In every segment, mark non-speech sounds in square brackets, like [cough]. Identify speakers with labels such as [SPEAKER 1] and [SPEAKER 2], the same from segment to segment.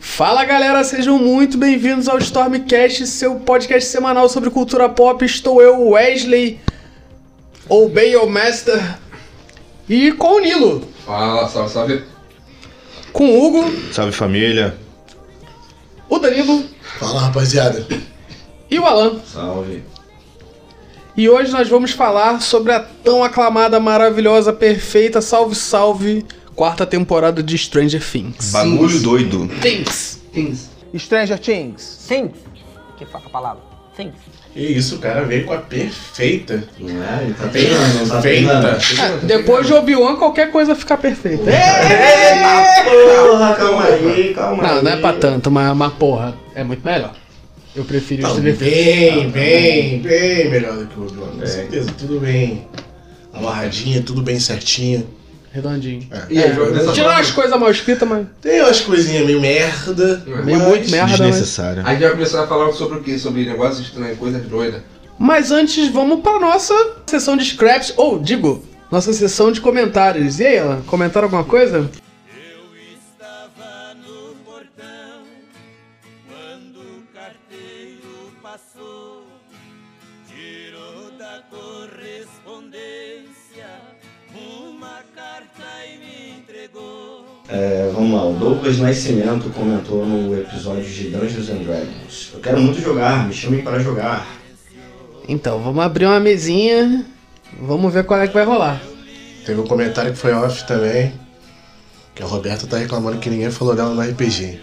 [SPEAKER 1] Fala galera, sejam muito bem-vindos ao Stormcast, seu podcast semanal sobre cultura pop. Estou eu, Wesley, ou Bale Master, e com o Nilo,
[SPEAKER 2] Fala, salve, salve.
[SPEAKER 1] com o Hugo,
[SPEAKER 3] Salve família.
[SPEAKER 1] o Danilo
[SPEAKER 4] Fala, rapaziada.
[SPEAKER 1] e o Alan.
[SPEAKER 2] Salve.
[SPEAKER 1] E hoje nós vamos falar sobre a tão aclamada, maravilhosa, perfeita, salve salve, quarta temporada de Stranger Things.
[SPEAKER 3] Bagulho doido.
[SPEAKER 1] Things.
[SPEAKER 5] Things.
[SPEAKER 6] Stranger Things.
[SPEAKER 5] Things. Que faca a palavra. Things.
[SPEAKER 4] Que isso, o cara veio com a perfeita.
[SPEAKER 2] Não é? Ele tá pegando, tá
[SPEAKER 4] Perfeita.
[SPEAKER 2] pegando.
[SPEAKER 1] Ah, depois de Obi-Wan, qualquer coisa fica perfeita.
[SPEAKER 2] Porra, calma aí, calma aí.
[SPEAKER 1] Não, não é pra tanto, mas, mas porra, é muito melhor. Eu prefiro
[SPEAKER 4] Não,
[SPEAKER 1] isso
[SPEAKER 4] bem, bem, bem melhor do que o Obi-Wan. Com
[SPEAKER 2] É.
[SPEAKER 4] certeza, tudo bem. Amarradinha, tudo bem certinho.
[SPEAKER 1] redondinho.
[SPEAKER 4] É,
[SPEAKER 2] E aí, jogo dessa
[SPEAKER 1] Tirar
[SPEAKER 2] forma.
[SPEAKER 1] as coisas mal escritas, mas
[SPEAKER 4] Tem umas coisinhas meio merda.
[SPEAKER 2] é
[SPEAKER 1] meio
[SPEAKER 4] mas- é
[SPEAKER 1] muito merda, né? mas...
[SPEAKER 3] Desnecessário.
[SPEAKER 2] A gente vai começar a falar sobre o quê? Sobre negócios estranhos, coisas doidas.
[SPEAKER 1] mas antes, vamos pra nossa sessão de scraps, ou digo, nossa sessão de comentários. E aí, Alan, comentaram alguma coisa?
[SPEAKER 7] É, vamos lá, o Douglas Nascimento comentou no episódio de Dungeons and Dragons. Eu
[SPEAKER 3] Hum.
[SPEAKER 7] quero muito jogar, me chamem para jogar.
[SPEAKER 1] Então, vamos abrir uma mesinha, vamos ver qual é que vai rolar.
[SPEAKER 4] Teve um comentário que foi off também. Que a Roberta tá reclamando que ninguém falou dela no RPG.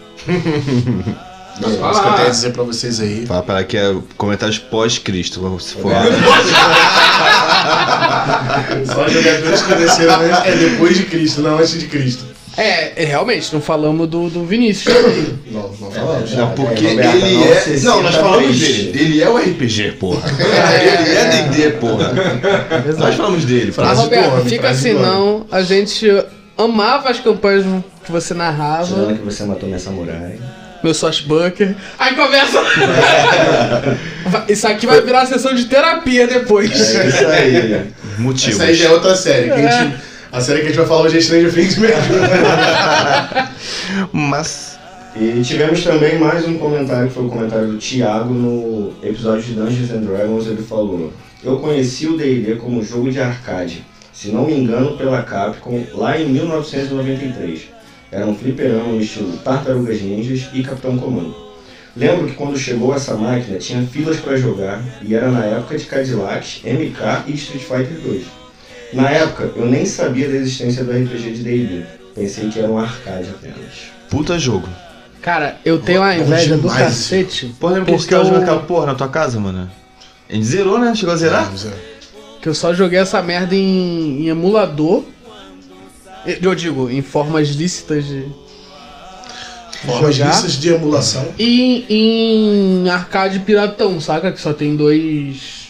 [SPEAKER 4] Não, é isso que eu tenho a dizer pra vocês aí.
[SPEAKER 3] Fala para que é comentários pós-Cristo, se for.
[SPEAKER 4] Só jogadores que desceram né? [laughs] é depois de Cristo, não antes de Cristo.
[SPEAKER 1] É, é, realmente, não falamos do, do Vinícius.
[SPEAKER 4] Não, não falamos.
[SPEAKER 3] Não, porque
[SPEAKER 7] É, Roberto,
[SPEAKER 3] ele
[SPEAKER 7] não tá
[SPEAKER 3] é.
[SPEAKER 7] se
[SPEAKER 3] Não, nós
[SPEAKER 7] sinta
[SPEAKER 3] falamos
[SPEAKER 7] triste.
[SPEAKER 3] dele. Ele é o RPG, porra. Ele é DD, porra. Nós falamos dele,
[SPEAKER 1] Ah,
[SPEAKER 3] porra.
[SPEAKER 4] Frase do
[SPEAKER 1] Roberto,
[SPEAKER 4] homem,
[SPEAKER 1] fica
[SPEAKER 4] frase do
[SPEAKER 1] assim
[SPEAKER 4] homem.
[SPEAKER 1] não, a gente amava as campanhas que você narrava,
[SPEAKER 7] Tirando que você matou minha samurai.
[SPEAKER 1] meu swashbucker. Aí começa... [laughs] Vai- Isso aqui vai virar sessão de terapia depois.
[SPEAKER 7] É isso aí.
[SPEAKER 3] Motivos.
[SPEAKER 4] Essa aí já é outra série. que a, gente, a série que a gente vai falar hoje é Stranger Things mesmo.
[SPEAKER 3] Mas.
[SPEAKER 7] E tivemos também mais um comentário, que foi o comentário do Thiago no episódio de Dungeons and Dragons, ele falou Eu conheci o D&D como jogo de arcade, se não me engano pela Capcom, lá em 1993. Era um fliperama no estilo Tartarugas Ninjas e Capitão Comando. Lembro que quando chegou essa máquina tinha filas para jogar e era na época de Cadillacs, MK e Street Fighter 2. Na época eu nem sabia da existência do RPG de D&D, pensei que era um arcade apenas.
[SPEAKER 3] Puta jogo.
[SPEAKER 1] Cara, eu tenho a inveja do
[SPEAKER 4] demais.
[SPEAKER 1] cacete
[SPEAKER 3] Porra, é um lembra que a gente
[SPEAKER 1] Porque
[SPEAKER 3] tava
[SPEAKER 1] eu-
[SPEAKER 3] jogando aquela porra na tua casa, mano? A gente zerou, né? Chegou a zerar?
[SPEAKER 1] que eu só joguei essa merda em, em emulador. Eu digo, em formas lícitas de.
[SPEAKER 4] Formas
[SPEAKER 1] Jogar.
[SPEAKER 4] listas de emulação.
[SPEAKER 1] E em arcade piratão, saca? Que só tem dois.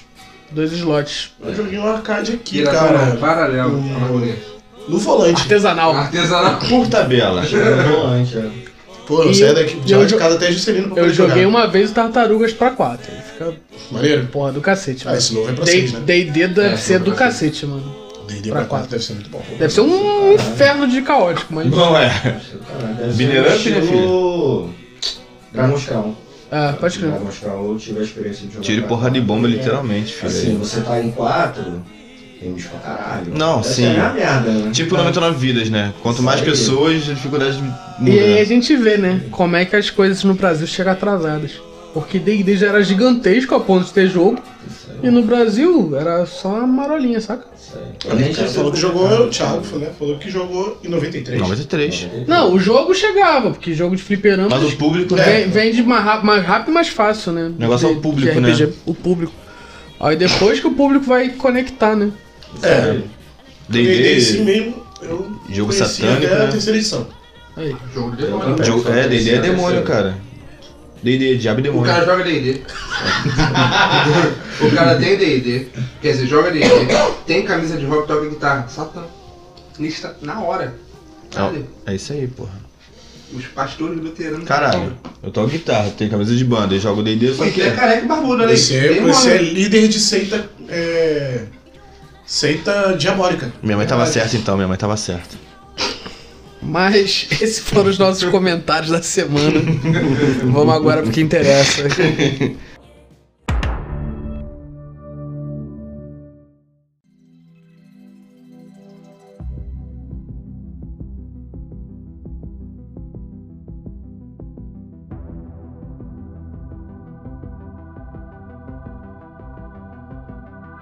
[SPEAKER 1] Dois slots.
[SPEAKER 4] Eu joguei um arcade aqui,
[SPEAKER 2] Tiração
[SPEAKER 4] cara.
[SPEAKER 2] tá paralelo.
[SPEAKER 4] Hum.
[SPEAKER 2] Amazonense.
[SPEAKER 4] No volante. Ah,
[SPEAKER 1] Artesanal.
[SPEAKER 2] Artesanal.
[SPEAKER 3] Por tabela.
[SPEAKER 7] Volante, é.
[SPEAKER 4] Pô, eu
[SPEAKER 1] E
[SPEAKER 4] saí daqui de,
[SPEAKER 1] eu
[SPEAKER 4] lá de
[SPEAKER 1] jo-
[SPEAKER 4] casa até Juscelino pra
[SPEAKER 1] Eu
[SPEAKER 4] poder
[SPEAKER 1] joguei um-
[SPEAKER 4] jogar.
[SPEAKER 1] uma vez o Tartarugas pra 4. Fica
[SPEAKER 4] Maneiro?
[SPEAKER 1] porra do cacete,
[SPEAKER 4] Ah,
[SPEAKER 1] mano.
[SPEAKER 4] esse novo é pra
[SPEAKER 1] Dei-
[SPEAKER 4] vocês, né?
[SPEAKER 1] D&D deve
[SPEAKER 2] É,
[SPEAKER 1] ser do
[SPEAKER 2] pra
[SPEAKER 1] cacete, mano.
[SPEAKER 4] D&D
[SPEAKER 1] pra
[SPEAKER 4] pra
[SPEAKER 1] quatro.
[SPEAKER 4] 4 deve ser muito bom.
[SPEAKER 1] Deve ser um inferno de caótico, mas.
[SPEAKER 3] Não é. Mineirante, né,
[SPEAKER 7] filho? Gramoscão.
[SPEAKER 1] Ah, pode crer.
[SPEAKER 7] Gramoscão, eu tive a experiência de jogar.
[SPEAKER 3] Tiro e porrada de bomba, literalmente,
[SPEAKER 7] É. Assim,
[SPEAKER 3] filho.
[SPEAKER 7] você tá em quatro, tem bicho pra caralho.
[SPEAKER 3] Não,
[SPEAKER 7] Essa
[SPEAKER 3] sim.
[SPEAKER 7] É a merda, né?
[SPEAKER 3] Tipo 99 vidas, né? Quanto mais
[SPEAKER 7] Isso aí.
[SPEAKER 3] pessoas, a dificuldade muda.
[SPEAKER 1] E aí a
[SPEAKER 3] né?
[SPEAKER 1] gente vê, né? Como é que as coisas no Brasil chegam atrasadas. Porque D&D já era gigantesco a ponto de ter jogo.
[SPEAKER 7] Isso
[SPEAKER 1] E
[SPEAKER 7] aí,
[SPEAKER 1] no Brasil era só uma marolinha, saca?
[SPEAKER 7] isso aí.
[SPEAKER 4] A gente falou que jogou, o Thiago falou, né? falou que jogou em 93.
[SPEAKER 3] 93.
[SPEAKER 1] Não, o jogo chegava, porque jogo de fliperama
[SPEAKER 3] Mas o público, né?
[SPEAKER 1] vem, vende mais rápido, mais rápido e mais fácil, né? O
[SPEAKER 3] negócio é o público, né?
[SPEAKER 1] O público. Aí depois que o público vai conectar, né?
[SPEAKER 4] É, D&D sim
[SPEAKER 3] D&D.
[SPEAKER 4] mesmo, eu
[SPEAKER 3] Jogo
[SPEAKER 4] conheci
[SPEAKER 3] satânico,
[SPEAKER 4] até a
[SPEAKER 3] né?
[SPEAKER 4] terceira edição.
[SPEAKER 1] Aí.
[SPEAKER 2] Jogo de demônio.
[SPEAKER 3] Jogo- É, D&D é demônio, cara. D&D é diabo e
[SPEAKER 2] O
[SPEAKER 3] demônio.
[SPEAKER 2] cara joga D&D. o cara tem D&D. Quer dizer, joga D&D. Tem camisa de rock, toca guitarra. Satã. Lista na hora. Caralho.
[SPEAKER 3] É isso aí, porra.
[SPEAKER 2] Os pastores luteranos.
[SPEAKER 3] Caralho, eu toco guitarra, tenho camisa de banda, eu jogo D&D, eu sou o
[SPEAKER 2] Você
[SPEAKER 3] quê?
[SPEAKER 2] é careca e barbudo, né?
[SPEAKER 4] Você, é-
[SPEAKER 2] Demônio.
[SPEAKER 4] você é líder de seita... É, seita diabólica. É
[SPEAKER 3] Minha mãe tava certa então, minha mãe tava certa.
[SPEAKER 1] Mas [laughs] esses foram os nossos comentários da
[SPEAKER 3] [laughs]
[SPEAKER 1] semana. Vamos agora pro que interessa.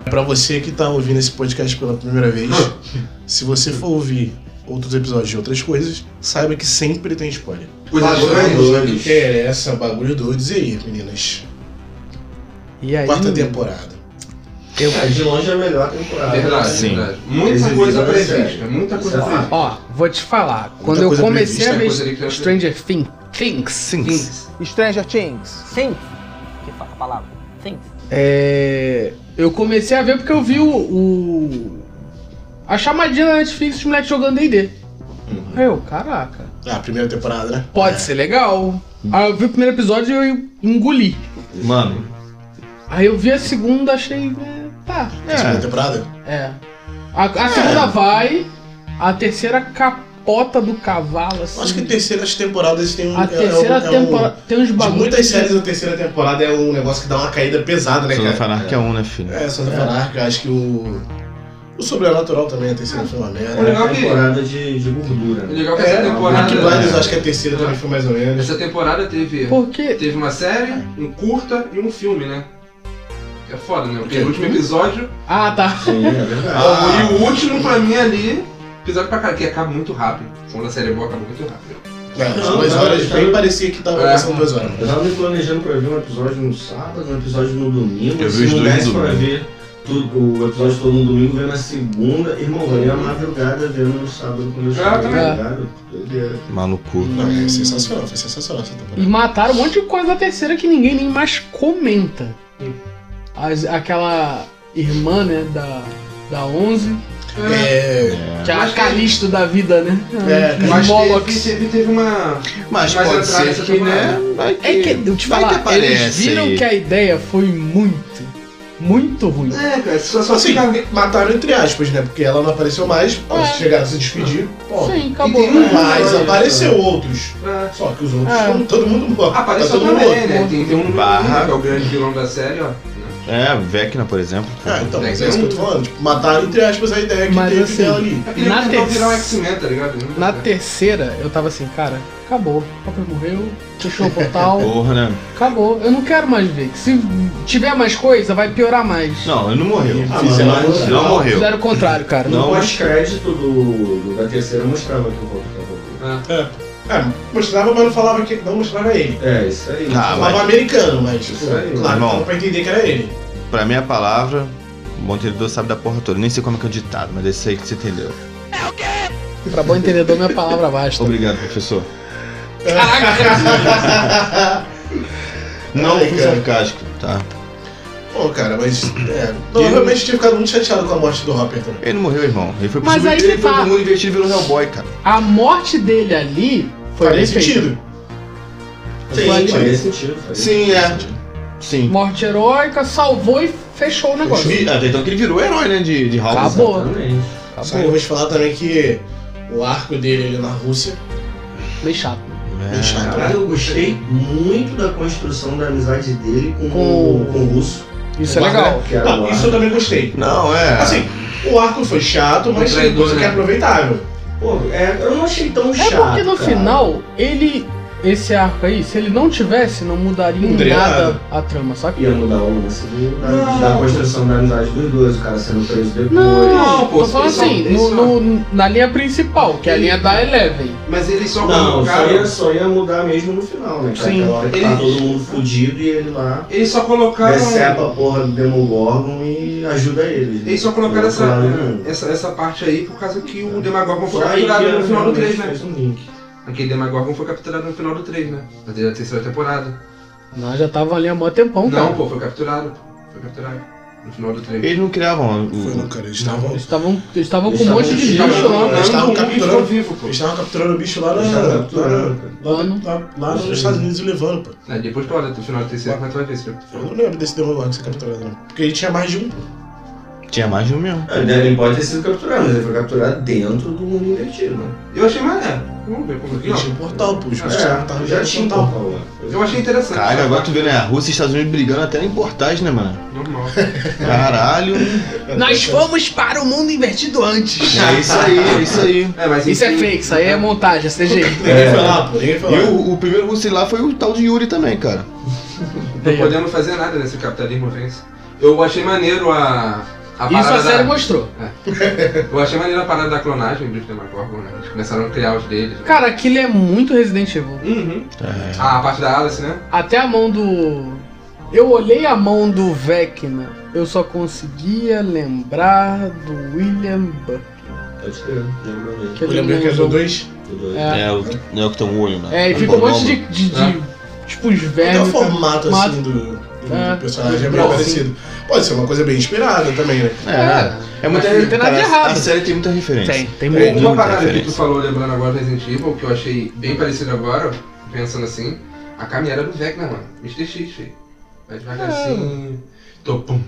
[SPEAKER 4] Pra você que tá ouvindo esse podcast pela primeira vez, se você for ouvir outros episódios de outras coisas, saiba que sempre tem spoiler.
[SPEAKER 2] Os Aslantes.
[SPEAKER 4] Interessa, bagulho doidos. E aí, meninas?
[SPEAKER 1] E aí,
[SPEAKER 4] Quarta temporada.
[SPEAKER 1] eu,
[SPEAKER 7] É, de longe é a melhor temporada.
[SPEAKER 2] Verdade,
[SPEAKER 3] Sim.
[SPEAKER 2] verdade. Muita
[SPEAKER 7] Esse
[SPEAKER 2] coisa
[SPEAKER 7] episódio é
[SPEAKER 2] prevista,
[SPEAKER 7] sério.
[SPEAKER 2] muita coisa
[SPEAKER 7] Isso é
[SPEAKER 2] prevista.
[SPEAKER 1] ó, vou te falar. Quando eu
[SPEAKER 4] coisa
[SPEAKER 1] comecei
[SPEAKER 4] prevista,
[SPEAKER 1] a ver
[SPEAKER 2] coisa ali que eu-
[SPEAKER 1] Stranger Things, Things,
[SPEAKER 2] Things.
[SPEAKER 6] Stranger Things.
[SPEAKER 5] Think. Que fa- a palavra. Think.
[SPEAKER 1] É, eu comecei a ver porque eu vi o. o- a chamadinha da Netflix dos moleques jogando DD.
[SPEAKER 4] Uhum.
[SPEAKER 1] Aí Eu, caraca.
[SPEAKER 4] Ah, a primeira temporada, né?
[SPEAKER 1] Pode ser legal. Aí eu vi o primeiro episódio e eu engoli.
[SPEAKER 3] Mano,
[SPEAKER 1] Aí eu vi a segunda, achei. né, tá.
[SPEAKER 3] é.
[SPEAKER 4] A segunda É, temporada?
[SPEAKER 1] É. A, a
[SPEAKER 4] É.
[SPEAKER 1] segunda vai, a terceira capota do cavalo, assim.
[SPEAKER 4] Eu acho que terceiras temporadas tem um.
[SPEAKER 1] A
[SPEAKER 4] é- é um-
[SPEAKER 1] terceira
[SPEAKER 4] é um-
[SPEAKER 1] temporada tem uns
[SPEAKER 4] De
[SPEAKER 1] bagulhos.
[SPEAKER 4] muitas séries da terceira temporada é um negócio que dá uma caída pesada, né,
[SPEAKER 3] você vai
[SPEAKER 4] cara?
[SPEAKER 3] falar que é um, né, filho?
[SPEAKER 4] É, Santa Fanarca, acho que o. O sobrenatural também, a terceira foi uma
[SPEAKER 7] É
[SPEAKER 4] merda. É,
[SPEAKER 2] Legal
[SPEAKER 7] uma
[SPEAKER 2] que-
[SPEAKER 7] temporada de, de gordura.
[SPEAKER 2] O
[SPEAKER 7] né?
[SPEAKER 2] Legal que essa temporada. é
[SPEAKER 4] Peaky Blinders, acho que a terceira também foi mais ou menos.
[SPEAKER 2] Essa temporada teve.
[SPEAKER 1] Porque.
[SPEAKER 2] Teve uma série, um curta e um filme, né? É foda, né? Porque o último episódio.
[SPEAKER 1] Ah, tá.
[SPEAKER 7] Sim, é verdade.
[SPEAKER 4] Ah.
[SPEAKER 2] e o último pra mim ali. Episódio pra cara, que acaba muito rápido. Quando a série é boa, acaba muito rápido.
[SPEAKER 4] Não, as
[SPEAKER 7] Não,
[SPEAKER 4] duas
[SPEAKER 7] não,
[SPEAKER 4] horas
[SPEAKER 7] não.
[SPEAKER 4] bem parecia que tava
[SPEAKER 2] É.
[SPEAKER 4] passando duas horas.
[SPEAKER 7] Eu tava me planejando pra ver um episódio no sábado, um episódio no domingo.
[SPEAKER 3] Eu
[SPEAKER 7] se
[SPEAKER 3] vi os
[SPEAKER 7] não
[SPEAKER 3] dois
[SPEAKER 7] desse
[SPEAKER 3] no
[SPEAKER 7] pra
[SPEAKER 3] domingo.
[SPEAKER 7] ver tudo, o episódio todo no domingo, ver na segunda. Irmão, eu ia a madrugada vendo no sábado quando eu cheguei,
[SPEAKER 2] Ah,
[SPEAKER 7] tá
[SPEAKER 2] também.
[SPEAKER 7] ligado? Doideira.
[SPEAKER 3] Maluco.
[SPEAKER 4] Não, é sensacional, foi sensacional essa
[SPEAKER 1] E
[SPEAKER 4] temporada.
[SPEAKER 1] mataram um monte de coisa da terceira que ninguém nem mais comenta. As- aquela irmã, né, da, da 11,
[SPEAKER 4] É.
[SPEAKER 1] que é a
[SPEAKER 2] Mas que-
[SPEAKER 1] Calisto da vida, né?
[SPEAKER 4] É,
[SPEAKER 2] Mas teve,
[SPEAKER 1] Molox.
[SPEAKER 2] teve, teve uma. Mas
[SPEAKER 3] Mas pode
[SPEAKER 2] entrar nessa
[SPEAKER 3] ser que, né?
[SPEAKER 2] temporada.
[SPEAKER 3] Vai
[SPEAKER 1] É que, eu te
[SPEAKER 3] vai que
[SPEAKER 1] falar, eles
[SPEAKER 3] aparece
[SPEAKER 1] viram
[SPEAKER 3] aí.
[SPEAKER 1] que a ideia foi muito, muito ruim.
[SPEAKER 2] É, cara, só, só
[SPEAKER 4] Assim,
[SPEAKER 2] fica-
[SPEAKER 4] mataram entre aspas, né? Porque ela não apareceu mais,
[SPEAKER 1] É.
[SPEAKER 4] chegaram a se despedir, pô.
[SPEAKER 1] Sim,
[SPEAKER 2] E
[SPEAKER 1] acabou.
[SPEAKER 2] tem um-
[SPEAKER 4] Mas
[SPEAKER 2] Não, não,
[SPEAKER 4] apareceu outros.
[SPEAKER 2] É.
[SPEAKER 4] Só que os outros
[SPEAKER 1] É.
[SPEAKER 4] estão todo mundo morto.
[SPEAKER 2] Apareceu
[SPEAKER 4] tá todo mundo
[SPEAKER 2] também,
[SPEAKER 4] morto.
[SPEAKER 2] né? Tem, tem um
[SPEAKER 3] Barra.
[SPEAKER 2] que é o grande vilão da série, ó.
[SPEAKER 3] É, Vecna, por exemplo.
[SPEAKER 4] Ah, então,
[SPEAKER 2] Tem
[SPEAKER 4] mas
[SPEAKER 2] que
[SPEAKER 4] é isso que
[SPEAKER 2] ter
[SPEAKER 4] eu tô falando. Tipo, mataram entre aspas a ideia que
[SPEAKER 1] Mas
[SPEAKER 4] teve
[SPEAKER 1] assim,
[SPEAKER 4] dela ali.
[SPEAKER 2] É que ele
[SPEAKER 1] Na
[SPEAKER 2] tentou
[SPEAKER 1] terça-
[SPEAKER 2] virar um X-Men, tá ligado?
[SPEAKER 1] Na terceira, eu tava assim, cara, acabou. O Hopper morreu, fechou o
[SPEAKER 3] [laughs]
[SPEAKER 1] portal,
[SPEAKER 3] Porra, né?
[SPEAKER 1] acabou. Eu não quero mais ver. Se tiver mais coisa, vai piorar mais.
[SPEAKER 3] Não, ele não morreu.
[SPEAKER 7] Ah,
[SPEAKER 4] Fizeram
[SPEAKER 7] mas-
[SPEAKER 4] outra.
[SPEAKER 3] Não morreu.
[SPEAKER 1] Fizeram o contrário, cara.
[SPEAKER 3] Não.
[SPEAKER 7] No pós-crédito do, do- da terceira mostrava que o Hulk acabou.
[SPEAKER 4] É, mostrava, mas não falava que. Não mostrava ele.
[SPEAKER 7] É, isso aí.
[SPEAKER 3] Ah,
[SPEAKER 4] falava americano, mas. Tipo,
[SPEAKER 7] Isso aí.
[SPEAKER 4] claro,
[SPEAKER 3] Irmão.
[SPEAKER 4] dava pra entender que era ele.
[SPEAKER 3] Pra mim, a palavra, o Monteiro sabe da porra toda. Nem sei como é que é o ditado, mas é isso aí que você entendeu.
[SPEAKER 1] Pra bom entendedor, minha palavra basta.
[SPEAKER 3] Obrigado, professor.
[SPEAKER 4] Não,
[SPEAKER 3] Não fui
[SPEAKER 4] cara.
[SPEAKER 3] sarcástico, tá?
[SPEAKER 4] Pô, cara, mas. É, não, eu realmente tinha ficado muito chateado com a morte do Hopper também.
[SPEAKER 3] Ele não morreu, irmão. Ele foi pro
[SPEAKER 1] Mas
[SPEAKER 3] mundo-
[SPEAKER 1] aí
[SPEAKER 3] ele
[SPEAKER 1] que
[SPEAKER 3] foi
[SPEAKER 1] tá.
[SPEAKER 3] pro mundo invertido e virou Hellboy, cara.
[SPEAKER 1] A morte dele ali foi
[SPEAKER 4] Faria
[SPEAKER 1] bem feita.
[SPEAKER 4] sentido.
[SPEAKER 7] Sim,
[SPEAKER 1] Faz
[SPEAKER 7] faria sentido. faria
[SPEAKER 3] Sim,
[SPEAKER 7] sentido.
[SPEAKER 3] é. Sim.
[SPEAKER 1] Morte heróica, salvou e fechou o negócio.
[SPEAKER 3] Vi- Até então que ele virou herói, né? De, de House.
[SPEAKER 1] Acabou.
[SPEAKER 7] Exatamente.
[SPEAKER 4] Só que eu vou te falar também que o arco dele ali na Rússia.
[SPEAKER 1] Meio chato.
[SPEAKER 4] Bem
[SPEAKER 3] É.
[SPEAKER 4] chato. né?
[SPEAKER 7] Cara, eu gostei muito da construção da amizade dele com,
[SPEAKER 1] Com-
[SPEAKER 7] o- com o Russo.
[SPEAKER 1] Isso é
[SPEAKER 4] Guarda-
[SPEAKER 1] legal.
[SPEAKER 7] Que era
[SPEAKER 4] Não,
[SPEAKER 7] o
[SPEAKER 4] isso eu também gostei.
[SPEAKER 3] Não, é.
[SPEAKER 4] Assim, o arco foi chato, mas
[SPEAKER 2] Um
[SPEAKER 4] tem
[SPEAKER 2] traidor,
[SPEAKER 4] coisa que é
[SPEAKER 2] né?
[SPEAKER 4] aproveitável.
[SPEAKER 7] Pô, é, eu não achei tão
[SPEAKER 1] É
[SPEAKER 7] chato.
[SPEAKER 1] porque no
[SPEAKER 7] cara.
[SPEAKER 1] final, ele. Esse arco aí, se ele não tivesse, não mudaria
[SPEAKER 4] Não
[SPEAKER 1] em
[SPEAKER 4] teria
[SPEAKER 1] nada a trama, saca?
[SPEAKER 7] Ia mudar o lance do- da,
[SPEAKER 2] Não.
[SPEAKER 7] da construção da amizade dos dois, o cara sendo preso depois.
[SPEAKER 1] Não,
[SPEAKER 2] Não, pô,
[SPEAKER 1] tô falando
[SPEAKER 2] isso-
[SPEAKER 1] assim,
[SPEAKER 2] isso-
[SPEAKER 1] no- no- na linha principal, que é a linha da Eleven.
[SPEAKER 2] Mas ele só
[SPEAKER 7] Não, é só
[SPEAKER 2] colocaram.
[SPEAKER 7] ia, só ia mudar mesmo no final, né? Cara?
[SPEAKER 1] Sim.
[SPEAKER 7] Aquela hora que tá
[SPEAKER 2] Ele-
[SPEAKER 7] todo mundo fudido e ele lá
[SPEAKER 2] Eles só colocaram.
[SPEAKER 7] decepa é a porra do Demogorgon e ajuda eles. né?
[SPEAKER 2] Eles só colocaram
[SPEAKER 7] Não
[SPEAKER 2] essa,
[SPEAKER 7] falaram nada.
[SPEAKER 2] essa, essa parte aí por causa que o Demagorgon foi
[SPEAKER 7] um. É. Só aí
[SPEAKER 2] capturado
[SPEAKER 7] que
[SPEAKER 2] no final do
[SPEAKER 7] realmente
[SPEAKER 2] 3, né?
[SPEAKER 7] fez um link.
[SPEAKER 2] Aquele Demagorgon foi capturado no final do 3, né? Na te- terceira temporada.
[SPEAKER 1] Nós já tava ali há mó tempão, cara.
[SPEAKER 2] Não, pô, foi capturado. pô. Foi capturado. No final do 3.
[SPEAKER 3] Eles não criavam. o-
[SPEAKER 4] Foi não, cara. Eles estavam.
[SPEAKER 1] Eles estavam eles estavam
[SPEAKER 7] Eles
[SPEAKER 1] com um
[SPEAKER 7] estavam
[SPEAKER 1] monte de
[SPEAKER 7] cheios,
[SPEAKER 1] bicho lá.
[SPEAKER 4] Eles estavam capturando-
[SPEAKER 2] um vivo, pô.
[SPEAKER 4] Eles estavam capturando o bicho lá, na,
[SPEAKER 7] Eles estavam capturando,
[SPEAKER 4] lá, lá, lá, lá nos Estados Unidos e levando, pô.
[SPEAKER 2] Aí É, depois tu olha, no final do terceiro, mas tu vai ver se
[SPEAKER 4] tá Eu não lembro desse Demogorgon que você capturou, não. Porque ele tinha mais de um. pô.
[SPEAKER 3] Tinha mais de um mesmo.
[SPEAKER 7] É, Ele pode ter sido capturado, mas ele foi capturado dentro do mundo invertido. né?
[SPEAKER 2] Eu achei maneiro. Vamos ver como é que
[SPEAKER 4] Ele tinha um
[SPEAKER 2] não.
[SPEAKER 4] portal, pô. Os bichos não
[SPEAKER 1] tá
[SPEAKER 7] É,
[SPEAKER 4] estavam
[SPEAKER 7] já tinha um
[SPEAKER 4] portal. então.
[SPEAKER 7] portal lá.
[SPEAKER 2] Eu achei interessante.
[SPEAKER 3] Caralho, agora tu vê, né? A Rússia e Estados Unidos brigando até em portais, né, mano?
[SPEAKER 2] Normal.
[SPEAKER 3] Caralho.
[SPEAKER 1] Nós fomos para o mundo invertido antes.
[SPEAKER 3] É isso aí, é isso aí.
[SPEAKER 2] É, mas
[SPEAKER 1] Isso é
[SPEAKER 2] enfim,
[SPEAKER 1] fake, isso aí é montagem, é [laughs] CGI.
[SPEAKER 4] Ninguém foi lá, pô. Ninguém foi
[SPEAKER 3] E
[SPEAKER 4] lá.
[SPEAKER 3] o, o primeiro russo lá foi o tal de Yuri também, cara.
[SPEAKER 2] Não podemos fazer nada nesse capitalismo ofensa. Eu achei maneiro a. a
[SPEAKER 1] Isso é
[SPEAKER 2] parada
[SPEAKER 1] a série
[SPEAKER 2] da-
[SPEAKER 1] mostrou.
[SPEAKER 2] Eu achei maneiro a parada da clonagem dos Demagorgon, né? Eles começaram a criar os deles. né?
[SPEAKER 1] Cara, aquilo é muito Resident Evil.
[SPEAKER 2] Uhum.
[SPEAKER 3] É.
[SPEAKER 2] Ah, a parte da Alice, né?
[SPEAKER 1] Até a mão do. Eu olhei a mão do Vecna, eu só conseguia lembrar do William Buck.
[SPEAKER 7] Pode ser, lembra mesmo.
[SPEAKER 1] Que
[SPEAKER 4] Eu lembrei que é do
[SPEAKER 1] jogo.
[SPEAKER 4] 2.
[SPEAKER 7] Tudo bem.
[SPEAKER 1] É.
[SPEAKER 3] É, o, é o que tem um olho, né?
[SPEAKER 1] É, e
[SPEAKER 3] Um
[SPEAKER 1] fica um monte
[SPEAKER 3] ombro.
[SPEAKER 1] de. de, de Tipo, os
[SPEAKER 4] É. Até o
[SPEAKER 1] velhos.
[SPEAKER 4] formato, assim, do, do
[SPEAKER 1] É.
[SPEAKER 4] personagem é bem
[SPEAKER 1] Igual,
[SPEAKER 4] parecido. Pode ser uma coisa bem inspirada também, né?
[SPEAKER 3] É, é muita
[SPEAKER 1] Não tem nada de
[SPEAKER 3] cara,
[SPEAKER 1] errado.
[SPEAKER 3] A série tem muita referência.
[SPEAKER 1] Tem, tem
[SPEAKER 3] É,
[SPEAKER 1] muito.
[SPEAKER 2] Uma
[SPEAKER 3] muita
[SPEAKER 2] parada que tu
[SPEAKER 3] referência.
[SPEAKER 2] falou lembrando agora do Resident Evil, que eu achei bem parecido agora, pensando assim, a caminhada do Vecna, mano. Mr. X, filho. Vai devagarzinho.
[SPEAKER 3] É.
[SPEAKER 2] Tô pum.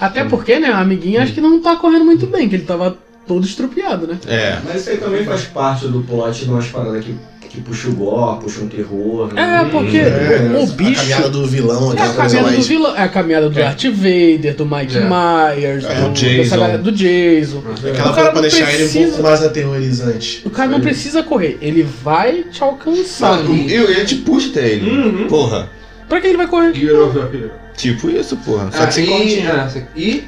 [SPEAKER 1] Até porque, né, a amiguinha acho que não tá correndo muito bem, que ele tava todo estrupiado, né?
[SPEAKER 3] É.
[SPEAKER 7] Mas isso aí também faz parte do plot de umas paradas que, que puxa o gore, puxa um terror.
[SPEAKER 1] É, porque
[SPEAKER 4] É,
[SPEAKER 1] o
[SPEAKER 4] A caminhada
[SPEAKER 1] bicho.
[SPEAKER 4] do
[SPEAKER 1] É
[SPEAKER 4] vilão,
[SPEAKER 1] a
[SPEAKER 4] aquela coisa
[SPEAKER 1] caminhada do
[SPEAKER 4] mais.
[SPEAKER 1] vilão. É a caminhada do
[SPEAKER 4] É.
[SPEAKER 1] Darth Vader, do Mike
[SPEAKER 2] É.
[SPEAKER 1] Myers,
[SPEAKER 3] É,
[SPEAKER 1] do,
[SPEAKER 3] do Jason.
[SPEAKER 1] dessa galera- do Jason.
[SPEAKER 4] Aquela
[SPEAKER 1] O cara
[SPEAKER 4] coisa pra
[SPEAKER 1] não
[SPEAKER 4] deixar ele um
[SPEAKER 1] precisa-
[SPEAKER 4] pouco mais aterrorizante.
[SPEAKER 1] O cara não precisa correr, ele vai te alcançar.
[SPEAKER 3] Mano, eu, ele te puxa até ele.
[SPEAKER 2] Uhum.
[SPEAKER 3] Porra.
[SPEAKER 1] Pra que ele vai correr?
[SPEAKER 2] Get over here.
[SPEAKER 3] Tipo isso, porra. Só
[SPEAKER 2] Ah,
[SPEAKER 3] que sem
[SPEAKER 2] e-
[SPEAKER 3] cordinha.
[SPEAKER 2] é, sem- E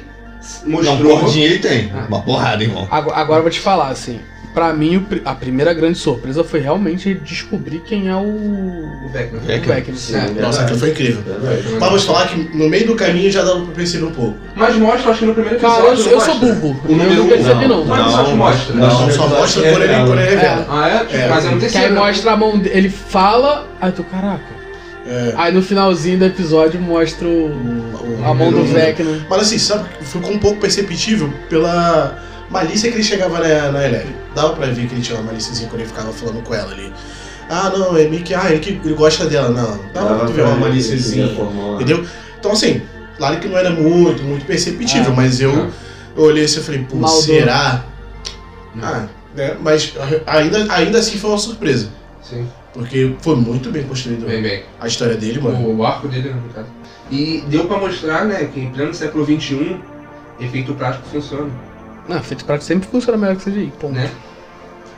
[SPEAKER 3] Não,
[SPEAKER 2] mostrou.
[SPEAKER 3] cordinha ele tem.
[SPEAKER 2] Ah.
[SPEAKER 3] Uma porrada, irmão.
[SPEAKER 1] Ago- Agora eu vou te falar, assim. Pra mim, o pri- a primeira grande surpresa foi realmente descobrir quem é o. né?
[SPEAKER 2] O Vecna.
[SPEAKER 1] o
[SPEAKER 3] Vecna.
[SPEAKER 1] Vecna.
[SPEAKER 7] Sim, é
[SPEAKER 4] Nossa,
[SPEAKER 7] verdade.
[SPEAKER 4] aquilo foi incrível.
[SPEAKER 7] Verdade.
[SPEAKER 4] Mas vou te falar que no meio do caminho já dá pra perceber um pouco.
[SPEAKER 2] Mas mostra, acho que no primeiro
[SPEAKER 1] Cara, eu,
[SPEAKER 2] episódio.
[SPEAKER 1] sou-
[SPEAKER 2] não
[SPEAKER 1] eu sou
[SPEAKER 2] mostra.
[SPEAKER 1] burro.
[SPEAKER 2] O número
[SPEAKER 1] eu não
[SPEAKER 2] um,
[SPEAKER 1] percebi, não.
[SPEAKER 2] não. Mas só te mostra.
[SPEAKER 7] é
[SPEAKER 4] Não, é só mostra né? por ele quando ele revela.
[SPEAKER 2] Ah, é?
[SPEAKER 4] É.
[SPEAKER 2] Mas eu não
[SPEAKER 1] Que aí
[SPEAKER 2] terceiro.
[SPEAKER 1] mostra a mão dele. Ele fala, aí tu, caraca.
[SPEAKER 4] É.
[SPEAKER 1] Aí no finalzinho do episódio mostra o, a mão do né? Vecna.
[SPEAKER 4] Mas assim, sabe, ficou um pouco perceptível pela malícia que ele chegava na, na Eleven. Dava pra ver que ele tinha uma malíciazinha quando ele ficava falando com ela ali. Ah, não, é meio que. Ah, ele, que, ele gosta dela. Não, dava pra tu ver uma malíciazinha.
[SPEAKER 7] né?
[SPEAKER 4] Entendeu? Então assim, claro que não era muito, muito perceptível,
[SPEAKER 1] Ah.
[SPEAKER 4] mas eu,
[SPEAKER 2] Ah.
[SPEAKER 4] eu olhei assim e falei, pô,
[SPEAKER 1] Maldoso.
[SPEAKER 4] será?
[SPEAKER 2] Não.
[SPEAKER 4] Ah, né? Mas ainda, ainda assim foi uma surpresa.
[SPEAKER 2] Sim,
[SPEAKER 4] Porque foi muito bem construído
[SPEAKER 2] bem, bem.
[SPEAKER 4] a história dele, mano.
[SPEAKER 2] O arco dele, né, no caso. E deu pra mostrar, né, que em pleno século XXI, efeito prático funciona,
[SPEAKER 1] Não, feito pra que sempre funciona melhor que CGI. Ponto.
[SPEAKER 2] né?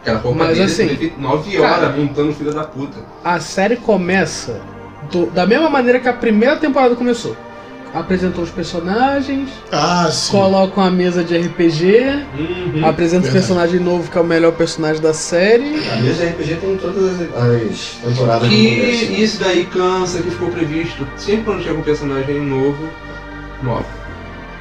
[SPEAKER 2] Aquela roupa
[SPEAKER 1] Mas
[SPEAKER 2] dele,
[SPEAKER 1] assim,
[SPEAKER 2] ele fica nove
[SPEAKER 1] cara-
[SPEAKER 2] horas montando filho da puta.
[SPEAKER 1] A série começa do- da mesma maneira que a primeira temporada começou. Apresentou os personagens,
[SPEAKER 4] Ah, sim.
[SPEAKER 1] colocam a mesa de RPG.
[SPEAKER 2] Uhum.
[SPEAKER 1] Apresenta o
[SPEAKER 4] Verdade.
[SPEAKER 1] personagem novo, que é o melhor personagem da série.
[SPEAKER 7] A mesa de RPG tem todas as, as temporadas universo,
[SPEAKER 1] assim.
[SPEAKER 7] né?
[SPEAKER 2] E isso daí cansa, que ficou previsto. Sempre quando chega um personagem novo, morre.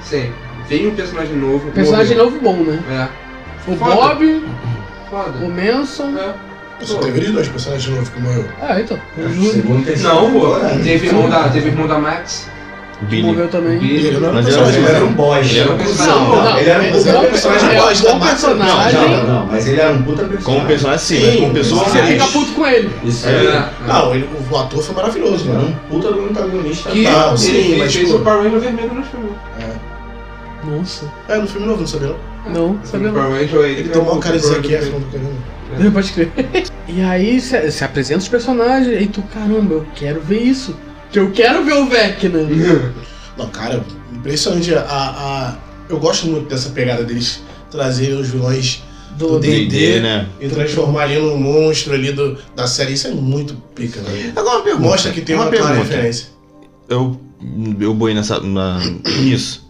[SPEAKER 2] Sempre. Vem um personagem novo.
[SPEAKER 1] Personagem novo bom, né?
[SPEAKER 2] novo. É.
[SPEAKER 1] O
[SPEAKER 2] Foda.
[SPEAKER 1] Bob, o
[SPEAKER 2] Foda.
[SPEAKER 1] Manson.
[SPEAKER 2] É.
[SPEAKER 4] Só teve ele dois personagens de novo que morreu.
[SPEAKER 1] Ah, então.
[SPEAKER 7] É.
[SPEAKER 1] O Júlio
[SPEAKER 7] Segundo, terceiro.
[SPEAKER 2] Não, pô.
[SPEAKER 7] temporada.
[SPEAKER 2] Teve irmão da, teve irmão da Max.
[SPEAKER 1] que
[SPEAKER 3] Billy.
[SPEAKER 1] morreu também.
[SPEAKER 4] E
[SPEAKER 2] Billy.
[SPEAKER 4] Ele não era um
[SPEAKER 3] Mas ele
[SPEAKER 4] personagem,
[SPEAKER 7] Ele
[SPEAKER 4] ele
[SPEAKER 7] era
[SPEAKER 4] era
[SPEAKER 7] um boss.
[SPEAKER 2] Ele era um
[SPEAKER 1] Não,
[SPEAKER 2] Não,
[SPEAKER 1] não.
[SPEAKER 7] Ele era um
[SPEAKER 1] O
[SPEAKER 4] mas era
[SPEAKER 1] bom
[SPEAKER 4] um personagem
[SPEAKER 1] é,
[SPEAKER 4] boss
[SPEAKER 1] o
[SPEAKER 4] da
[SPEAKER 1] bom
[SPEAKER 4] Marvel.
[SPEAKER 7] Não,
[SPEAKER 1] personagem.
[SPEAKER 7] não, não, mas ele era um puta personagem.
[SPEAKER 3] Como personagem sim, mas como pessoa
[SPEAKER 4] Sim,
[SPEAKER 1] Você
[SPEAKER 4] sim.
[SPEAKER 3] feliz.
[SPEAKER 1] fica puto com ele.
[SPEAKER 7] Isso
[SPEAKER 2] É.
[SPEAKER 7] aí.
[SPEAKER 4] um-
[SPEAKER 2] Não.
[SPEAKER 4] Não, ele, o ator foi maravilhoso,
[SPEAKER 7] Ele era
[SPEAKER 4] mano.
[SPEAKER 7] um puta do antagonista.
[SPEAKER 2] Que
[SPEAKER 4] Tá,
[SPEAKER 2] ele
[SPEAKER 4] sim,
[SPEAKER 2] fez-
[SPEAKER 4] mas,
[SPEAKER 2] fez
[SPEAKER 4] pô.
[SPEAKER 2] o Power Ranger vermelho no filme.
[SPEAKER 1] Nossa.
[SPEAKER 4] É, no filme novo, não sabia não?
[SPEAKER 1] Não, sabia
[SPEAKER 2] O
[SPEAKER 1] não. [laughs]
[SPEAKER 2] Power Ranger, ele
[SPEAKER 4] Ele
[SPEAKER 2] fez
[SPEAKER 4] tem uma
[SPEAKER 2] o
[SPEAKER 4] cara de
[SPEAKER 2] Power
[SPEAKER 4] Zac
[SPEAKER 2] Ranger
[SPEAKER 4] Efron do caramba.
[SPEAKER 1] Pode crer. E aí se se apresenta os personagens. E tu, caramba, eu quero ver isso. Que eu quero ver o Vecna.
[SPEAKER 4] Não, cara, impressionante. A, a- eu gosto muito dessa pegada deles trazerem os vilões
[SPEAKER 1] Do,
[SPEAKER 4] Do
[SPEAKER 1] do,
[SPEAKER 3] D&D, né?
[SPEAKER 4] e transformar ali num monstro ali do, da série. Isso é muito pica, né?
[SPEAKER 3] Agora uma pergunta.
[SPEAKER 4] Mostra que tem uma, clara referência.
[SPEAKER 3] Eu, eu boi nessa, na, nisso.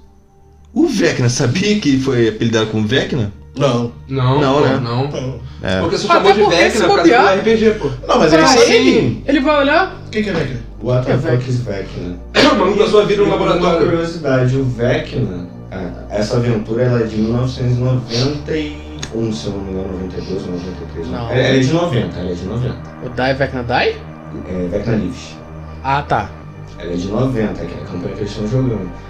[SPEAKER 3] O Vecna, sabia que foi apelidado como Vecna?
[SPEAKER 4] Não,
[SPEAKER 2] Não,
[SPEAKER 3] Não,
[SPEAKER 2] pô,
[SPEAKER 3] né?
[SPEAKER 2] não.
[SPEAKER 4] não.
[SPEAKER 3] É.
[SPEAKER 2] Porque se
[SPEAKER 1] Até
[SPEAKER 2] chamou de
[SPEAKER 1] porque se
[SPEAKER 2] Vecna por
[SPEAKER 1] bobear-
[SPEAKER 2] causa do RPG, [coughs] pô.
[SPEAKER 4] Não, mas
[SPEAKER 1] Pra
[SPEAKER 4] ele sabe.
[SPEAKER 1] Ah, ele, ele vai olhar.
[SPEAKER 4] Quem que é Vecna?
[SPEAKER 7] What
[SPEAKER 1] É
[SPEAKER 7] the
[SPEAKER 1] Vecna.
[SPEAKER 7] fuck is Vecna?
[SPEAKER 2] O maluco da sua vida no
[SPEAKER 7] E Uma
[SPEAKER 2] um laboratório.
[SPEAKER 7] curiosidade, o Vecna, a- essa aventura ela é de 1991, se eu não me engano, 92 ou 93.
[SPEAKER 1] Não.
[SPEAKER 7] Ela é de 90, ela é de 90.
[SPEAKER 1] O Die Vecna Die?
[SPEAKER 7] É Vecna Leaves.
[SPEAKER 1] Ah, tá.
[SPEAKER 7] Ela é de 90, que é a campanha que eles estão jogando.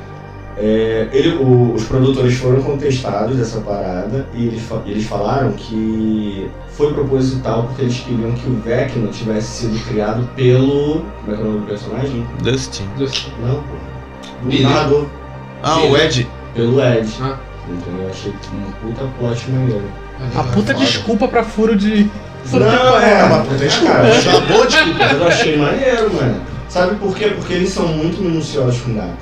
[SPEAKER 7] É, ele- o- os produtores foram contestados dessa parada e eles, fa- eles falaram que foi proposital porque eles queriam que o Vecna tivesse sido criado pelo. Como é que é o nome do personagem?
[SPEAKER 3] Dustin.
[SPEAKER 7] Não, pô. Do
[SPEAKER 2] Billy.
[SPEAKER 7] narrador.
[SPEAKER 4] É,
[SPEAKER 3] Ah, o Ed.
[SPEAKER 7] Pelo Ed.
[SPEAKER 2] Ah.
[SPEAKER 7] Então eu achei que uma puta plot maneiro.
[SPEAKER 1] A puta
[SPEAKER 2] Foda.
[SPEAKER 1] desculpa pra furo de.
[SPEAKER 7] Não,
[SPEAKER 4] É
[SPEAKER 7] é,
[SPEAKER 4] uma puta escada.
[SPEAKER 7] Cara,
[SPEAKER 4] Uma boa desculpa.
[SPEAKER 7] mas eu achei maneiro, mano. Sabe por quê? Porque eles são muito minuciosos com dados.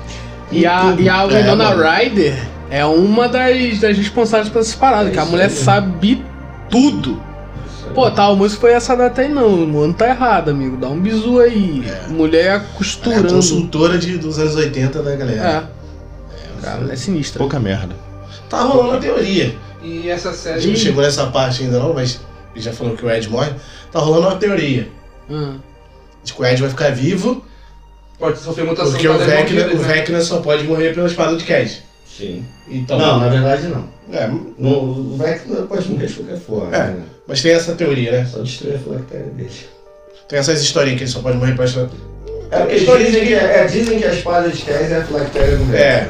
[SPEAKER 7] Em
[SPEAKER 1] E a,
[SPEAKER 7] tudo.
[SPEAKER 1] e a
[SPEAKER 4] É,
[SPEAKER 1] Winona
[SPEAKER 4] mano.
[SPEAKER 1] Ryder é uma das, das responsáveis por essas paradas,
[SPEAKER 7] É
[SPEAKER 1] que a
[SPEAKER 7] isso
[SPEAKER 1] mulher
[SPEAKER 7] aí.
[SPEAKER 1] sabe tudo.
[SPEAKER 7] Isso aí.
[SPEAKER 1] Pô, tal música foi essa data aí não, mano, tá errado, amigo. Dá um bizu aí.
[SPEAKER 4] É.
[SPEAKER 1] Mulher
[SPEAKER 4] É a
[SPEAKER 1] costurando.
[SPEAKER 4] consultora de, dos anos 80 da galera.
[SPEAKER 1] É. Cara, ela é sinistra.
[SPEAKER 3] Pouca merda.
[SPEAKER 4] Tá rolando a teoria.
[SPEAKER 2] E essa
[SPEAKER 4] A gente não
[SPEAKER 2] série.
[SPEAKER 4] chegou nessa parte ainda não, mas já falou que o Ed morre. Tá rolando uma teoria
[SPEAKER 1] Ah.
[SPEAKER 4] de que o Ed vai ficar vivo
[SPEAKER 2] Pode sofrer
[SPEAKER 1] Tá
[SPEAKER 2] mutação né?
[SPEAKER 4] porque o Vecna,
[SPEAKER 1] né?
[SPEAKER 4] o Vecna só pode morrer pela espada de Cash.
[SPEAKER 7] Sim.
[SPEAKER 4] Então,
[SPEAKER 7] Não, na verdade não.
[SPEAKER 4] é,
[SPEAKER 7] No, o Vec pode morrer de qualquer forma.
[SPEAKER 4] É.
[SPEAKER 7] Né?
[SPEAKER 4] mas tem essa teoria, né?
[SPEAKER 7] Só destruir a filactéria dele.
[SPEAKER 4] Tem essas historinhas que ele só pode morrer pela espada.
[SPEAKER 7] É porque eles dizem que, é, dizem que a espada de Kess é a filactéria do Vec.
[SPEAKER 4] É.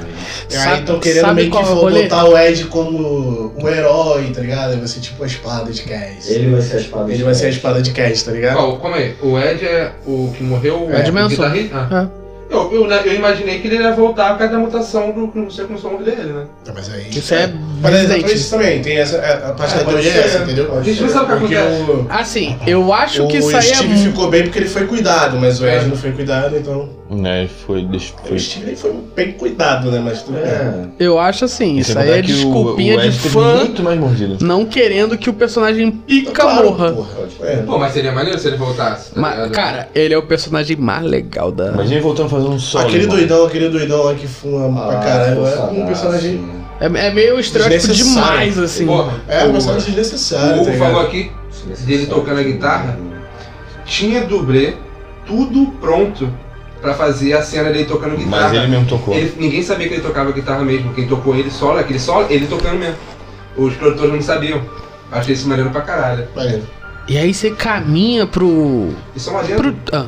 [SPEAKER 1] Sabe-
[SPEAKER 4] Aí estão querendo
[SPEAKER 1] sabe
[SPEAKER 4] meio que
[SPEAKER 1] qual é o rolê?
[SPEAKER 4] botar o Ed como um herói, tá ligado? Aí Vai ser tipo a espada de Cass. Ele,
[SPEAKER 7] Ele é vai ser a espada de
[SPEAKER 4] vai ser a
[SPEAKER 7] Kess.
[SPEAKER 4] espada de Cass, tá ligado?
[SPEAKER 2] Qual, calma aí, o Ed é o que morreu.
[SPEAKER 1] Ed
[SPEAKER 2] o
[SPEAKER 1] Manson.
[SPEAKER 2] guitarrista? Ah.
[SPEAKER 1] É.
[SPEAKER 2] Eu, eu, né, eu imaginei que ele ia voltar por causa da mutação do que não sei como são dele, né?
[SPEAKER 4] Tá, Mas aí.
[SPEAKER 1] Isso é
[SPEAKER 4] Mas é
[SPEAKER 1] Resident
[SPEAKER 4] exatamente isso também, tem essa, a, a parte
[SPEAKER 7] É,
[SPEAKER 4] da
[SPEAKER 7] pode
[SPEAKER 4] teoria é
[SPEAKER 7] ser,
[SPEAKER 4] essa, entendeu?
[SPEAKER 7] pode
[SPEAKER 2] A gente não
[SPEAKER 7] ser.
[SPEAKER 2] sabe o que
[SPEAKER 4] Porque
[SPEAKER 2] acontece.
[SPEAKER 4] o,
[SPEAKER 1] Assim, eu acho que
[SPEAKER 4] o
[SPEAKER 1] isso aí é.
[SPEAKER 4] Steve
[SPEAKER 1] mu-
[SPEAKER 4] ficou bem porque ele foi cuidado, mas o Ed
[SPEAKER 2] É.
[SPEAKER 4] não foi cuidado, então.
[SPEAKER 3] Né, foi. deixa- foi-
[SPEAKER 4] O Steve nem foi bem cuidado, né? Mas tudo bem.
[SPEAKER 7] É.
[SPEAKER 1] Eu acho assim,
[SPEAKER 3] E
[SPEAKER 1] isso
[SPEAKER 3] sem
[SPEAKER 1] aí
[SPEAKER 3] contar
[SPEAKER 1] é
[SPEAKER 3] que o-
[SPEAKER 1] desculpinha
[SPEAKER 3] o Ed
[SPEAKER 1] de
[SPEAKER 3] teve
[SPEAKER 1] fã
[SPEAKER 3] Muito mais mordida.
[SPEAKER 1] não querendo que o personagem pica
[SPEAKER 4] Tá Claro,
[SPEAKER 1] morra.
[SPEAKER 4] porra.
[SPEAKER 7] Pode
[SPEAKER 4] É.
[SPEAKER 2] Pô, mas seria maneiro se ele voltasse. Tá
[SPEAKER 1] Mas,
[SPEAKER 2] ligado?
[SPEAKER 1] cara, ele é o personagem mais legal da.
[SPEAKER 3] Imagina ele voltando fazendo um solo.
[SPEAKER 4] Aquele
[SPEAKER 3] irmão.
[SPEAKER 4] doidão, aquele doidão lá que fuma
[SPEAKER 7] Ah,
[SPEAKER 4] pra caralho, é um
[SPEAKER 7] forçadaço,
[SPEAKER 4] personagem.
[SPEAKER 7] né?
[SPEAKER 1] É, é meio estereótipo
[SPEAKER 4] Desnecessário.
[SPEAKER 1] demais, assim.
[SPEAKER 2] Porra,
[SPEAKER 4] É, um
[SPEAKER 2] o-
[SPEAKER 4] personagem desnecessário,
[SPEAKER 2] o
[SPEAKER 4] tá
[SPEAKER 2] Hugo
[SPEAKER 4] ligado?
[SPEAKER 2] falou aqui, Dele tocando a guitarra? tinha dublê, tudo pronto pra fazer a cena dele tocando guitarra.
[SPEAKER 3] Mas ele mesmo tocou.
[SPEAKER 2] Ele- ninguém sabia que ele tocava guitarra mesmo, quem tocou ele solo, aquele solo, ele tocando mesmo. Os produtores não sabiam. Achei isso maneiro pra caralho.
[SPEAKER 4] Maneiro.
[SPEAKER 1] E aí você caminha pro.
[SPEAKER 2] E só um adendo,
[SPEAKER 1] pro. Ah,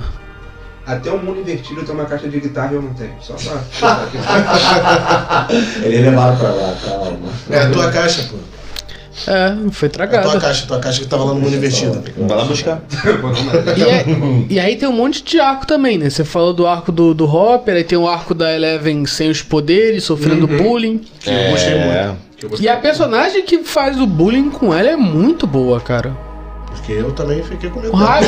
[SPEAKER 2] até o mundo invertido tem uma caixa de guitarra e eu não tenho. Só pra.
[SPEAKER 7] Ele levaram pra lá, calma.
[SPEAKER 4] É a tua caixa, pô.
[SPEAKER 1] é, foi
[SPEAKER 4] É a tua
[SPEAKER 1] tragada.
[SPEAKER 4] caixa, tua caixa que tava lá no mundo invertido.
[SPEAKER 3] Vai lá buscar.
[SPEAKER 2] Bom, não, mas-
[SPEAKER 1] E, é- e aí tem um monte de arco também, né? Você falou do arco do, do Hopper, aí tem o arco da Eleven sem os poderes, sofrendo
[SPEAKER 2] Uhum.
[SPEAKER 1] bullying.
[SPEAKER 4] Que eu gostei muito.
[SPEAKER 3] É.
[SPEAKER 1] E a personagem que faz o bullying com ela é muito boa, cara.
[SPEAKER 4] Porque eu também fiquei com medo.
[SPEAKER 1] O Raio,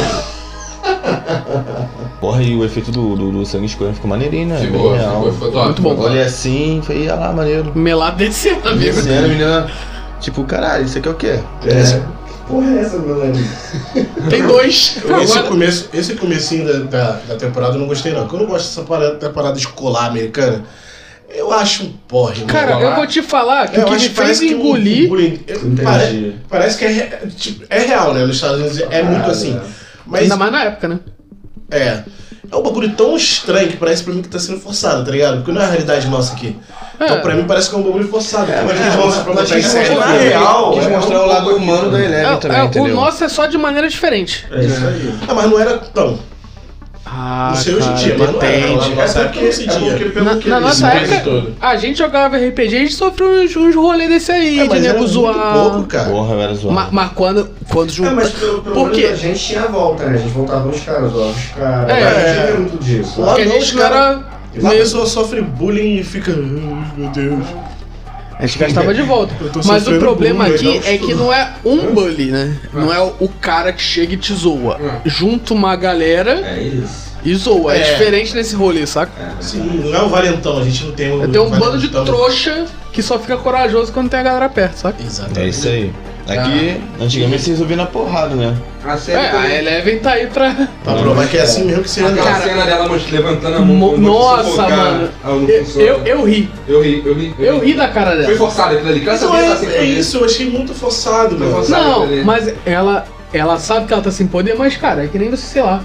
[SPEAKER 3] Porra, e o efeito do, do, do sangue escorrendo ficou maneirinho, né?
[SPEAKER 2] Ficou,
[SPEAKER 3] Bem
[SPEAKER 2] ficou,
[SPEAKER 3] real.
[SPEAKER 2] ficou top.
[SPEAKER 1] Muito bom.
[SPEAKER 3] Eu Olhei assim, falei, ah lá, maneiro.
[SPEAKER 1] melado [laughs] descendo, amigo.
[SPEAKER 3] Esse ano, a menina, tipo, caralho, isso aqui é o quê?
[SPEAKER 7] É. Porra, é essa, meu amigo?
[SPEAKER 1] Tem dois.
[SPEAKER 4] [laughs] Esse
[SPEAKER 1] Agora,
[SPEAKER 4] começo, esse comecinho da, da, da temporada eu não gostei não. Porque eu não gosto dessa parada, da parada escolar americana. Eu acho um porre. mano.
[SPEAKER 1] cara, eu vou te falar que
[SPEAKER 4] É, eu
[SPEAKER 1] o que
[SPEAKER 4] acho
[SPEAKER 1] me
[SPEAKER 4] que parece
[SPEAKER 1] fez
[SPEAKER 4] que o- o
[SPEAKER 1] engolir.
[SPEAKER 4] bullying- eu- pare-
[SPEAKER 7] Entendi.
[SPEAKER 4] parece que é, re- tipo, é real, né? Nos Estados Unidos é muito
[SPEAKER 7] Parada.
[SPEAKER 4] assim. Mas
[SPEAKER 1] Ainda mais na época, né?
[SPEAKER 4] é. É um bagulho tão estranho que parece pra mim que tá sendo forçado, tá ligado? Porque não é a realidade nossa aqui. Então pra mim parece que é um bagulho forçado.
[SPEAKER 7] É,
[SPEAKER 4] Como é que
[SPEAKER 7] mas
[SPEAKER 4] eles vão se
[SPEAKER 7] mostrar- mas
[SPEAKER 4] aproveitar em
[SPEAKER 7] quis
[SPEAKER 4] série?
[SPEAKER 7] mostrar a
[SPEAKER 4] né?
[SPEAKER 7] real.
[SPEAKER 2] Quis
[SPEAKER 7] é
[SPEAKER 2] mostrar
[SPEAKER 7] um
[SPEAKER 2] o lado
[SPEAKER 7] pouco
[SPEAKER 2] humano
[SPEAKER 7] aqui.
[SPEAKER 2] da
[SPEAKER 1] É,
[SPEAKER 3] Eleven também,
[SPEAKER 1] é, o
[SPEAKER 3] entendeu?
[SPEAKER 1] nosso é só de maneira diferente.
[SPEAKER 7] É isso aí.
[SPEAKER 4] Ah, mas não era tão.
[SPEAKER 1] Ah,
[SPEAKER 4] não sei hoje em dia, mas não é, né? era. Lá na
[SPEAKER 1] depende.
[SPEAKER 4] nossa época não se
[SPEAKER 7] É
[SPEAKER 4] dia.
[SPEAKER 7] porque pelo
[SPEAKER 1] Na-
[SPEAKER 7] que
[SPEAKER 1] na
[SPEAKER 7] eles
[SPEAKER 1] nossa
[SPEAKER 7] dizem-
[SPEAKER 4] né,
[SPEAKER 1] época- A gente jogava RPG, a gente sofreu uns, uns rolê desse aí,
[SPEAKER 4] É,
[SPEAKER 1] de
[SPEAKER 4] mas era
[SPEAKER 1] nego
[SPEAKER 4] muito
[SPEAKER 1] zoar.
[SPEAKER 4] pouco, cara.
[SPEAKER 3] Porra, eu era zoado.
[SPEAKER 1] Ma- Mas, quando, quando
[SPEAKER 7] É,
[SPEAKER 1] junta.
[SPEAKER 7] mas pelo, pelo
[SPEAKER 1] Por
[SPEAKER 7] menos
[SPEAKER 1] quê?
[SPEAKER 7] a gente tinha a volta, né? A gente voltava nos caras, ó, os caras.
[SPEAKER 1] É.
[SPEAKER 7] a gente vê muito disso.
[SPEAKER 4] Lá
[SPEAKER 1] Porque a
[SPEAKER 4] não,
[SPEAKER 1] gente
[SPEAKER 4] os
[SPEAKER 1] não era.
[SPEAKER 4] Lá a pessoa sofre bullying e fica. "Ai, Meu Deus.
[SPEAKER 1] A gente gastava de volta.
[SPEAKER 4] Eu tô
[SPEAKER 1] Mas o
[SPEAKER 4] sofrendo
[SPEAKER 1] problema
[SPEAKER 4] bullying,
[SPEAKER 1] aqui é
[SPEAKER 4] legal, tudo.
[SPEAKER 1] que não é um bully, né? Não é o, o cara que chega e te zoa. Junta uma galera
[SPEAKER 7] É isso.
[SPEAKER 1] e zoa. É,
[SPEAKER 4] É.
[SPEAKER 1] diferente nesse rolê, saca?
[SPEAKER 7] É.
[SPEAKER 4] Sim, não é o valentão, a gente não tem o.
[SPEAKER 1] Eu tenho um bando de
[SPEAKER 4] valentão.
[SPEAKER 1] trouxa que só fica corajoso quando tem a galera perto, saca?
[SPEAKER 4] Exato.
[SPEAKER 3] É isso aí. Aqui, antigamente se resolvia na porrada, né?
[SPEAKER 2] A
[SPEAKER 1] É,
[SPEAKER 2] série
[SPEAKER 1] a
[SPEAKER 2] também.
[SPEAKER 1] Eleven tá aí pra.
[SPEAKER 4] Pra provar que é assim mesmo que se
[SPEAKER 2] Aquela
[SPEAKER 4] resolve.
[SPEAKER 1] cara-
[SPEAKER 2] cena dela mos- levantando a mão.
[SPEAKER 1] Mo-
[SPEAKER 2] como se
[SPEAKER 1] nossa,
[SPEAKER 2] sufocar,
[SPEAKER 1] mano.
[SPEAKER 2] ah, não
[SPEAKER 1] Eu,
[SPEAKER 2] funciona.
[SPEAKER 1] [laughs] eu, eu ri.
[SPEAKER 2] Eu ri, eu ri.
[SPEAKER 1] Eu ri da cara
[SPEAKER 2] Foi
[SPEAKER 1] dela.
[SPEAKER 2] forçado aquilo ali. Cara,
[SPEAKER 4] Então
[SPEAKER 2] sabia que tá
[SPEAKER 4] é,
[SPEAKER 2] sem
[SPEAKER 4] é
[SPEAKER 2] poder.
[SPEAKER 4] isso, eu achei muito forçado,
[SPEAKER 2] Foi
[SPEAKER 4] mano.
[SPEAKER 2] forçado.
[SPEAKER 1] Não,
[SPEAKER 2] Sabe,
[SPEAKER 1] mas ela, ela sabe que ela tá sem poder, mas, cara, é que nem você, sei lá.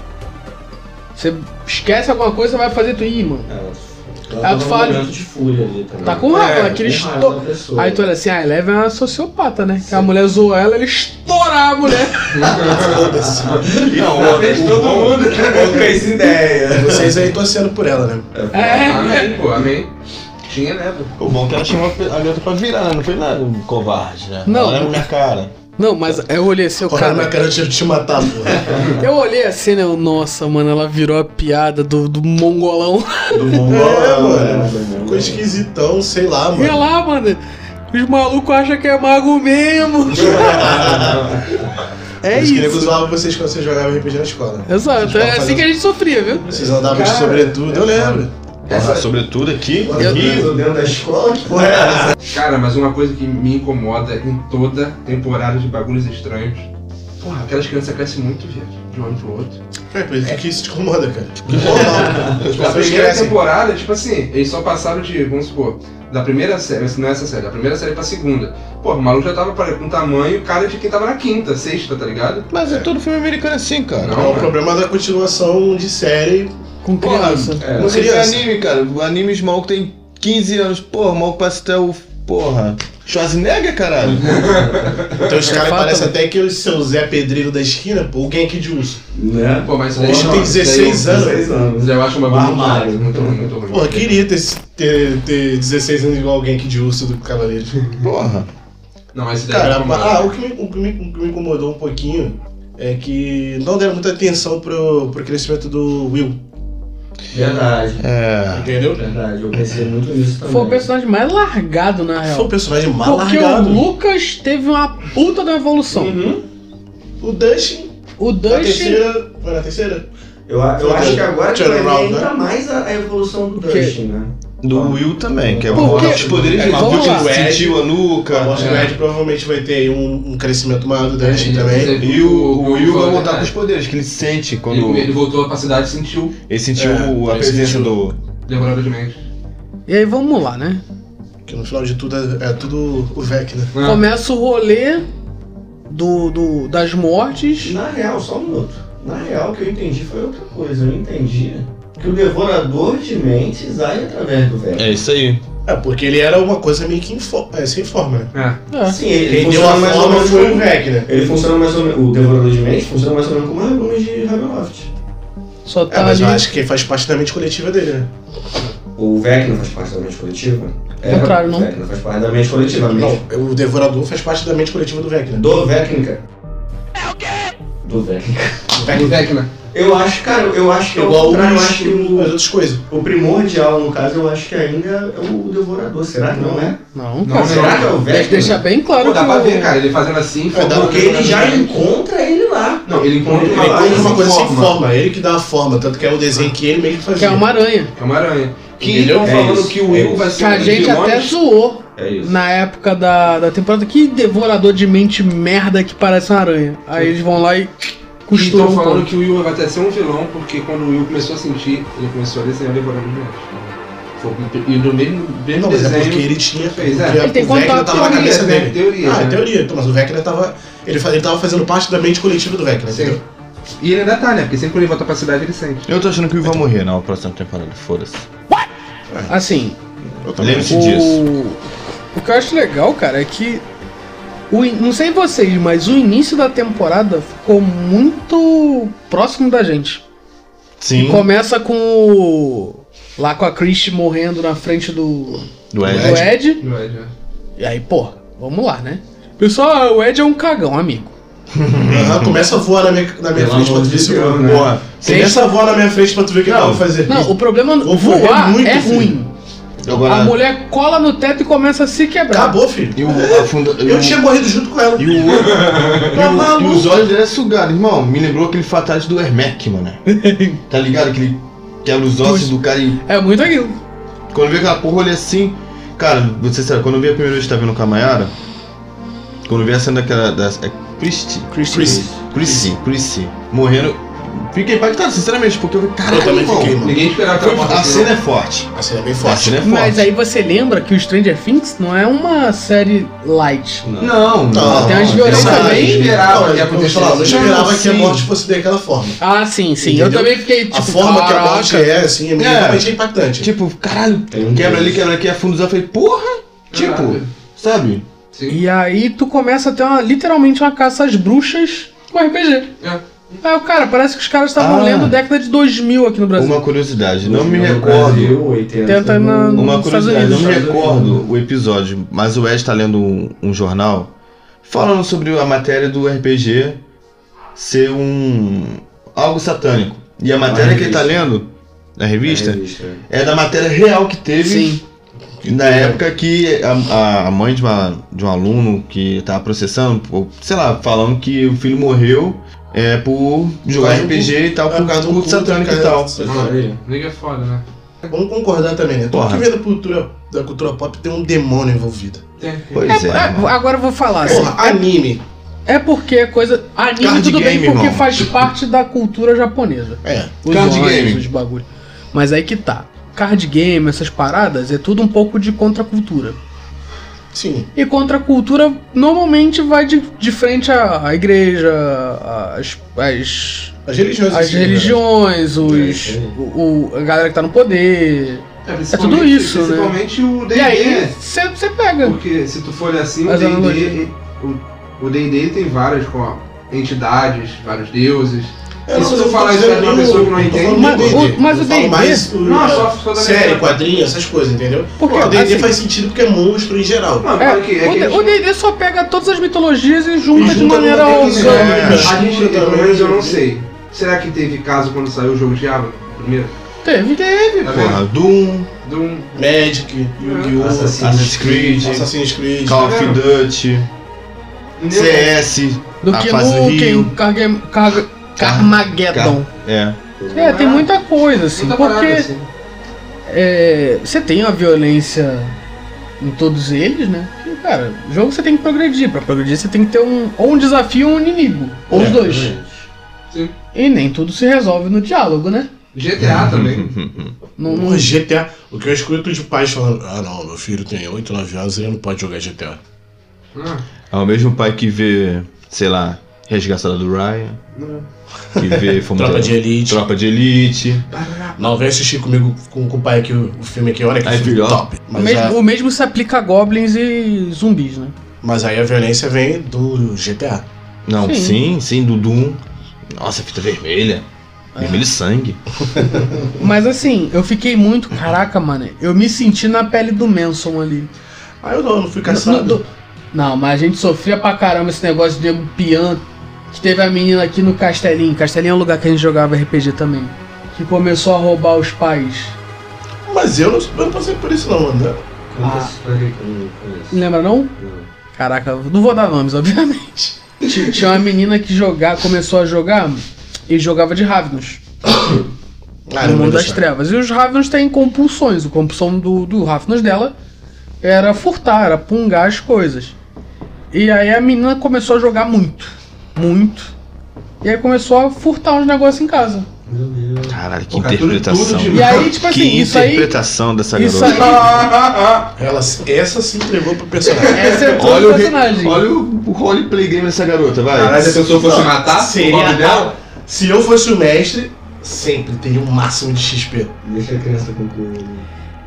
[SPEAKER 1] Você esquece alguma coisa, você vai fazer tu ir, mano.
[SPEAKER 7] É,
[SPEAKER 1] Ah, tu fala-
[SPEAKER 7] momento de fúria ali também.
[SPEAKER 1] Tá com raiva, né? Que ele
[SPEAKER 7] com raiva
[SPEAKER 1] esto-
[SPEAKER 7] da pessoa.
[SPEAKER 1] Aí tu olha assim, ah, Eleven é uma sociopata, né? Que a mulher zoa ela, ele estourar a mulher. Ah,
[SPEAKER 7] Não,
[SPEAKER 2] Na frente de todo mundo.
[SPEAKER 7] essa ideia.
[SPEAKER 4] Vocês aí torcendo por ela, né?
[SPEAKER 1] É.
[SPEAKER 2] Amém, pô, amém. Tinha, né, pô?
[SPEAKER 3] O bom é que ela chamou a garota pra virar, né? Não foi nada covarde, né?
[SPEAKER 1] Não.
[SPEAKER 3] Ela olhava na minha cara.
[SPEAKER 1] Não, mas eu olhei assim, eu,
[SPEAKER 4] Correr na
[SPEAKER 1] cara.
[SPEAKER 4] cara de te matar, porra.
[SPEAKER 1] Eu olhei assim, né? eu, Nossa, mano, ela virou a piada do, do mongolão.
[SPEAKER 7] Do
[SPEAKER 4] É,
[SPEAKER 7] mongol, né?
[SPEAKER 4] mano. Ficou esquisitão, sei lá,
[SPEAKER 1] E
[SPEAKER 4] mano.
[SPEAKER 1] lá, mano. Os malucos acham que é mago mesmo. é
[SPEAKER 4] Eles queriam que eu
[SPEAKER 1] isso.
[SPEAKER 4] zoava vocês quando vocês jogavam RPG na escola.
[SPEAKER 1] Exato, é assim que a gente sofria, viu?
[SPEAKER 4] Vocês andavam de
[SPEAKER 2] Cara,
[SPEAKER 4] sobretudo, eu lembro.
[SPEAKER 1] É.
[SPEAKER 3] Ah, sobretudo aqui. aqui.
[SPEAKER 7] Eu dentro da escola, que porra é essa?
[SPEAKER 2] Cara, mas uma coisa que me incomoda em toda temporada de bagulhos estranhos. Porra, aquelas crianças crescem muito, gente, de um ano pro outro.
[SPEAKER 4] É, por isso que isso te incomoda, cara. Tipo, Normal. As
[SPEAKER 2] Na
[SPEAKER 4] pessoas
[SPEAKER 2] primeira
[SPEAKER 4] crescem.
[SPEAKER 2] temporada, tipo assim, eles só passaram de, vamos supor, da primeira série, não é essa série, da primeira série pra segunda. Pô, o maluco já tava pra- com tamanho, cara de quem tava na quinta, sexta, tá ligado?
[SPEAKER 3] Mas é todo filme americano assim, cara.
[SPEAKER 4] Não, o
[SPEAKER 2] né?
[SPEAKER 4] problema da continuação de série.
[SPEAKER 1] Com criança.
[SPEAKER 3] É,
[SPEAKER 4] Com
[SPEAKER 3] você vê
[SPEAKER 4] criança.
[SPEAKER 3] anime, cara. O anime de maluco tem 15 anos. Porra, o maluco parece até o. Porra. Schwarzenegger, caralho.
[SPEAKER 4] Então
[SPEAKER 2] É
[SPEAKER 4] os caras
[SPEAKER 1] fato,
[SPEAKER 4] parecem
[SPEAKER 1] né?
[SPEAKER 4] até que o seu Zé Pedreiro da esquina, pô, o Genk de Urso.
[SPEAKER 7] Né?
[SPEAKER 2] Pô, mas isso é um daí
[SPEAKER 4] Eles
[SPEAKER 2] não,
[SPEAKER 4] têm
[SPEAKER 2] isso daí
[SPEAKER 4] 16 anos.
[SPEAKER 7] Seis anos.
[SPEAKER 2] eu- Eu acho uma bagulho
[SPEAKER 7] Armário.
[SPEAKER 2] muito, ruim, muito ruim.
[SPEAKER 4] Porra, queria ter, ter, ter 16 anos igual o Genk de Urso do Cavaleiro.
[SPEAKER 3] Porra.
[SPEAKER 2] Não, mas isso daí
[SPEAKER 4] Cara,
[SPEAKER 2] não [laughs] é
[SPEAKER 4] ah, o que, me, o, que me, o que me incomodou um pouquinho é que não deram muita atenção pro, pro crescimento do Will,
[SPEAKER 7] Verdade,
[SPEAKER 3] É.
[SPEAKER 4] entendeu?
[SPEAKER 7] verdade. Eu pensei muito nisso também.
[SPEAKER 1] Foi o personagem mais largado, na
[SPEAKER 2] Ah, é.
[SPEAKER 1] real.
[SPEAKER 4] Foi um personagem mal
[SPEAKER 1] Porque
[SPEAKER 4] largado.
[SPEAKER 1] o Lucas teve uma puta da evolução.
[SPEAKER 4] Uhum. O Dustin,
[SPEAKER 1] O
[SPEAKER 4] na
[SPEAKER 1] Dustin.
[SPEAKER 4] terceira. Foi na terceira?
[SPEAKER 7] Eu, eu acho que agora que vai ver
[SPEAKER 4] Turnaround, né?
[SPEAKER 7] ainda mais a, a evolução do
[SPEAKER 1] Porque-
[SPEAKER 7] Dustin, né?
[SPEAKER 3] Do Will também, que é
[SPEAKER 1] Por
[SPEAKER 3] o
[SPEAKER 1] quê?
[SPEAKER 3] os poderes
[SPEAKER 1] É,
[SPEAKER 3] de
[SPEAKER 1] vamos
[SPEAKER 3] Maluco,
[SPEAKER 1] lá.
[SPEAKER 3] ele sentiu a nuca.
[SPEAKER 4] Eu acho que o
[SPEAKER 2] É.
[SPEAKER 4] Ed provavelmente vai ter aí um, um crescimento maior do
[SPEAKER 2] É,
[SPEAKER 4] Dustin
[SPEAKER 2] ele-
[SPEAKER 4] também.
[SPEAKER 2] ele-
[SPEAKER 3] E o, o Will vai voltar
[SPEAKER 2] né?
[SPEAKER 3] com os poderes que ele sente quando
[SPEAKER 2] Ele, ele
[SPEAKER 3] ele,
[SPEAKER 2] voltou pra cidade e sentiu
[SPEAKER 3] sentiu
[SPEAKER 4] É,
[SPEAKER 3] o- a
[SPEAKER 4] ele
[SPEAKER 3] presença
[SPEAKER 4] sentiu.
[SPEAKER 3] do.
[SPEAKER 2] devorador de mente.
[SPEAKER 1] E aí vamos lá, né?
[SPEAKER 4] Que no final de tudo é, é tudo o Vec, né?
[SPEAKER 2] Ah,
[SPEAKER 1] Começa o rolê do, do- das mortes.
[SPEAKER 7] Na real, só um minuto. Na real, o que eu entendi foi outra coisa. Eu entendi que o devorador de mentes age através do velho.
[SPEAKER 3] isso aí.
[SPEAKER 4] É, porque ele era uma coisa meio que info- é, sem forma, né?
[SPEAKER 2] é.
[SPEAKER 1] É.
[SPEAKER 7] Sim, ele,
[SPEAKER 4] Quem deu
[SPEAKER 7] funciona
[SPEAKER 4] a
[SPEAKER 7] mais ou
[SPEAKER 4] forma
[SPEAKER 7] menos
[SPEAKER 4] foi
[SPEAKER 7] como- um
[SPEAKER 4] o Vec, né?
[SPEAKER 7] Ele funciona mais ou menos. O devorador de mentes funciona mais ou menos como o Ragnar de Ravenloft.
[SPEAKER 1] Só
[SPEAKER 4] É,
[SPEAKER 1] tá
[SPEAKER 4] mas eu
[SPEAKER 1] ali.
[SPEAKER 4] acho que faz parte da mente coletiva dele, né?
[SPEAKER 7] O Vec não faz parte da mente coletiva?
[SPEAKER 1] Contrário, É não.
[SPEAKER 7] É, O Vec não faz parte da mente coletiva. A mente
[SPEAKER 4] Não, o Devorador faz parte da mente coletiva do Vec, né?
[SPEAKER 7] do Vecnica. É o quê? Do Vecnica.
[SPEAKER 2] Vecna. Vecna.
[SPEAKER 7] Eu acho, cara, eu acho que é o
[SPEAKER 4] Igual os,
[SPEAKER 7] contrário, eu acho que
[SPEAKER 4] as
[SPEAKER 7] o,
[SPEAKER 4] outras coisas.
[SPEAKER 7] o primordial, no caso, eu acho que ainda é o devorador. Será que não é?
[SPEAKER 1] Não,
[SPEAKER 2] Não,
[SPEAKER 1] cara.
[SPEAKER 7] Será que é o
[SPEAKER 1] Deixa
[SPEAKER 7] Vecna?
[SPEAKER 1] deixar bem claro
[SPEAKER 2] Pô, dá
[SPEAKER 1] que
[SPEAKER 2] pra
[SPEAKER 1] o-
[SPEAKER 2] ver, cara, ele fazendo assim.
[SPEAKER 4] É, dá né?
[SPEAKER 2] falando
[SPEAKER 7] Porque ele
[SPEAKER 2] devorador
[SPEAKER 7] já
[SPEAKER 2] de mente.
[SPEAKER 7] encontra ele lá.
[SPEAKER 2] Não, ele encontra
[SPEAKER 7] Ele
[SPEAKER 2] uma,
[SPEAKER 4] Ele
[SPEAKER 7] Ah,
[SPEAKER 4] encontra
[SPEAKER 7] ele
[SPEAKER 4] uma coisa sem
[SPEAKER 7] forma.
[SPEAKER 4] forma, ele que dá a forma, tanto que é o desenho que ele mesmo que fazia.
[SPEAKER 1] que é uma aranha.
[SPEAKER 2] É uma aranha. Que
[SPEAKER 4] Entendeu?
[SPEAKER 2] estão
[SPEAKER 7] É
[SPEAKER 2] falando
[SPEAKER 7] isso,
[SPEAKER 2] que o
[SPEAKER 7] é
[SPEAKER 2] Will
[SPEAKER 7] isso.
[SPEAKER 2] vai
[SPEAKER 1] Que
[SPEAKER 2] ser um
[SPEAKER 1] a
[SPEAKER 2] dos
[SPEAKER 1] gente até
[SPEAKER 2] vilões.
[SPEAKER 1] zoou
[SPEAKER 7] É isso.
[SPEAKER 1] na época da, da temporada. Que devorador de mente merda que parece uma aranha. Aí eles vão lá e
[SPEAKER 2] Que estão
[SPEAKER 1] costuram um
[SPEAKER 2] falando
[SPEAKER 1] pouco.
[SPEAKER 2] que o Will vai até ser um vilão, porque quando o Will começou a sentir, ele começou a desenhar Devorando Mulheres. um E no mesmo, mesmo
[SPEAKER 4] Não, mas é
[SPEAKER 2] desenho.
[SPEAKER 4] porque ele tinha.
[SPEAKER 2] Fez, é.
[SPEAKER 4] porque
[SPEAKER 1] Ele tem
[SPEAKER 4] o Vecna
[SPEAKER 1] contato
[SPEAKER 4] tava na
[SPEAKER 2] com
[SPEAKER 4] cabeça
[SPEAKER 2] ele, né?
[SPEAKER 4] dele.
[SPEAKER 2] Teoria,
[SPEAKER 4] Ah, é
[SPEAKER 2] né?
[SPEAKER 4] teoria. Então, mas o Vecna tava. Ele, fa- ele tava fazendo parte da mente coletiva do Vecna,
[SPEAKER 2] Sim.
[SPEAKER 4] entendeu?
[SPEAKER 2] E ele ainda tá, né? Porque sempre quando ele volta pra cidade, ele sente.
[SPEAKER 3] Eu tô achando que o Will vai morrer na próxima temporada, foda-se.
[SPEAKER 1] Assim,
[SPEAKER 3] Lembre-se disso.
[SPEAKER 1] O... o que eu acho legal, cara, é que. O in- Não sei vocês, mas o início da temporada ficou muito próximo da gente.
[SPEAKER 3] Sim,
[SPEAKER 1] Começa com o. Lá com a Chris morrendo na frente do,
[SPEAKER 3] do
[SPEAKER 1] do
[SPEAKER 3] Ed.
[SPEAKER 1] Ed.
[SPEAKER 2] Não é, já.
[SPEAKER 1] E aí, pô, vamos lá, né? Pessoal, o Ed é um cagão, amigo.
[SPEAKER 3] Uhum.
[SPEAKER 4] Aham, começa a voar na minha, na minha
[SPEAKER 7] Pelo
[SPEAKER 4] frente pra
[SPEAKER 7] amor
[SPEAKER 4] tu
[SPEAKER 7] de
[SPEAKER 4] ver se
[SPEAKER 7] Deus,
[SPEAKER 4] eu
[SPEAKER 7] né?
[SPEAKER 4] Boa. Começa a voar na minha frente pra tu ver o que que ela vai fazer.
[SPEAKER 1] Não, o problema
[SPEAKER 4] Vou morrer
[SPEAKER 1] voar
[SPEAKER 4] muito,
[SPEAKER 1] é
[SPEAKER 4] filho.
[SPEAKER 1] ruim. A
[SPEAKER 3] Agora,
[SPEAKER 1] mulher cola no teto e começa a se quebrar.
[SPEAKER 4] Acabou, filho.
[SPEAKER 3] e o afunda. e
[SPEAKER 4] Eu
[SPEAKER 3] o-
[SPEAKER 4] tinha morrido junto com ela.
[SPEAKER 3] E o olho.
[SPEAKER 4] Tá
[SPEAKER 3] e, o- e os olhos dele é sugado, irmão. Me lembrou aquele fatality do Hermec, mano. Tá ligado? Que ele quebra os ossos do cara e.
[SPEAKER 1] É muito aquilo.
[SPEAKER 3] Quando vê aquela porra, olha assim. Cara, você sabe, quando eu vi a primeira vez que tá vendo o Camayara. Quando eu vi a cena daquela. Da, é Christie.
[SPEAKER 4] Chris.
[SPEAKER 3] Chrissy, Chrissy, morrendo. Fiquei impactado, sinceramente, porque eu falei,
[SPEAKER 4] Eu
[SPEAKER 3] caralho,
[SPEAKER 4] também
[SPEAKER 3] irmão.
[SPEAKER 4] fiquei, mano. Tá
[SPEAKER 2] Ninguém esperava que
[SPEAKER 3] Foi-
[SPEAKER 2] ela
[SPEAKER 3] a
[SPEAKER 2] morresse,
[SPEAKER 3] cena
[SPEAKER 2] né?
[SPEAKER 3] é forte.
[SPEAKER 4] A cena é bem
[SPEAKER 3] A
[SPEAKER 4] forte.
[SPEAKER 3] cena é forte.
[SPEAKER 1] Mas aí você lembra que o Stranger Things não é uma série light.
[SPEAKER 3] Não, não.
[SPEAKER 4] Não,
[SPEAKER 1] tem umas
[SPEAKER 3] não,
[SPEAKER 1] violências né,
[SPEAKER 3] não.
[SPEAKER 1] também.
[SPEAKER 2] Ninguém
[SPEAKER 4] Não,
[SPEAKER 2] esperava
[SPEAKER 4] mas
[SPEAKER 1] é
[SPEAKER 2] que
[SPEAKER 4] eu vou
[SPEAKER 2] acontecesse.
[SPEAKER 4] falar, eu não esperava
[SPEAKER 3] Não,
[SPEAKER 4] que a
[SPEAKER 3] sim.
[SPEAKER 4] morte fosse daquela forma.
[SPEAKER 1] Ah, sim, sim. Eu
[SPEAKER 4] Entendeu?
[SPEAKER 1] também fiquei tipo.
[SPEAKER 4] a forma que a
[SPEAKER 1] caraca.
[SPEAKER 4] morte é, assim, é, meio-
[SPEAKER 3] É.
[SPEAKER 4] realmente é impactante.
[SPEAKER 3] Tipo, caralho,
[SPEAKER 7] Tem um
[SPEAKER 3] quebra ali,
[SPEAKER 7] Deus.
[SPEAKER 3] quebra aqui, afunda os olhos. Eu falei, porra,
[SPEAKER 2] Caralho.
[SPEAKER 3] tipo, sabe?
[SPEAKER 2] Sim.
[SPEAKER 1] E aí tu começa a ter uma, literalmente uma caça às bruxas com RPG.
[SPEAKER 2] É.
[SPEAKER 1] Aí o cara, parece que os caras estavam
[SPEAKER 3] Ah.
[SPEAKER 1] lendo década de 2000 aqui no Brasil.
[SPEAKER 3] Uma curiosidade, não
[SPEAKER 7] um No
[SPEAKER 3] me recordo.
[SPEAKER 7] Brasil, 80
[SPEAKER 1] Tenta na-
[SPEAKER 7] no-
[SPEAKER 3] Uma
[SPEAKER 1] Nos
[SPEAKER 3] curiosidade,
[SPEAKER 1] Estados
[SPEAKER 3] não me
[SPEAKER 7] Unidos.
[SPEAKER 3] recordo o episódio, mas o Ed tá lendo um, um jornal falando sobre a matéria do RPG ser um. algo satânico. E a matéria que ele tá
[SPEAKER 7] É revista.
[SPEAKER 3] lendo, na
[SPEAKER 7] É,
[SPEAKER 3] revista,
[SPEAKER 7] revista.
[SPEAKER 3] é da matéria real que teve.
[SPEAKER 1] Sim.
[SPEAKER 3] E na época que a, a mãe de, uma, de um aluno que tava processando, ou, sei lá, falando que o filho morreu é, por jogar
[SPEAKER 4] causa do
[SPEAKER 3] RPG e tal,
[SPEAKER 4] é,
[SPEAKER 3] por
[SPEAKER 4] por causa
[SPEAKER 3] causa
[SPEAKER 4] do
[SPEAKER 3] do culto
[SPEAKER 4] culto,
[SPEAKER 3] satânico e
[SPEAKER 4] cara.
[SPEAKER 3] tal.
[SPEAKER 2] Mano, nigga é foda, né?
[SPEAKER 4] Vamos concordar também, né? Tudo
[SPEAKER 3] Porra.
[SPEAKER 4] que vem da cultura, da cultura pop tem um demônio envolvido.
[SPEAKER 2] Tem.
[SPEAKER 3] Pois é.
[SPEAKER 1] É,
[SPEAKER 3] mano.
[SPEAKER 1] agora eu vou falar. assim,
[SPEAKER 4] Porra, anime.
[SPEAKER 1] É porque é coisa. Anime
[SPEAKER 3] Card
[SPEAKER 1] tudo bem,
[SPEAKER 3] game,
[SPEAKER 1] porque
[SPEAKER 3] irmão.
[SPEAKER 1] faz parte da cultura japonesa.
[SPEAKER 4] É.
[SPEAKER 1] Os
[SPEAKER 3] Card
[SPEAKER 1] ônibus,
[SPEAKER 3] game.
[SPEAKER 1] os bagulho. Mas aí que tá. Card game, essas paradas, é tudo um pouco de contracultura.
[SPEAKER 4] Sim.
[SPEAKER 1] E contracultura normalmente vai de, de frente à, à igreja, às, às,
[SPEAKER 4] As religiões.
[SPEAKER 1] às
[SPEAKER 4] assim, né?
[SPEAKER 1] religiões, os,
[SPEAKER 7] É, é.
[SPEAKER 1] o, o- a galera que tá no poder.
[SPEAKER 2] É,
[SPEAKER 1] tudo isso, né?
[SPEAKER 2] Principalmente o
[SPEAKER 1] E aí
[SPEAKER 2] D&D.
[SPEAKER 1] você pega.
[SPEAKER 2] Porque se tu for olhar assim, o
[SPEAKER 1] Mas eu não
[SPEAKER 2] D&D... O o D&D tem várias ó, entidades, vários deuses.
[SPEAKER 4] Eu não
[SPEAKER 2] Isso
[SPEAKER 4] tô
[SPEAKER 2] tu falar isso
[SPEAKER 4] fazendo
[SPEAKER 2] pra uma
[SPEAKER 4] nenhum-
[SPEAKER 2] pessoa que não
[SPEAKER 4] tô
[SPEAKER 2] entende.
[SPEAKER 4] falando
[SPEAKER 1] Mas
[SPEAKER 4] do D&D.
[SPEAKER 1] o- mas o
[SPEAKER 4] Eu falo
[SPEAKER 1] D&D?
[SPEAKER 4] mais o-
[SPEAKER 2] Não, só- só da
[SPEAKER 4] Série,
[SPEAKER 2] galera.
[SPEAKER 4] quadrinho, essas coisas, entendeu?
[SPEAKER 1] Porque,
[SPEAKER 4] Pô, o D&D
[SPEAKER 1] assim,
[SPEAKER 4] faz sentido porque é monstro em geral.
[SPEAKER 2] Mano,
[SPEAKER 1] É,
[SPEAKER 2] claro que é
[SPEAKER 1] o
[SPEAKER 2] que
[SPEAKER 1] D-
[SPEAKER 2] eles-
[SPEAKER 1] o DD só pega todas as mitologias e
[SPEAKER 4] E
[SPEAKER 1] junta, de
[SPEAKER 4] junta
[SPEAKER 1] maneira
[SPEAKER 4] numa
[SPEAKER 1] orgânica.
[SPEAKER 4] determinada
[SPEAKER 3] É.
[SPEAKER 2] A
[SPEAKER 4] mistura
[SPEAKER 2] gente,
[SPEAKER 4] também,
[SPEAKER 2] pelo menos eu não
[SPEAKER 4] entendeu?
[SPEAKER 2] sei. Será que teve caso quando saiu o jogo Diablo? Primeiro?
[SPEAKER 4] É.
[SPEAKER 1] Teve. Teve.
[SPEAKER 2] Tá vendo?
[SPEAKER 3] Porra, Doom,
[SPEAKER 2] De um.
[SPEAKER 4] Magic, Yu-Gi-Oh!
[SPEAKER 2] Assassin's
[SPEAKER 3] Assassin's Creed,
[SPEAKER 4] Assassin's Creed. É.
[SPEAKER 3] Call of Duty,
[SPEAKER 2] um
[SPEAKER 3] CS,
[SPEAKER 1] Do
[SPEAKER 3] A
[SPEAKER 1] que
[SPEAKER 3] fase do Rio.
[SPEAKER 1] Nukem, Carge- Carge- Carmageddon.
[SPEAKER 3] é.
[SPEAKER 1] É, tem muita coisa, assim,
[SPEAKER 2] Muita parada,
[SPEAKER 1] porque
[SPEAKER 2] assim.
[SPEAKER 1] é, você tem a violência em todos eles, né? E, cara, o jogo você tem que progredir. Pra progredir você tem que ter um, ou um desafio ou um inimigo. Ou os
[SPEAKER 3] É,
[SPEAKER 1] dois.
[SPEAKER 2] Sim.
[SPEAKER 1] E nem tudo se resolve no diálogo, né?
[SPEAKER 2] GTA também.
[SPEAKER 1] Não, não-
[SPEAKER 4] Porra, GTA. O que eu escuto de pais falando, ah não, meu filho tem 8, 9 anos, ele não pode jogar GTA.
[SPEAKER 2] Ah,
[SPEAKER 3] [laughs] É o mesmo pai que vê, sei lá, Resgatada do Ryan,
[SPEAKER 2] não.
[SPEAKER 3] que vê Fomos
[SPEAKER 4] Tropa de elite.
[SPEAKER 3] Tropa de Elite.
[SPEAKER 4] Não, vem assistir comigo com, com o pai aqui o, o filme aqui, olha que
[SPEAKER 3] Aí
[SPEAKER 4] filme
[SPEAKER 3] virou.
[SPEAKER 4] top.
[SPEAKER 1] o,
[SPEAKER 4] Mas,
[SPEAKER 1] mesmo,
[SPEAKER 4] a-
[SPEAKER 1] o mesmo se aplica a goblins e zumbis, né?
[SPEAKER 4] mas aí a violência vem do GTA.
[SPEAKER 3] Não,
[SPEAKER 1] Sim.
[SPEAKER 3] sim, sim, do Doom. Nossa, fita vermelha. Vermelho e sangue.
[SPEAKER 1] Mas assim, eu fiquei muito. Caraca, mano, eu me senti na pele do Manson ali.
[SPEAKER 4] Ah, eu não, eu não fui
[SPEAKER 1] Não,
[SPEAKER 4] caçado.
[SPEAKER 1] do- não, mas a gente sofria pra caramba esse negócio de nego pian. Que teve a menina aqui no Castelinho. Castelinho é um lugar que a gente jogava RPG também. Que começou a roubar os pais.
[SPEAKER 4] Mas eu não, eu não passei por isso não, mano.
[SPEAKER 7] Conta
[SPEAKER 1] Ah.
[SPEAKER 7] essa história que eu não Ah, conheço.
[SPEAKER 1] Lembra não?
[SPEAKER 7] Não.
[SPEAKER 1] Caraca, eu não vou dar nomes, obviamente. Ti- Tinha uma menina que jogar, começou a jogar e jogava de Ravnus.
[SPEAKER 4] Ah,
[SPEAKER 1] no
[SPEAKER 4] lembro
[SPEAKER 1] mundo das
[SPEAKER 4] dessa.
[SPEAKER 1] trevas. E os Ravens têm compulsões. A compulsão do, do Ravens dela era furtar, era pungar as coisas. E aí a menina começou a jogar muito. Muito. E aí começou a furtar uns negócios em casa.
[SPEAKER 7] Meu Deus.
[SPEAKER 3] Caralho, que
[SPEAKER 2] Pô, cara, tudo-
[SPEAKER 3] interpretação.
[SPEAKER 2] tudo de-
[SPEAKER 1] E
[SPEAKER 3] [laughs]
[SPEAKER 1] aí, tipo
[SPEAKER 3] que
[SPEAKER 1] assim, isso aí.
[SPEAKER 3] interpretação dessa
[SPEAKER 1] Isso
[SPEAKER 3] garota.
[SPEAKER 1] aí.
[SPEAKER 4] Ela, essa se entregou pro personagem.
[SPEAKER 1] Essa é
[SPEAKER 3] Olha
[SPEAKER 1] o
[SPEAKER 3] o,
[SPEAKER 1] personagem.
[SPEAKER 3] re... Olha o o roleplay game dessa garota, vai.
[SPEAKER 2] Caralho,
[SPEAKER 4] é
[SPEAKER 2] se a pessoa fosse
[SPEAKER 4] Não,
[SPEAKER 2] matar
[SPEAKER 4] seria-
[SPEAKER 2] o nome dela,
[SPEAKER 4] Se eu fosse o mestre, sempre teria o máximo de XP.
[SPEAKER 7] Deixa a criança concluir.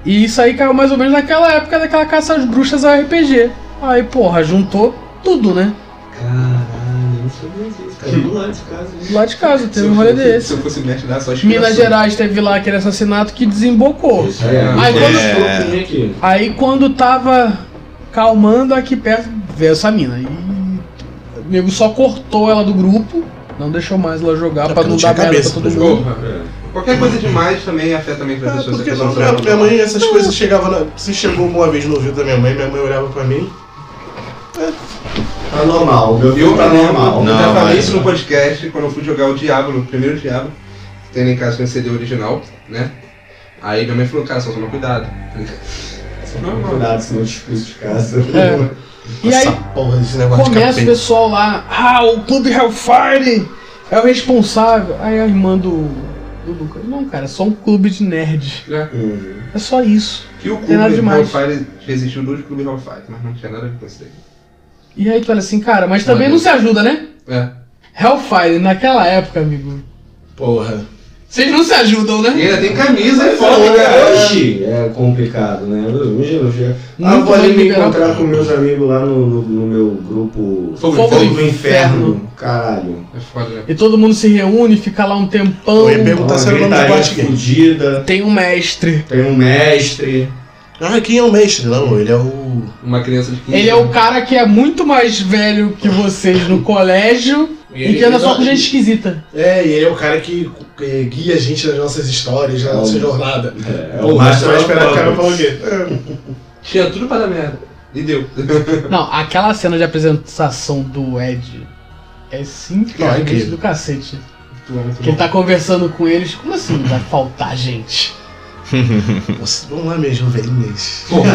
[SPEAKER 1] E isso aí caiu mais ou menos naquela época daquela caça às bruxas ao RPG. Aí, porra, juntou tudo, né?
[SPEAKER 7] Caralho, eu não sabia disso. Cara, do lado de casa. né?
[SPEAKER 1] Lá de casa,
[SPEAKER 2] se
[SPEAKER 1] teve
[SPEAKER 2] eu
[SPEAKER 1] um rolê
[SPEAKER 2] fosse-
[SPEAKER 1] desse.
[SPEAKER 2] Se eu fosse mestre dela, só
[SPEAKER 1] Minas
[SPEAKER 2] inspiração.
[SPEAKER 1] Gerais teve lá aquele assassinato que desembocou.
[SPEAKER 7] Isso aí, é.
[SPEAKER 1] Aí quando-
[SPEAKER 7] É. Tem aqui.
[SPEAKER 1] Aí quando tava calmando aqui perto, veio essa mina. E o nego só cortou ela do grupo, não deixou mais ela jogar
[SPEAKER 4] É,
[SPEAKER 1] pra
[SPEAKER 4] porque
[SPEAKER 1] não
[SPEAKER 4] não
[SPEAKER 1] dar merda pra
[SPEAKER 4] tinha cabeça
[SPEAKER 1] todo
[SPEAKER 4] pra
[SPEAKER 1] mundo.
[SPEAKER 2] Qualquer coisa demais também afeta também pra
[SPEAKER 4] Ah,
[SPEAKER 2] pessoa.
[SPEAKER 4] porque
[SPEAKER 2] É, se a
[SPEAKER 4] não,
[SPEAKER 2] pessoa
[SPEAKER 4] minha,
[SPEAKER 2] não
[SPEAKER 4] minha mãe, essas coisas chegavam na. Se chegou uma vez no ouvido da minha mãe, minha mãe olhava pra mim.
[SPEAKER 7] Tá normal, meu
[SPEAKER 2] Eu,
[SPEAKER 7] filho tá
[SPEAKER 2] pra mim,
[SPEAKER 7] normal.
[SPEAKER 2] eu
[SPEAKER 3] Não,
[SPEAKER 2] já falei
[SPEAKER 3] mas-
[SPEAKER 2] isso no podcast quando eu fui jogar o Diablo, o primeiro Diablo, que tem lá em casa com o CD original, né? Aí minha mãe falou, cara, só toma cuidado.
[SPEAKER 7] Cuidado, senão eu te expulso de casa.
[SPEAKER 1] É. E aí
[SPEAKER 4] Essa porra desse negócio
[SPEAKER 1] começa o
[SPEAKER 4] de capeta.
[SPEAKER 1] pessoal lá, ah, o Clube Hellfire é o responsável. Aí a irmã do, do Lucas, não, cara, é só um clube de nerd.
[SPEAKER 2] Né?
[SPEAKER 7] Hum.
[SPEAKER 1] É só isso.
[SPEAKER 2] Que o clube
[SPEAKER 1] nada demais.
[SPEAKER 2] Hellfire resistiu um dois clubes Hellfire, mas não tinha nada a ver com isso daí.
[SPEAKER 1] E aí tu olha assim, cara, mas também
[SPEAKER 3] Olha.
[SPEAKER 1] não se ajuda, né?
[SPEAKER 2] É.
[SPEAKER 1] Hellfire, naquela época, amigo.
[SPEAKER 4] Porra.
[SPEAKER 1] Vocês não se ajudam, né?
[SPEAKER 2] E ainda tem camisa
[SPEAKER 7] é
[SPEAKER 2] e foda, cara.
[SPEAKER 7] Hoje é complicado, né? Hoje eu já. Ah,
[SPEAKER 1] Muito então.
[SPEAKER 7] vou ali
[SPEAKER 1] mais
[SPEAKER 7] me
[SPEAKER 1] liberal.
[SPEAKER 7] encontrar com meus amigos lá no, no, no meu grupo
[SPEAKER 2] Fogo
[SPEAKER 1] Fogo
[SPEAKER 2] Fogo
[SPEAKER 1] do
[SPEAKER 7] Caralho.
[SPEAKER 2] É foda, né?
[SPEAKER 1] E todo mundo se reúne, fica lá um tempão.
[SPEAKER 4] Eu ia perguntar se era o nome do
[SPEAKER 7] gritaria
[SPEAKER 4] boate game.
[SPEAKER 7] fudida,
[SPEAKER 1] Tem um mestre.
[SPEAKER 7] tem um mestre.
[SPEAKER 4] Ah, quem é o mestre? Não, ele é o.
[SPEAKER 2] Uma criança de 15
[SPEAKER 1] Ele é o
[SPEAKER 4] Uhum.
[SPEAKER 2] anos.
[SPEAKER 1] cara que é muito mais velho que vocês no colégio e que anda só com gente esquisita.
[SPEAKER 4] É, e ele é o cara que eh, guia a gente nas nossas histórias, na nossa
[SPEAKER 7] É o-
[SPEAKER 4] jornada.
[SPEAKER 7] É,
[SPEAKER 4] Porra, você vai esperar o cara pra
[SPEAKER 7] Pablo.
[SPEAKER 4] ouvir. É.
[SPEAKER 2] Tinha tudo pra dar merda. E deu.
[SPEAKER 1] Não, aquela cena de apresentação do Ed é
[SPEAKER 4] Não, é
[SPEAKER 1] simplesmente
[SPEAKER 4] incrível.
[SPEAKER 1] do cacete.
[SPEAKER 2] Tu é muito
[SPEAKER 1] Que ele
[SPEAKER 2] bom.
[SPEAKER 1] tá conversando com eles, como assim vai faltar gente?
[SPEAKER 4] Nossa, vamos lá, minhas novelinhas.
[SPEAKER 2] Porra.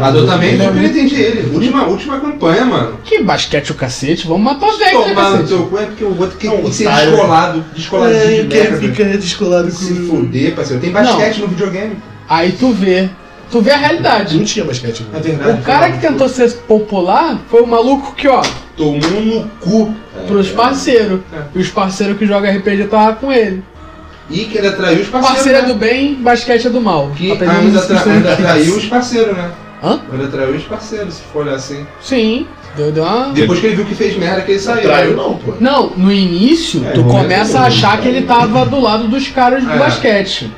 [SPEAKER 2] Mas eu também é super entendi ele. Última, última campanha, mano.
[SPEAKER 1] Que basquete o cacete, vamos matar o velho, né,
[SPEAKER 2] Tomar no
[SPEAKER 1] cacete?
[SPEAKER 2] teu cu é porque o outro
[SPEAKER 4] É um
[SPEAKER 2] quer ser
[SPEAKER 4] otário.
[SPEAKER 2] descolado. Descoladinho
[SPEAKER 4] É,
[SPEAKER 2] de
[SPEAKER 4] eu quero
[SPEAKER 2] merda.
[SPEAKER 4] ficar descolado com
[SPEAKER 2] né? Se fuder, parceiro. Tem basquete no videogame.
[SPEAKER 1] Aí tu vê, tu vê a realidade.
[SPEAKER 4] Não tinha basquete.
[SPEAKER 2] É
[SPEAKER 4] né?
[SPEAKER 2] verdade.
[SPEAKER 1] O cara que tentou ser popular foi o maluco que, ó,
[SPEAKER 2] Tomou um no cu.
[SPEAKER 1] pros parceiros.
[SPEAKER 2] É.
[SPEAKER 1] E os parceiros que jogam RPG tava com ele.
[SPEAKER 2] E que ele atraiu os parceiros.
[SPEAKER 1] Parceiro é
[SPEAKER 2] né?
[SPEAKER 1] do bem, basquete é do mal.
[SPEAKER 2] Que
[SPEAKER 1] Aprendemos
[SPEAKER 4] é
[SPEAKER 2] ainda,
[SPEAKER 1] isso
[SPEAKER 2] atra-
[SPEAKER 1] com
[SPEAKER 2] ainda
[SPEAKER 1] Stranger
[SPEAKER 2] atraiu
[SPEAKER 1] Things.
[SPEAKER 2] os parceiros, né?
[SPEAKER 1] Hã?
[SPEAKER 2] Ainda atraiu os parceiros, se for olhar assim.
[SPEAKER 1] Sim, deu, deu uma.
[SPEAKER 2] Depois que ele viu que fez merda, que ele saiu. né?
[SPEAKER 4] Traiu não, pô.
[SPEAKER 1] Não, no início,
[SPEAKER 7] É,
[SPEAKER 1] tu
[SPEAKER 7] no momento
[SPEAKER 1] começa a
[SPEAKER 7] todo,
[SPEAKER 1] achar
[SPEAKER 7] cara.
[SPEAKER 1] que ele tava do lado dos caras do
[SPEAKER 2] É.
[SPEAKER 1] basquete.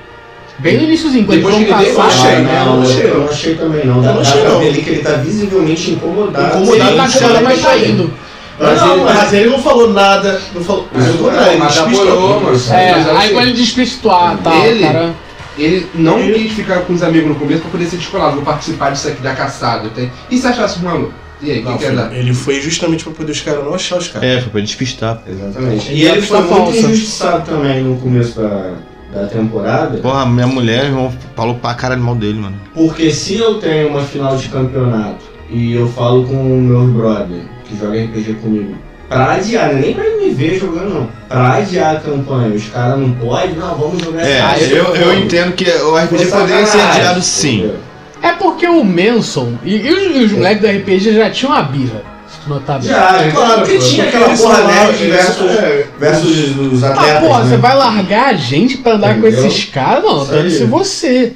[SPEAKER 1] Bem no iníciozinho, quando
[SPEAKER 2] Depois
[SPEAKER 1] eles vão
[SPEAKER 2] que ele deu,
[SPEAKER 1] caçar.
[SPEAKER 2] achei,
[SPEAKER 7] Ah,
[SPEAKER 2] né?
[SPEAKER 7] não,
[SPEAKER 2] Eu
[SPEAKER 7] eu-
[SPEAKER 2] achei.
[SPEAKER 7] eu não achei também não. Dá,
[SPEAKER 4] Eu não
[SPEAKER 7] dá
[SPEAKER 4] achei,
[SPEAKER 7] pra
[SPEAKER 4] não.
[SPEAKER 7] ver ali que ele tá visivelmente incomodado.
[SPEAKER 4] Incomodado,
[SPEAKER 7] Sim,
[SPEAKER 1] Tá
[SPEAKER 4] mas
[SPEAKER 1] chorando,
[SPEAKER 4] ele
[SPEAKER 1] mas tá
[SPEAKER 4] tá
[SPEAKER 1] indo.
[SPEAKER 7] Mas
[SPEAKER 4] não,
[SPEAKER 7] ele-
[SPEAKER 4] mas ele não falou nada. Não falou. Pelo contrário,
[SPEAKER 2] É, mas
[SPEAKER 4] ele
[SPEAKER 2] apoiou,
[SPEAKER 4] despistou.
[SPEAKER 2] mano.
[SPEAKER 1] É,
[SPEAKER 2] Mas eu
[SPEAKER 1] aí
[SPEAKER 2] achei.
[SPEAKER 1] quando ele despistouar, tá,
[SPEAKER 2] Ele-
[SPEAKER 1] cara.
[SPEAKER 2] Ele não
[SPEAKER 4] Ele-
[SPEAKER 2] quis ficar com os amigos no começo pra poder ser descolado. Vou participar disso aqui da caçada. Tem... E se achasse um maluco? E aí,
[SPEAKER 4] Não,
[SPEAKER 2] quem quer é dar?
[SPEAKER 4] foi- ele foi justamente pra poder os caras não achar os caras.
[SPEAKER 3] É, foi pra despistar.
[SPEAKER 7] Exatamente.
[SPEAKER 1] Ele
[SPEAKER 7] E
[SPEAKER 1] tá
[SPEAKER 7] ele
[SPEAKER 1] com
[SPEAKER 7] foi
[SPEAKER 1] essa
[SPEAKER 7] muito
[SPEAKER 1] falsa.
[SPEAKER 7] injustiçado também no começo da, da temporada.
[SPEAKER 3] Porra, minha mulher, irmão, falou pra caralho mal dele, mano.
[SPEAKER 7] Porque se eu tenho uma final de campeonato e eu falo com o meu brother que joga RPG comigo, pra adiar, nem pra ele me ver jogando não, pra adiar a campanha, os caras não podem, não, vamos jogar
[SPEAKER 1] Ah,
[SPEAKER 3] É,
[SPEAKER 7] essa
[SPEAKER 3] eu,
[SPEAKER 7] campanha.
[SPEAKER 3] eu entendo que o
[SPEAKER 7] Foi
[SPEAKER 3] RPG poderia ser
[SPEAKER 7] sacanagem,
[SPEAKER 3] adiado sim.
[SPEAKER 7] entendeu?
[SPEAKER 1] É porque o Manson e, e os, e os moleques do RPG já tinham a birra, se tu notar bem.
[SPEAKER 7] Já, é claro, porque
[SPEAKER 4] pô,
[SPEAKER 7] tinha né?
[SPEAKER 4] porque
[SPEAKER 7] aquela
[SPEAKER 4] eles
[SPEAKER 7] porra
[SPEAKER 4] são lá,
[SPEAKER 7] nerd
[SPEAKER 4] eles
[SPEAKER 7] versus, é, versus os atletas,
[SPEAKER 1] Ah, porra,
[SPEAKER 7] né?
[SPEAKER 1] você vai largar a gente pra andar
[SPEAKER 7] Entendeu?
[SPEAKER 1] com esses caras? Não,
[SPEAKER 7] Isso aí.
[SPEAKER 1] dane-se você.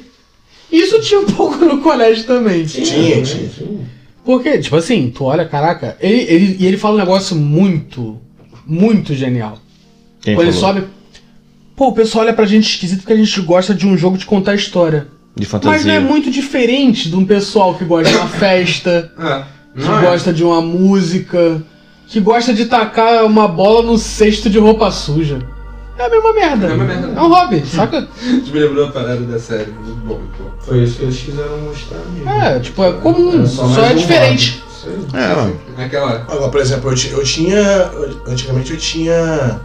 [SPEAKER 1] Isso tinha um [laughs] pouco no colégio também.
[SPEAKER 7] Tinha,
[SPEAKER 4] Tinha,
[SPEAKER 7] né? tinha,
[SPEAKER 1] Porque, tipo assim, tu olha, caraca, ele, ele, e ele fala um negócio muito, muito genial.
[SPEAKER 3] Quem
[SPEAKER 1] Quando ele
[SPEAKER 3] falou?
[SPEAKER 1] sobe. Pô, o pessoal olha pra gente esquisito porque a gente gosta de um jogo de contar história.
[SPEAKER 3] De
[SPEAKER 1] Mas não é
[SPEAKER 3] fantasia.
[SPEAKER 1] muito diferente de um pessoal que gosta de uma festa,
[SPEAKER 2] É.
[SPEAKER 1] que
[SPEAKER 2] Não é.
[SPEAKER 1] gosta de uma música, que gosta de tacar uma bola no cesto de roupa suja. É a mesma merda.
[SPEAKER 2] É a mesma merda.
[SPEAKER 1] É um hobby, saca?
[SPEAKER 2] Me lembrou a parada da série. Muito bom, muito bom.
[SPEAKER 7] Foi isso que eles quiseram mostrar mesmo.
[SPEAKER 1] É, tipo, é comum,
[SPEAKER 7] Era
[SPEAKER 1] só
[SPEAKER 7] mais
[SPEAKER 1] é
[SPEAKER 7] um
[SPEAKER 1] diferente.
[SPEAKER 7] lado. Isso aí.
[SPEAKER 3] É, mano.
[SPEAKER 2] Aquela.
[SPEAKER 4] Agora, por exemplo, eu, ti- eu tinha. eu- Antigamente eu tinha.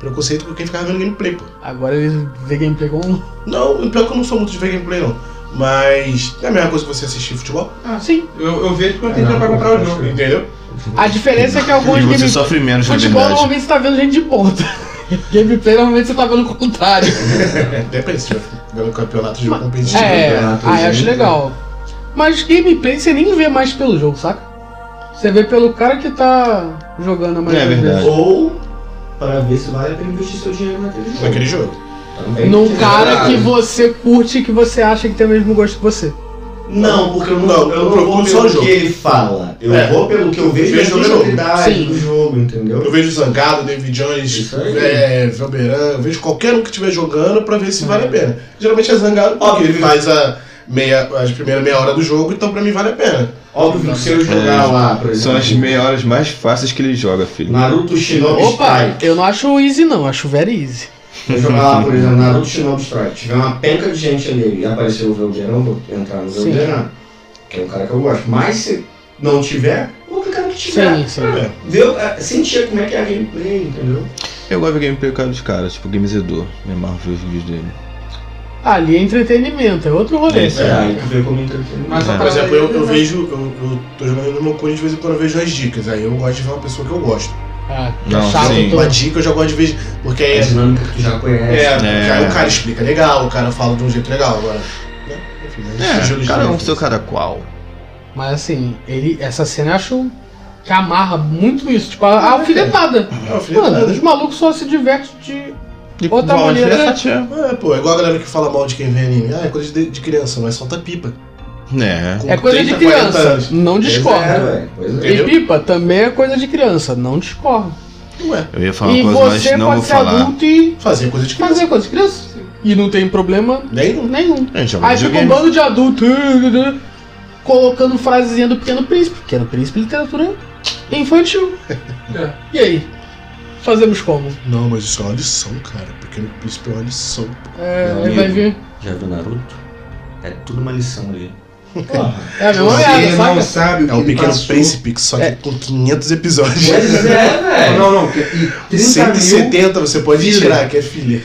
[SPEAKER 4] Preconceito com quem ficava vendo gameplay, pô.
[SPEAKER 1] Agora ele vê gameplay com um.
[SPEAKER 4] Não, pior que eu não sou muito de ver gameplay, não. Mas é a mesma coisa que você assistir futebol,
[SPEAKER 2] Ah,
[SPEAKER 1] Sim.
[SPEAKER 2] Eu, eu vejo quando tem
[SPEAKER 7] É,
[SPEAKER 2] dinheiro pra
[SPEAKER 7] não,
[SPEAKER 2] comprar o
[SPEAKER 7] acho
[SPEAKER 2] jogo.
[SPEAKER 4] entendeu? [laughs]
[SPEAKER 1] A diferença é que alguns
[SPEAKER 3] E você
[SPEAKER 1] gameplays.
[SPEAKER 3] sofre menos, na
[SPEAKER 1] Futebol
[SPEAKER 3] verdade.
[SPEAKER 1] normalmente você tá vendo gente de ponta. [laughs] Gameplay normalmente você tá vendo o
[SPEAKER 3] [laughs]
[SPEAKER 1] contrário.
[SPEAKER 4] Depende se tiver vendo campeonato de jogo competitivo.
[SPEAKER 3] tipo
[SPEAKER 1] É,
[SPEAKER 7] campeonato,
[SPEAKER 1] aí acho
[SPEAKER 7] gente.
[SPEAKER 1] legal. Mas gameplay você nem vê mais pelo jogo, saca? Você vê pelo cara que tá jogando a maioria
[SPEAKER 3] É
[SPEAKER 1] das
[SPEAKER 3] verdade.
[SPEAKER 7] Ou para ver se vale a pena investir seu dinheiro naquele jogo.
[SPEAKER 4] Naquele jogo.
[SPEAKER 7] Também.
[SPEAKER 1] vezes. Num
[SPEAKER 7] Não,
[SPEAKER 1] cara
[SPEAKER 2] Claro.
[SPEAKER 1] que você curte e que você acha que tem o mesmo gosto que você.
[SPEAKER 7] Não, porque eu não,
[SPEAKER 4] Não,
[SPEAKER 7] eu
[SPEAKER 4] eu
[SPEAKER 7] não
[SPEAKER 4] procuro
[SPEAKER 7] vou
[SPEAKER 4] só o
[SPEAKER 7] pelo
[SPEAKER 4] jogo.
[SPEAKER 7] que ele fala. Eu
[SPEAKER 4] É.
[SPEAKER 7] vou pelo que eu vejo
[SPEAKER 4] Vejo
[SPEAKER 7] na
[SPEAKER 4] no jogo.
[SPEAKER 7] jogabilidade
[SPEAKER 1] Sim.
[SPEAKER 7] do jogo,
[SPEAKER 4] Eu
[SPEAKER 7] entendeu?
[SPEAKER 4] vejo Zangado, David Jones,
[SPEAKER 7] Isso aí.
[SPEAKER 4] é, Velberan, eu vejo qualquer um que estiver jogando pra ver se vale a pena. Geralmente é Zangado porque
[SPEAKER 7] Óbvio.
[SPEAKER 4] ele faz a meia, as primeiras meia hora do jogo, então pra mim vale a pena.
[SPEAKER 7] Óbvio que se eu jogar lá, por
[SPEAKER 3] São as
[SPEAKER 7] exemplo,
[SPEAKER 3] meia horas mais fáceis que ele joga, filho.
[SPEAKER 7] Naruto Shinobi
[SPEAKER 1] Opa,
[SPEAKER 7] Strike.
[SPEAKER 1] eu não acho easy não, acho very easy.
[SPEAKER 7] Se eu jogar lá, por exemplo, Naruto Shinobi Strike, tiver uma penca de gente ali e aparecer o Velderão, vou entrar no
[SPEAKER 1] Sim.
[SPEAKER 7] Velderão, que é um cara que eu gosto. Mas se não tiver, vou clicar no que tiver.
[SPEAKER 1] Sim, sim.
[SPEAKER 7] Ver, eh, sentir como é que é a gameplay, entendeu?
[SPEAKER 3] Eu gosto de gameplay por causa dos caras, tipo Gamezedor. Me amarro ver os vídeos dele.
[SPEAKER 1] Ali é entretenimento, é outro rolê.
[SPEAKER 3] Esse.
[SPEAKER 7] É, aí tu vê como entretenimento.
[SPEAKER 2] Mas a
[SPEAKER 3] É.
[SPEAKER 4] Por
[SPEAKER 2] parada
[SPEAKER 4] exemplo, eu,
[SPEAKER 2] aí-
[SPEAKER 4] eu vejo, eu, eu tô jogando no meu cunho de vez em quando eu vejo as dicas, aí eu gosto de ver uma pessoa que eu gosto.
[SPEAKER 1] Ah,
[SPEAKER 3] Não,
[SPEAKER 1] chato,
[SPEAKER 3] sim.
[SPEAKER 1] tô-
[SPEAKER 4] Uma dica eu já gosto de ver, porque
[SPEAKER 7] É
[SPEAKER 4] aí
[SPEAKER 7] a dinâmica que tu já
[SPEAKER 4] É,
[SPEAKER 7] conhece.
[SPEAKER 4] porque aí
[SPEAKER 3] É.
[SPEAKER 4] o cara explica legal, o cara fala de um jeito legal agora. né? Enfim, mas estilo
[SPEAKER 3] É,
[SPEAKER 4] de
[SPEAKER 3] cada um com
[SPEAKER 4] jogo.
[SPEAKER 3] seu cada qual.
[SPEAKER 1] Mas assim, ele, essa cena eu acho que amarra muito isso, tipo, a, a alfinetada.
[SPEAKER 4] É, eu falei,
[SPEAKER 1] Mano, os malucos só se divertem de.
[SPEAKER 3] De
[SPEAKER 1] Outra
[SPEAKER 3] qual
[SPEAKER 1] maneira- né?
[SPEAKER 3] diferente é.
[SPEAKER 4] É, pô, é igual a galera que fala mal de quem vê anime. Ah, é coisa de, de criança, mas solta pipa.
[SPEAKER 3] É.
[SPEAKER 4] Com
[SPEAKER 1] É coisa
[SPEAKER 4] 30,
[SPEAKER 1] de
[SPEAKER 4] 40 anos.
[SPEAKER 1] criança, não
[SPEAKER 7] Pois é,
[SPEAKER 1] discordo.
[SPEAKER 7] velho, Pois é.
[SPEAKER 1] E pipa também é coisa de criança, não discordo.
[SPEAKER 4] Ué,
[SPEAKER 3] Eu ia falar
[SPEAKER 1] e
[SPEAKER 3] uma coisa,
[SPEAKER 1] você
[SPEAKER 3] mas não
[SPEAKER 1] pode
[SPEAKER 3] vou
[SPEAKER 1] ser
[SPEAKER 3] falar.
[SPEAKER 1] adulto e
[SPEAKER 4] fazer é. coisa de criança.
[SPEAKER 1] fazer coisa de criança. E não tem problema
[SPEAKER 4] Nem não.
[SPEAKER 1] nenhum.
[SPEAKER 3] É, joga
[SPEAKER 1] Aí fica um
[SPEAKER 3] videogame.
[SPEAKER 1] bando de adulto uh, colocando frasezinha do Pequeno Príncipe. Pequeno Príncipe, literatura infantil.
[SPEAKER 2] É.
[SPEAKER 1] E aí? Fazemos como?
[SPEAKER 4] Não, mas isso é uma lição, cara. Pequeno príncipe é uma lição.
[SPEAKER 1] É,
[SPEAKER 7] Meu
[SPEAKER 1] aí vai
[SPEAKER 7] amigo.
[SPEAKER 1] ver.
[SPEAKER 7] Já viu Naruto? É tudo uma lição ali.
[SPEAKER 1] É a mesma
[SPEAKER 2] Você
[SPEAKER 1] merda,
[SPEAKER 2] não
[SPEAKER 1] saca?
[SPEAKER 2] sabe o que
[SPEAKER 4] É o
[SPEAKER 2] ele
[SPEAKER 4] Pequeno
[SPEAKER 2] passou.
[SPEAKER 4] Príncipe, que só
[SPEAKER 1] É.
[SPEAKER 4] que com 500 episódios.
[SPEAKER 7] Pois é,
[SPEAKER 2] Não,
[SPEAKER 7] velho.
[SPEAKER 2] não, não. que- E 30 mil
[SPEAKER 4] 170 você pode
[SPEAKER 2] Filler.
[SPEAKER 4] tirar, que é filha.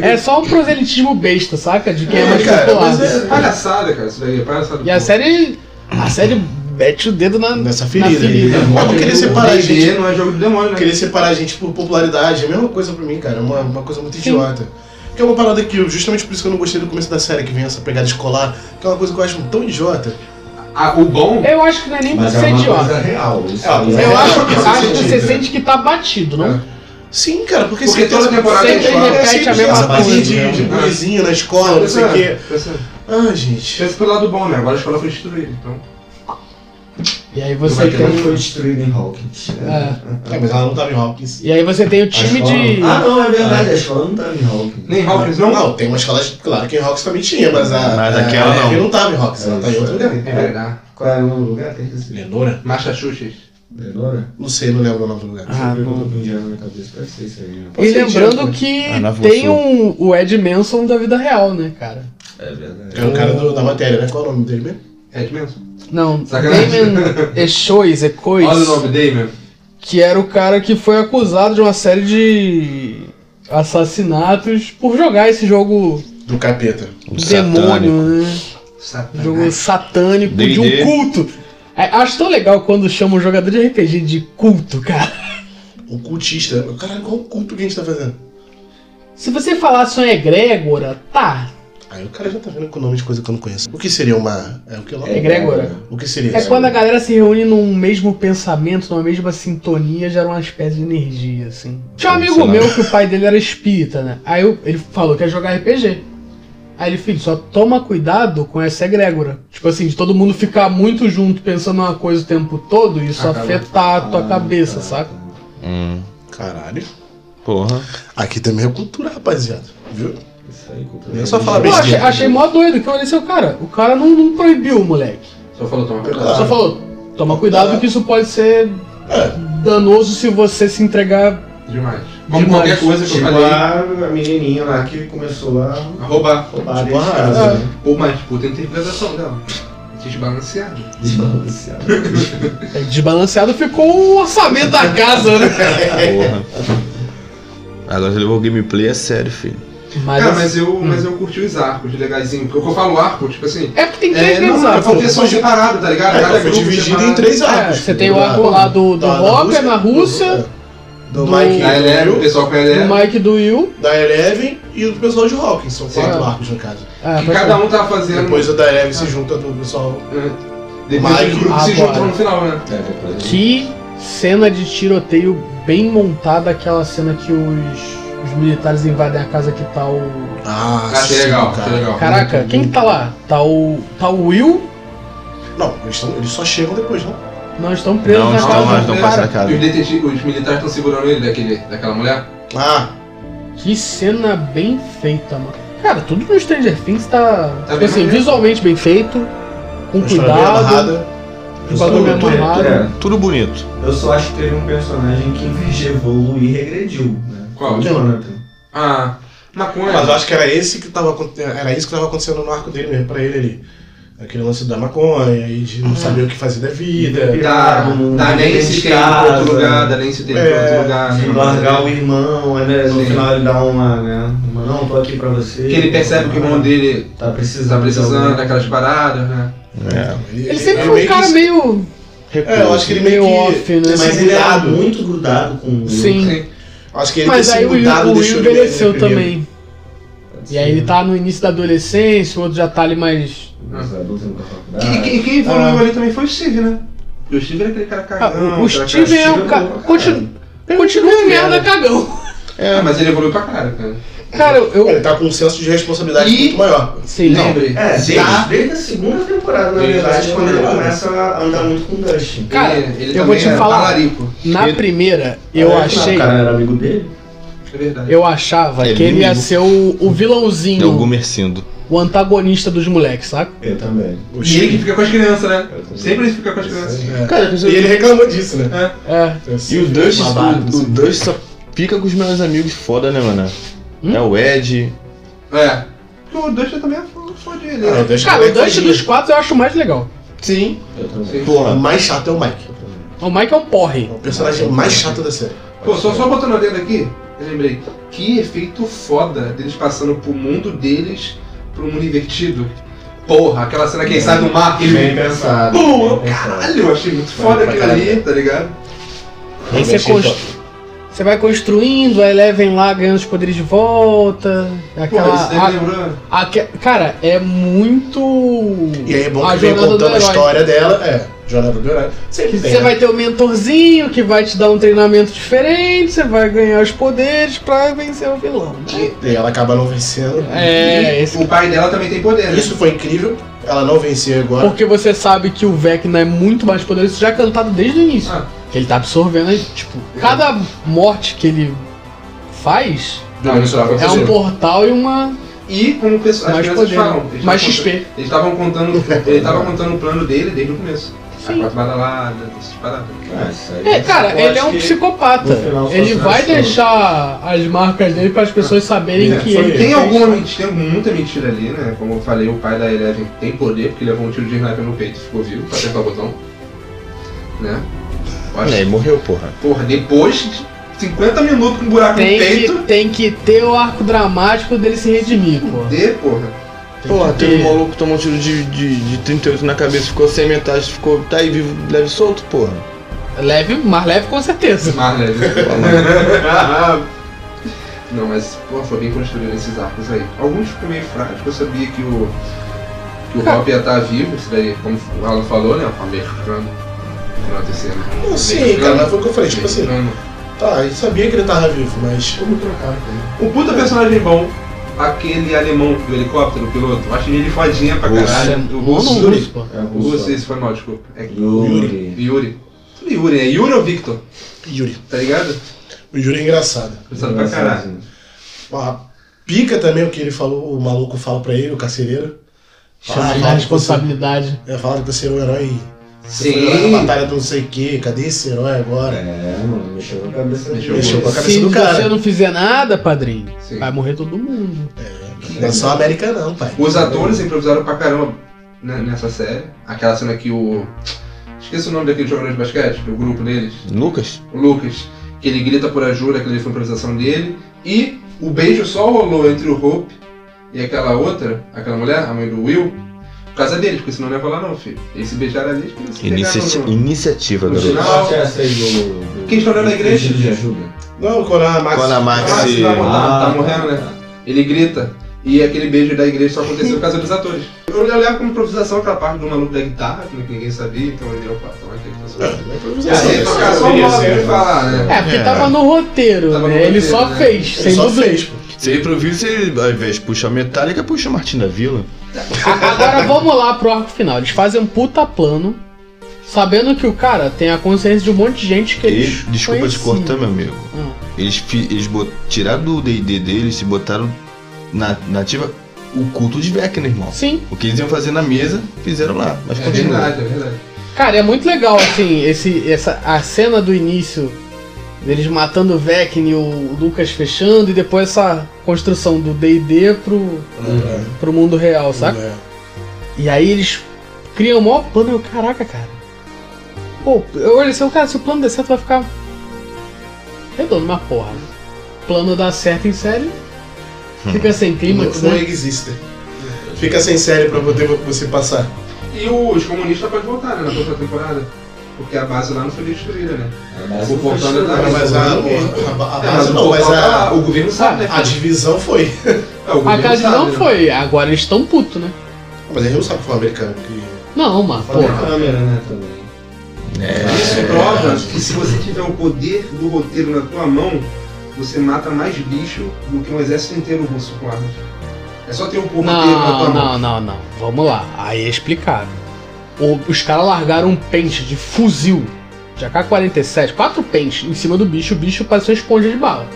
[SPEAKER 1] É só um proselitismo besta, saca? De quem é
[SPEAKER 4] É,
[SPEAKER 1] mais
[SPEAKER 4] cara,
[SPEAKER 1] popular.
[SPEAKER 4] mas é-
[SPEAKER 2] Palhaçada, cara, isso daí é palhaçada.
[SPEAKER 1] E a série. A série mete o dedo na.
[SPEAKER 4] Nessa ferida.
[SPEAKER 1] ferida.
[SPEAKER 2] né?
[SPEAKER 4] Ah, Vamos querer separar a
[SPEAKER 2] D&D
[SPEAKER 4] gente.
[SPEAKER 2] não é jogo do demônio, né?
[SPEAKER 4] Querer separar a gente por popularidade é a mesma coisa pra mim, cara. É uma, uma coisa muito idiota. Que é uma parada que, eu- justamente por isso que eu não gostei do começo da série, que vem essa pegada escolar, que é uma coisa que eu acho tão idiota.
[SPEAKER 2] Ah, o bom
[SPEAKER 1] Eu acho que não é nem pra
[SPEAKER 7] Mas é
[SPEAKER 1] ser
[SPEAKER 7] uma
[SPEAKER 1] idiota.
[SPEAKER 7] coisa real. Isso
[SPEAKER 4] É,
[SPEAKER 7] aí
[SPEAKER 4] mas
[SPEAKER 7] é né?
[SPEAKER 1] Eu
[SPEAKER 4] é
[SPEAKER 1] acho,
[SPEAKER 4] uma
[SPEAKER 1] que-
[SPEAKER 4] coisa
[SPEAKER 1] acho que você
[SPEAKER 4] sentido.
[SPEAKER 1] sente que tá batido, não?
[SPEAKER 4] Sim, cara, porque,
[SPEAKER 2] Porque toda temporada
[SPEAKER 4] é
[SPEAKER 1] tem escola. Repete a mesma
[SPEAKER 4] essa coisa
[SPEAKER 1] coisa,
[SPEAKER 4] de, de
[SPEAKER 2] né?
[SPEAKER 4] bullyingzinho na escola, não sei o quê. Ah, gente.
[SPEAKER 2] Pensa pelo lado bom, né? Agora a escola foi destruída, então.
[SPEAKER 1] E aí
[SPEAKER 7] Você
[SPEAKER 1] você
[SPEAKER 7] é que não
[SPEAKER 1] tem.
[SPEAKER 7] foi destruído em Hawkins. né?
[SPEAKER 1] é.
[SPEAKER 4] É, mas ela não tava em Hawkins.
[SPEAKER 1] E aí você tem o
[SPEAKER 7] A
[SPEAKER 1] time
[SPEAKER 7] escola-
[SPEAKER 1] de.
[SPEAKER 7] Ah, não, é verdade. A escola não tava em Hawkins.
[SPEAKER 2] Nem Hawkins,
[SPEAKER 4] Não,
[SPEAKER 2] não?
[SPEAKER 4] tem uma escola, claro que em Hawkins também tinha, mas a.
[SPEAKER 3] Mas
[SPEAKER 4] a-
[SPEAKER 3] aquela
[SPEAKER 4] a
[SPEAKER 3] não.
[SPEAKER 4] Abby não tava em Hawkins, ela tá em outro lugar.
[SPEAKER 2] É verdade.
[SPEAKER 7] Qual era o nome do lugar? Tem que ser.
[SPEAKER 4] Lenora?
[SPEAKER 2] Massachusetts.
[SPEAKER 7] É Lenora?
[SPEAKER 4] Não sei, não lembro o nome do lugar.
[SPEAKER 1] Ah,
[SPEAKER 7] eu
[SPEAKER 1] não.
[SPEAKER 7] tô com um diabo na cabeça, parece ser isso aí. né?
[SPEAKER 1] E
[SPEAKER 4] Pode ser
[SPEAKER 1] lembrando
[SPEAKER 4] idiota.
[SPEAKER 1] que
[SPEAKER 3] Ah, na
[SPEAKER 1] tem
[SPEAKER 3] Vossô.
[SPEAKER 1] um, o Ed Manson da vida real, né, cara?
[SPEAKER 7] É verdade.
[SPEAKER 4] É o cara do- da matéria, né? Qual é o nome dele mesmo?
[SPEAKER 2] Ed Manson.
[SPEAKER 1] Não,
[SPEAKER 2] Sacanagem. [laughs]
[SPEAKER 1] Damon Echoes, Echoes,
[SPEAKER 2] Olha o nome dele, meu.
[SPEAKER 1] que era o cara que foi acusado de uma série de assassinatos por jogar esse jogo
[SPEAKER 4] Do capeta.
[SPEAKER 3] O
[SPEAKER 1] um demônio, né?
[SPEAKER 2] Satanás.
[SPEAKER 1] Jogo satânico de
[SPEAKER 3] D&D.
[SPEAKER 1] um culto. É, acho tão legal quando chamam um jogador de RPG de culto, cara.
[SPEAKER 4] O cultista. Caralho, qual o culto que a gente tá fazendo?
[SPEAKER 1] Se você falasse uma egrégora, tá.
[SPEAKER 4] Aí o cara já tá vendo com o nome de coisa que eu não conheço. O que seria uma. É o que eu
[SPEAKER 7] É.
[SPEAKER 1] Egrégora.
[SPEAKER 4] O que seria
[SPEAKER 1] É
[SPEAKER 4] isso?
[SPEAKER 1] quando a galera se reúne num mesmo pensamento, numa mesma sintonia, gera uma espécie de energia, assim. Tinha um amigo
[SPEAKER 3] Funcional.
[SPEAKER 1] meu que o pai dele era espírita, né? Aí eu- ele falou que ia jogar RPG. Aí ele, filho, só toma cuidado com essa egrégora. Tipo assim, de todo mundo ficar muito junto pensando uma coisa o tempo todo e isso
[SPEAKER 2] Acaba-
[SPEAKER 1] afetar a tua
[SPEAKER 7] Ah,
[SPEAKER 1] cabeça,
[SPEAKER 7] tá.
[SPEAKER 1] saca?
[SPEAKER 3] Hum,
[SPEAKER 4] Caralho.
[SPEAKER 3] porra.
[SPEAKER 4] Aqui também é cultura, rapaziada. Viu?
[SPEAKER 7] Isso aí, cultura.
[SPEAKER 4] Eu só falo
[SPEAKER 1] Pô,
[SPEAKER 4] besteira.
[SPEAKER 1] achei, achei mó doido que eu olhei seu cara. O cara não, não proibiu o moleque.
[SPEAKER 2] Só falou tomar cuidado.
[SPEAKER 4] Claro.
[SPEAKER 1] Só falou, toma cuidado que isso pode ser
[SPEAKER 4] É.
[SPEAKER 1] danoso se você se entregar.
[SPEAKER 2] Demais. Como
[SPEAKER 1] Demais.
[SPEAKER 2] qualquer coisa que eu
[SPEAKER 7] Tipo
[SPEAKER 2] falei.
[SPEAKER 7] a, a menininha lá que começou a
[SPEAKER 2] a Roubar.
[SPEAKER 7] roubar
[SPEAKER 4] Tipo,
[SPEAKER 7] desde
[SPEAKER 4] ah,
[SPEAKER 7] casa,
[SPEAKER 1] é.
[SPEAKER 7] né?
[SPEAKER 2] Ou mais puta interpretação dela. Desbalanceado.
[SPEAKER 7] né? Desbalanceada.
[SPEAKER 1] É, Desbalanceado ficou o orçamento da casa, né?
[SPEAKER 3] Porra. [laughs] Agora você levou o gameplay a sério, filho.
[SPEAKER 1] Mas,
[SPEAKER 2] Cara,
[SPEAKER 1] assim,
[SPEAKER 2] mas eu, mas eu curti os arcos, legazinho. Porque o que eu falo arco, tipo assim.
[SPEAKER 1] É porque tem três
[SPEAKER 2] É, não, é
[SPEAKER 1] exato.
[SPEAKER 2] porque são separados, tá
[SPEAKER 1] Ah,
[SPEAKER 2] ligado?
[SPEAKER 4] É,
[SPEAKER 2] Cada
[SPEAKER 4] foi
[SPEAKER 2] grupo
[SPEAKER 4] dividido em
[SPEAKER 2] separado.
[SPEAKER 4] três
[SPEAKER 1] É,
[SPEAKER 4] arcos.
[SPEAKER 1] você tem o arco lá do, do
[SPEAKER 4] Da- da
[SPEAKER 1] Rocker na Rússia,
[SPEAKER 4] Do,
[SPEAKER 1] do-
[SPEAKER 4] Mike
[SPEAKER 2] Da Eleven, o pessoal com a Eleven.
[SPEAKER 1] do Mike e do Will.
[SPEAKER 4] da Eleven e do pessoal de Hawkins. São
[SPEAKER 2] Sim.
[SPEAKER 4] quatro arcos, no caso.
[SPEAKER 1] É,
[SPEAKER 2] Que
[SPEAKER 1] pode
[SPEAKER 2] cada um tá fazendo.
[SPEAKER 4] Depois o da Eleven se junta do pessoal.
[SPEAKER 2] né? Depois
[SPEAKER 4] Mike,
[SPEAKER 2] os grupos se
[SPEAKER 1] agora.
[SPEAKER 2] juntam no final, né?
[SPEAKER 7] É, depois a
[SPEAKER 1] ser.
[SPEAKER 7] gente-
[SPEAKER 1] Que cena de tiroteio bem montada, aquela cena que os, os militares invadem a casa que tá o.
[SPEAKER 4] Ah,
[SPEAKER 2] Ah, achei legal, achei legal.
[SPEAKER 1] Caraca, quem que tá lá? Tá o. Tá o Will?
[SPEAKER 4] Não, eles, tão- eles só chegam depois, não.
[SPEAKER 1] Nós estamos presos
[SPEAKER 3] Não,
[SPEAKER 1] na
[SPEAKER 3] não,
[SPEAKER 1] casa
[SPEAKER 3] nós
[SPEAKER 1] do
[SPEAKER 3] não,
[SPEAKER 1] cara.
[SPEAKER 3] nós Cara.
[SPEAKER 2] E é, os, detetive- os militares estão segurando ele daquele, daquela mulher?
[SPEAKER 4] Ah,
[SPEAKER 1] Que cena bem feita, mano. Cara, tudo no Stranger Things tá.
[SPEAKER 2] Tá
[SPEAKER 1] tipo
[SPEAKER 2] bem Tá
[SPEAKER 1] assim,
[SPEAKER 2] maneiro.
[SPEAKER 1] visualmente bem feito, com
[SPEAKER 4] uma história bem
[SPEAKER 1] cuidado.
[SPEAKER 4] amarrada.
[SPEAKER 1] O bagulho é
[SPEAKER 7] Tudo, tudo,
[SPEAKER 1] amarrado.
[SPEAKER 7] é.
[SPEAKER 3] Tudo bonito.
[SPEAKER 7] Eu só acho que teve um personagem que em vez de evoluir regrediu. Né?
[SPEAKER 2] Qual?
[SPEAKER 7] O Jonathan.
[SPEAKER 2] Ah, maconha.
[SPEAKER 4] Mas eu acho que era esse que tava aconte- era isso que tava acontecendo no arco dele mesmo, pra ele ali. Aquele lance da maconha e de não saber o que fazer da vida.
[SPEAKER 2] Da,
[SPEAKER 7] Pirado,
[SPEAKER 2] da
[SPEAKER 7] dentro de
[SPEAKER 2] Nancy tem em
[SPEAKER 7] casa.
[SPEAKER 2] outro lugar, da Nancy tem em
[SPEAKER 4] É,
[SPEAKER 2] outro lugar.
[SPEAKER 7] De
[SPEAKER 2] né?
[SPEAKER 7] Ah, largar o irmão, aí, né, no
[SPEAKER 2] É, Sim.
[SPEAKER 7] final ele dá uma, né? Uma, não, tô aqui pra você.
[SPEAKER 2] Que ele percebe que o irmão dele
[SPEAKER 7] Tá
[SPEAKER 2] tá
[SPEAKER 7] precisando.
[SPEAKER 2] precisando
[SPEAKER 7] de alguém.
[SPEAKER 2] daquelas paradas, né?
[SPEAKER 3] É.
[SPEAKER 1] Ele sempre foi
[SPEAKER 4] meio
[SPEAKER 1] um
[SPEAKER 4] que-
[SPEAKER 1] cara meio.
[SPEAKER 4] É, eu acho que ele meio
[SPEAKER 1] meio
[SPEAKER 4] que-
[SPEAKER 1] off, né?
[SPEAKER 7] Mas ele era muito grudado com o
[SPEAKER 1] Sim.
[SPEAKER 2] Sim.
[SPEAKER 4] Acho que ele
[SPEAKER 1] Mas
[SPEAKER 4] ter
[SPEAKER 1] aí
[SPEAKER 4] se
[SPEAKER 1] o Will,
[SPEAKER 4] mudado
[SPEAKER 1] o Will
[SPEAKER 4] deixou ele
[SPEAKER 1] envelheceu
[SPEAKER 4] primeiro.
[SPEAKER 1] também. E aí ele tá no início da adolescência, o outro já tá ali mais.
[SPEAKER 7] Os adultos indo pra
[SPEAKER 2] E,
[SPEAKER 7] tá faculdade.
[SPEAKER 2] quem- quem evoluiu ali também foi o Steve, né? Ah. E o Steve era aquele cara
[SPEAKER 1] Ah,
[SPEAKER 2] cagão.
[SPEAKER 1] o
[SPEAKER 2] aquela
[SPEAKER 1] Steve
[SPEAKER 2] cara-
[SPEAKER 1] é um
[SPEAKER 7] Steve é
[SPEAKER 1] cara.
[SPEAKER 7] louco,
[SPEAKER 1] Continua, continua um merda cagão.
[SPEAKER 2] Ah, mas ele evoluiu pra cara, cara.
[SPEAKER 1] Cara,
[SPEAKER 4] Ele
[SPEAKER 1] eu.
[SPEAKER 4] tá com um senso de responsabilidade
[SPEAKER 2] E-
[SPEAKER 4] muito maior.
[SPEAKER 1] Sei lá.
[SPEAKER 2] Lembre.
[SPEAKER 7] É, desde,
[SPEAKER 4] Tá.
[SPEAKER 7] desde a segunda temporada, na
[SPEAKER 2] Desde a
[SPEAKER 7] verdade,
[SPEAKER 2] segunda
[SPEAKER 7] quando ele
[SPEAKER 2] temporada.
[SPEAKER 7] começa a andar muito com o Dustin.
[SPEAKER 1] Cara,
[SPEAKER 2] ele, ele
[SPEAKER 1] eu vou
[SPEAKER 2] também
[SPEAKER 1] te
[SPEAKER 2] é
[SPEAKER 1] falar.
[SPEAKER 2] talarico.
[SPEAKER 1] Na primeira, eu
[SPEAKER 7] Aí,
[SPEAKER 1] achei.
[SPEAKER 7] O É, cara era amigo dele.
[SPEAKER 2] É verdade.
[SPEAKER 1] Eu achava
[SPEAKER 3] É
[SPEAKER 1] que ele ia
[SPEAKER 3] mínimo.
[SPEAKER 1] ser o, o
[SPEAKER 3] É o
[SPEAKER 1] vilãozinho,
[SPEAKER 3] Gumercindo.
[SPEAKER 1] o antagonista dos moleques, saca?
[SPEAKER 7] Eu também.
[SPEAKER 2] E
[SPEAKER 4] O
[SPEAKER 2] ele que
[SPEAKER 4] Steve-
[SPEAKER 2] fica com as crianças, né?
[SPEAKER 7] Eu também.
[SPEAKER 2] Sempre ele fica com as crianças.
[SPEAKER 4] É.
[SPEAKER 3] Cara,
[SPEAKER 4] E ele reclamou disso, né?
[SPEAKER 1] É.
[SPEAKER 3] E o Dust,
[SPEAKER 4] Babado,
[SPEAKER 3] o, o
[SPEAKER 4] assim.
[SPEAKER 3] Dust só fica com os melhores amigos foda, né, mano?
[SPEAKER 1] Hum?
[SPEAKER 3] É o Ed.
[SPEAKER 2] É. Porque o Dustin também é foda. fã de
[SPEAKER 4] Ah, o
[SPEAKER 2] ele.
[SPEAKER 4] Dust
[SPEAKER 1] Cara, o
[SPEAKER 4] Mike
[SPEAKER 1] Dust
[SPEAKER 4] foi-
[SPEAKER 1] dos quatro eu acho o mais legal.
[SPEAKER 3] Sim.
[SPEAKER 7] Eu também.
[SPEAKER 2] Sim.
[SPEAKER 4] O
[SPEAKER 3] Porra.
[SPEAKER 4] mais chato é o Mike.
[SPEAKER 1] O Mike é um porre.
[SPEAKER 4] É o personagem mais chato da série.
[SPEAKER 2] Pô, só, só botando a dedo aqui, eu lembrei. Que efeito foda deles passando pro mundo deles pro mundo invertido. Porra, aquela cena que ele sai do mar, que ele
[SPEAKER 7] Bem pensado.
[SPEAKER 2] Pô,
[SPEAKER 4] Uh,
[SPEAKER 7] bem pensado.
[SPEAKER 2] Caralho, eu achei muito
[SPEAKER 7] Foi
[SPEAKER 2] foda
[SPEAKER 7] pra
[SPEAKER 2] aquilo
[SPEAKER 7] caralho.
[SPEAKER 2] ali, tá ligado?
[SPEAKER 1] Aí você
[SPEAKER 4] Realmente,
[SPEAKER 1] const- Você vai construindo, a Eleven lá ganhando os poderes de volta.
[SPEAKER 2] Pô, isso
[SPEAKER 4] é
[SPEAKER 1] Aquela.
[SPEAKER 2] daí
[SPEAKER 1] a-
[SPEAKER 2] me lembrou.
[SPEAKER 1] aque- Cara, é muito.
[SPEAKER 4] E aí é bom
[SPEAKER 1] A
[SPEAKER 4] que vem
[SPEAKER 1] jornada do
[SPEAKER 4] contando a
[SPEAKER 1] herói.
[SPEAKER 4] história dela. É, jornada do herói. Sempre tem,
[SPEAKER 1] Você
[SPEAKER 4] né?
[SPEAKER 1] vai ter o mentorzinho que vai te dar um treinamento diferente, você vai ganhar os poderes pra vencer o vilão. né?
[SPEAKER 4] E ela acaba não vencendo.
[SPEAKER 1] É, esse...
[SPEAKER 2] tipo, O pai dela também tem poder, né?
[SPEAKER 4] Isso foi incrível. Ela não venceu agora.
[SPEAKER 1] porque você sabe que o Vecna é muito mais poderoso, isso já é cantado desde o início.
[SPEAKER 2] Ah.
[SPEAKER 1] Que ele tá absorvendo, tipo, cada morte que ele faz
[SPEAKER 2] Não, isso dá pra
[SPEAKER 1] é um
[SPEAKER 2] fazer.
[SPEAKER 1] portal e uma
[SPEAKER 2] E como o pessoal, as
[SPEAKER 1] mais
[SPEAKER 2] crianças
[SPEAKER 1] poder, né?
[SPEAKER 2] falam, eles
[SPEAKER 1] mais
[SPEAKER 2] tavam
[SPEAKER 1] XP.
[SPEAKER 2] contando- Eles estavam
[SPEAKER 1] [laughs]
[SPEAKER 2] contando, ele tava contando o plano dele desde o começo. A
[SPEAKER 1] Sim.
[SPEAKER 2] quatro badaladas, essas paradas.
[SPEAKER 7] Ah, isso aí
[SPEAKER 1] É, cara,
[SPEAKER 7] eu
[SPEAKER 1] ele é
[SPEAKER 7] acho
[SPEAKER 1] um
[SPEAKER 7] que-
[SPEAKER 1] psicopata.
[SPEAKER 7] no final só
[SPEAKER 1] Ele
[SPEAKER 7] se
[SPEAKER 1] vai
[SPEAKER 7] transforma.
[SPEAKER 1] deixar as marcas dele para as pessoas saberem
[SPEAKER 4] É,
[SPEAKER 1] que
[SPEAKER 4] foi
[SPEAKER 1] ele.
[SPEAKER 4] ele.
[SPEAKER 2] Tem
[SPEAKER 4] fez,
[SPEAKER 2] alguma
[SPEAKER 4] né?
[SPEAKER 2] mentira, tem muita mentira ali, né? Como eu falei, o pai da Eleven tem poder, porque levou um tiro de sniper no peito e ficou vivo pra apertar o botão. Né? Eu acho
[SPEAKER 3] É,
[SPEAKER 2] que,
[SPEAKER 3] ele morreu, porra.
[SPEAKER 2] porra, depois de 50 minutos com um buraco
[SPEAKER 1] Tem
[SPEAKER 2] no peito,
[SPEAKER 1] que, tem que ter o arco dramático dele se redimir, pô.
[SPEAKER 2] dê, porra.
[SPEAKER 3] Porra,
[SPEAKER 1] que
[SPEAKER 3] tem um
[SPEAKER 1] ter.
[SPEAKER 3] maluco que tomou um tiro de, de, de 38 na cabeça, ficou sem metade, ficou. Tá aí vivo, leve e solto, porra.
[SPEAKER 1] Leve, mais leve com certeza.
[SPEAKER 2] Mas, né?
[SPEAKER 7] Ah,
[SPEAKER 2] [laughs] Não, mas, porra, foi bem construído esses arcos aí. Alguns ficam meio fracos, eu sabia que o. que o Hop ia estar vivo, isso daí, como o Alan falou, né? O americano. Final de cena.
[SPEAKER 4] Não sei, assim, cara, mas foi o que eu falei, tipo assim.
[SPEAKER 2] Americano.
[SPEAKER 4] Tá, eu sabia que ele tava vivo, mas.
[SPEAKER 2] Um puta personagem bom, aquele alemão do helicóptero, o piloto, eu achei ele fodinha pra
[SPEAKER 7] Russo.
[SPEAKER 2] caralho. O
[SPEAKER 1] Ou não,
[SPEAKER 2] Russo. Yuri.
[SPEAKER 1] pô.
[SPEAKER 7] é
[SPEAKER 2] O Russo,
[SPEAKER 7] russo.
[SPEAKER 2] esse foi mal, desculpa. É
[SPEAKER 7] Yuri.
[SPEAKER 2] Yuri. Tudo Yuri, é Yuri ou Victor?
[SPEAKER 4] Yuri.
[SPEAKER 2] Tá ligado?
[SPEAKER 4] O Yuri é engraçado.
[SPEAKER 2] Pensando pra caralho.
[SPEAKER 4] A pica também, o que ele falou, o maluco fala pra ele, o carcereiro.
[SPEAKER 1] Chamar
[SPEAKER 4] que
[SPEAKER 1] de
[SPEAKER 4] você-
[SPEAKER 1] responsabilidade.
[SPEAKER 4] É, fala que você é um herói. Você foi herói
[SPEAKER 2] Sim.
[SPEAKER 4] na batalha do não sei o que, cadê esse herói agora?
[SPEAKER 7] É, mano, mexeu com a cabeça
[SPEAKER 2] Mexeu
[SPEAKER 7] dele.
[SPEAKER 4] Mexeu com a cabeça
[SPEAKER 1] Se
[SPEAKER 4] do
[SPEAKER 1] você
[SPEAKER 4] cara.
[SPEAKER 1] não fizer nada, padrinho,
[SPEAKER 2] Sim.
[SPEAKER 1] vai morrer todo mundo.
[SPEAKER 4] Não é só a América, não, pai.
[SPEAKER 2] Os atores improvisaram pra caramba né, nessa série. Aquela cena que o. Esqueci o nome daquele jogador de basquete, do grupo deles,
[SPEAKER 3] Lucas?
[SPEAKER 2] o Lucas, que ele grita por ajuda, aquele foi a improvisação dele. E o beijo só rolou entre o Hope e aquela outra, aquela mulher, a mãe do Will, por causa deles, porque senão não ia rolar não, filho. Eles se beijaram ali, acho que eles se
[SPEAKER 3] Inicia-
[SPEAKER 2] pegaram no-
[SPEAKER 3] iniciativa,
[SPEAKER 2] No
[SPEAKER 3] garoto.
[SPEAKER 2] final.
[SPEAKER 7] Não, essa aí do. do-
[SPEAKER 2] Quem estourou na igreja?
[SPEAKER 7] pedido de ajuda.
[SPEAKER 4] Não, quando a Max.
[SPEAKER 3] Quando a Max-
[SPEAKER 2] Ah, se tá, morrendo,
[SPEAKER 7] Ah,
[SPEAKER 2] tá morrendo, né? Ele grita. E aquele beijo da igreja só aconteceu por causa dos atores. Eu eu levo como improvisação aquela parte do maluco da guitarra, que ninguém sabia, então ele deu patrão aqui.
[SPEAKER 4] É
[SPEAKER 2] E
[SPEAKER 4] improvisação,
[SPEAKER 2] aí
[SPEAKER 4] né?
[SPEAKER 2] tocar só o
[SPEAKER 7] Deveria
[SPEAKER 2] bola
[SPEAKER 7] ser,
[SPEAKER 2] e
[SPEAKER 7] né?
[SPEAKER 2] falar, né?
[SPEAKER 1] É, porque
[SPEAKER 3] É.
[SPEAKER 1] tava no roteiro,
[SPEAKER 2] Tava
[SPEAKER 1] né?
[SPEAKER 2] no
[SPEAKER 1] ele
[SPEAKER 2] roteiro,
[SPEAKER 1] só
[SPEAKER 2] né?
[SPEAKER 1] fez,
[SPEAKER 4] Ele
[SPEAKER 1] sem
[SPEAKER 4] só
[SPEAKER 1] dublê.
[SPEAKER 4] fez, pô.
[SPEAKER 3] Se ele improvisa, ele, ao invés de puxar a Metallica, puxa o Martin da Vila.
[SPEAKER 1] Agora vamos lá pro arco final. Eles fazem um puta plano, sabendo que o cara tem a consciência de um monte de gente que assim.
[SPEAKER 3] E,
[SPEAKER 1] eles.
[SPEAKER 3] desculpa te
[SPEAKER 1] conheciam.
[SPEAKER 3] cortar, meu amigo. Eles, fi- eles bot- tiraram do DD deles e botaram na, na ativa o culto de Vecna, irmão.
[SPEAKER 1] Sim,
[SPEAKER 3] O que eles iam fazer na mesa, fizeram lá. Mas
[SPEAKER 2] É
[SPEAKER 3] continua.
[SPEAKER 2] verdade, é verdade.
[SPEAKER 1] cara, é muito legal assim, esse, essa, a cena do início deles matando o Vecna e o Lucas fechando, e depois essa construção do DD pro,
[SPEAKER 4] Não,
[SPEAKER 1] pro mundo real, saca?
[SPEAKER 4] não é.
[SPEAKER 1] E aí eles criam o maior plano e eu, caraca, cara. Pô, eu olhei assim, cara, se o plano der certo vai ficar redondo, mas porra. né? Plano dá certo em série, fica sem clímax,
[SPEAKER 4] Não
[SPEAKER 1] né?
[SPEAKER 4] existe. Fica sem série pra poder você passar.
[SPEAKER 2] E os comunistas podem voltar, né? Na próxima temporada. Porque a base lá não foi destruída, né?
[SPEAKER 7] A base
[SPEAKER 2] O
[SPEAKER 7] não foi
[SPEAKER 2] Fontana
[SPEAKER 7] estudada,
[SPEAKER 2] tá-
[SPEAKER 4] Ah, Mas a, a, a- a base não, mas a,
[SPEAKER 2] o governo sabe, né?
[SPEAKER 4] a divisão foi.
[SPEAKER 2] É, o
[SPEAKER 1] A
[SPEAKER 2] governo
[SPEAKER 1] casa
[SPEAKER 2] sabe,
[SPEAKER 1] não
[SPEAKER 2] né?
[SPEAKER 1] foi, agora eles estão puto, né?
[SPEAKER 4] Mas a gente não sabe que foi um americano que.
[SPEAKER 1] Não, mas
[SPEAKER 7] Fora
[SPEAKER 1] porra.
[SPEAKER 7] da câmera, né, também. Ah, é
[SPEAKER 2] Isso prova que se você tiver o poder do roteiro na tua mão, você mata mais bicho do que um exército inteiro russo com armas. É só ter o poder na tua
[SPEAKER 1] Não,
[SPEAKER 2] mão.
[SPEAKER 1] não, não, não. Vamos lá, aí é explicado. O- os caras largaram um pente de fuzil de AK-47, quatro pentes em cima do bicho, o bicho parece uma esponja de bala.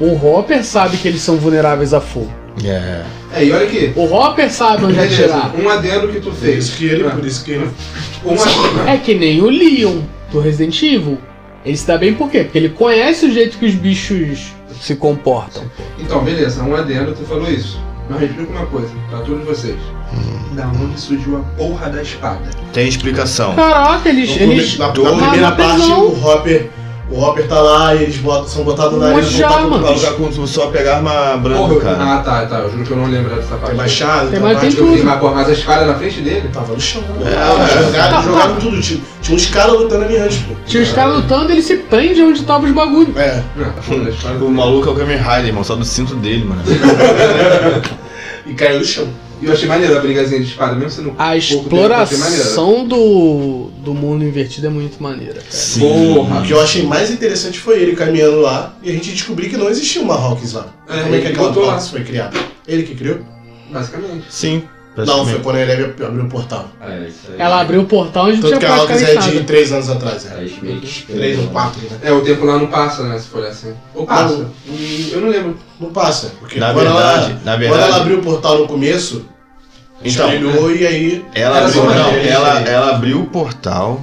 [SPEAKER 1] O Hopper sabe que eles são vulneráveis a fogo.
[SPEAKER 3] É.
[SPEAKER 2] É, e olha aqui.
[SPEAKER 1] O Hopper sabe onde é
[SPEAKER 2] Beleza,
[SPEAKER 1] atirar.
[SPEAKER 2] um adendo que tu
[SPEAKER 4] Por
[SPEAKER 2] fez.
[SPEAKER 4] isso que ele,
[SPEAKER 2] Ah,
[SPEAKER 4] por isso que ele.
[SPEAKER 2] Um adendo.
[SPEAKER 1] É que nem o Leon do Resident Evil. Ele se dá bem por quê? Porque ele conhece o jeito que os bichos se comportam.
[SPEAKER 2] Então, beleza, um adendo, tu falou isso. Mas me explica uma coisa, pra todos vocês. Da onde surgiu a porra da espada?
[SPEAKER 3] Tem explicação.
[SPEAKER 1] Caraca, eles.
[SPEAKER 4] No
[SPEAKER 1] eles
[SPEAKER 4] começo- Então, na, na
[SPEAKER 3] Dois.
[SPEAKER 4] primeira
[SPEAKER 1] Ah,
[SPEAKER 4] parte,
[SPEAKER 1] não.
[SPEAKER 4] o Hopper. O Hopper tá lá e eles botam, são botados na
[SPEAKER 1] Uma
[SPEAKER 4] areia
[SPEAKER 1] chama.
[SPEAKER 4] voltam pro
[SPEAKER 3] Fala
[SPEAKER 4] palco.
[SPEAKER 3] já com só pegar a arma branca,
[SPEAKER 2] Porra,
[SPEAKER 3] do
[SPEAKER 2] eu-
[SPEAKER 3] cara.
[SPEAKER 2] ah tá, tá. Eu juro que eu não lembro dessa parte.
[SPEAKER 4] Tem machado,
[SPEAKER 1] Tem
[SPEAKER 4] tem
[SPEAKER 1] mais- tem
[SPEAKER 4] machado.
[SPEAKER 2] Eu vi, mas, porra, mas a espada é na frente dele?
[SPEAKER 4] Tava no chão.
[SPEAKER 3] É,
[SPEAKER 4] jogaram, jogaram tudo. Tinha, tinha uns caras lutando ali antes, pô.
[SPEAKER 1] Tinha os caras lutando ele se prende onde tava os bagulho.
[SPEAKER 4] É.
[SPEAKER 2] Não, tá falando da espada.
[SPEAKER 3] O maluco é o Kamen Rider, irmão, só do cinto dele, mano.
[SPEAKER 4] E caiu no chão.
[SPEAKER 2] E eu achei maneiro a brigazinha de espada, mesmo sendo
[SPEAKER 1] A
[SPEAKER 4] Ah,
[SPEAKER 2] pouco tempo, eu achei maneiro.
[SPEAKER 1] exploração do, do mundo invertido é muito maneira. cara.
[SPEAKER 4] O
[SPEAKER 2] Porra!
[SPEAKER 4] que eu achei mais interessante foi ele caminhando lá e a gente descobriu que não existia uma Hawkins lá.
[SPEAKER 2] É,
[SPEAKER 4] Como é que
[SPEAKER 2] ele
[SPEAKER 4] aquela
[SPEAKER 2] botou lá.
[SPEAKER 4] Hawkins foi criada? Ele que criou?
[SPEAKER 2] Basicamente.
[SPEAKER 3] Sim.
[SPEAKER 4] Não, foi
[SPEAKER 3] praticamente.
[SPEAKER 4] quando a Eleve abriu o portal.
[SPEAKER 7] É, isso aí.
[SPEAKER 1] Ela abriu o portal onde não
[SPEAKER 4] Tanto
[SPEAKER 1] tinha
[SPEAKER 4] que a Hawkins
[SPEAKER 1] praticamente
[SPEAKER 4] é de
[SPEAKER 1] nada.
[SPEAKER 4] 3 anos atrás, é.
[SPEAKER 7] Aí eles meio que
[SPEAKER 4] 3 ou 4, né?
[SPEAKER 2] É, o tempo lá não passa, né? Se for assim. Ou passa. Hum, Eu não lembro.
[SPEAKER 4] Não passa. Porque
[SPEAKER 3] Na
[SPEAKER 4] quando,
[SPEAKER 3] verdade,
[SPEAKER 4] ela,
[SPEAKER 3] na
[SPEAKER 4] quando
[SPEAKER 3] verdade.
[SPEAKER 4] ela abriu o portal no começo,
[SPEAKER 3] Então,
[SPEAKER 4] espelhou e aí.
[SPEAKER 3] Ela
[SPEAKER 2] Era
[SPEAKER 3] abriu,
[SPEAKER 2] só uma
[SPEAKER 3] não,
[SPEAKER 2] vez,
[SPEAKER 3] ela,
[SPEAKER 2] né?
[SPEAKER 3] ela abriu o portal.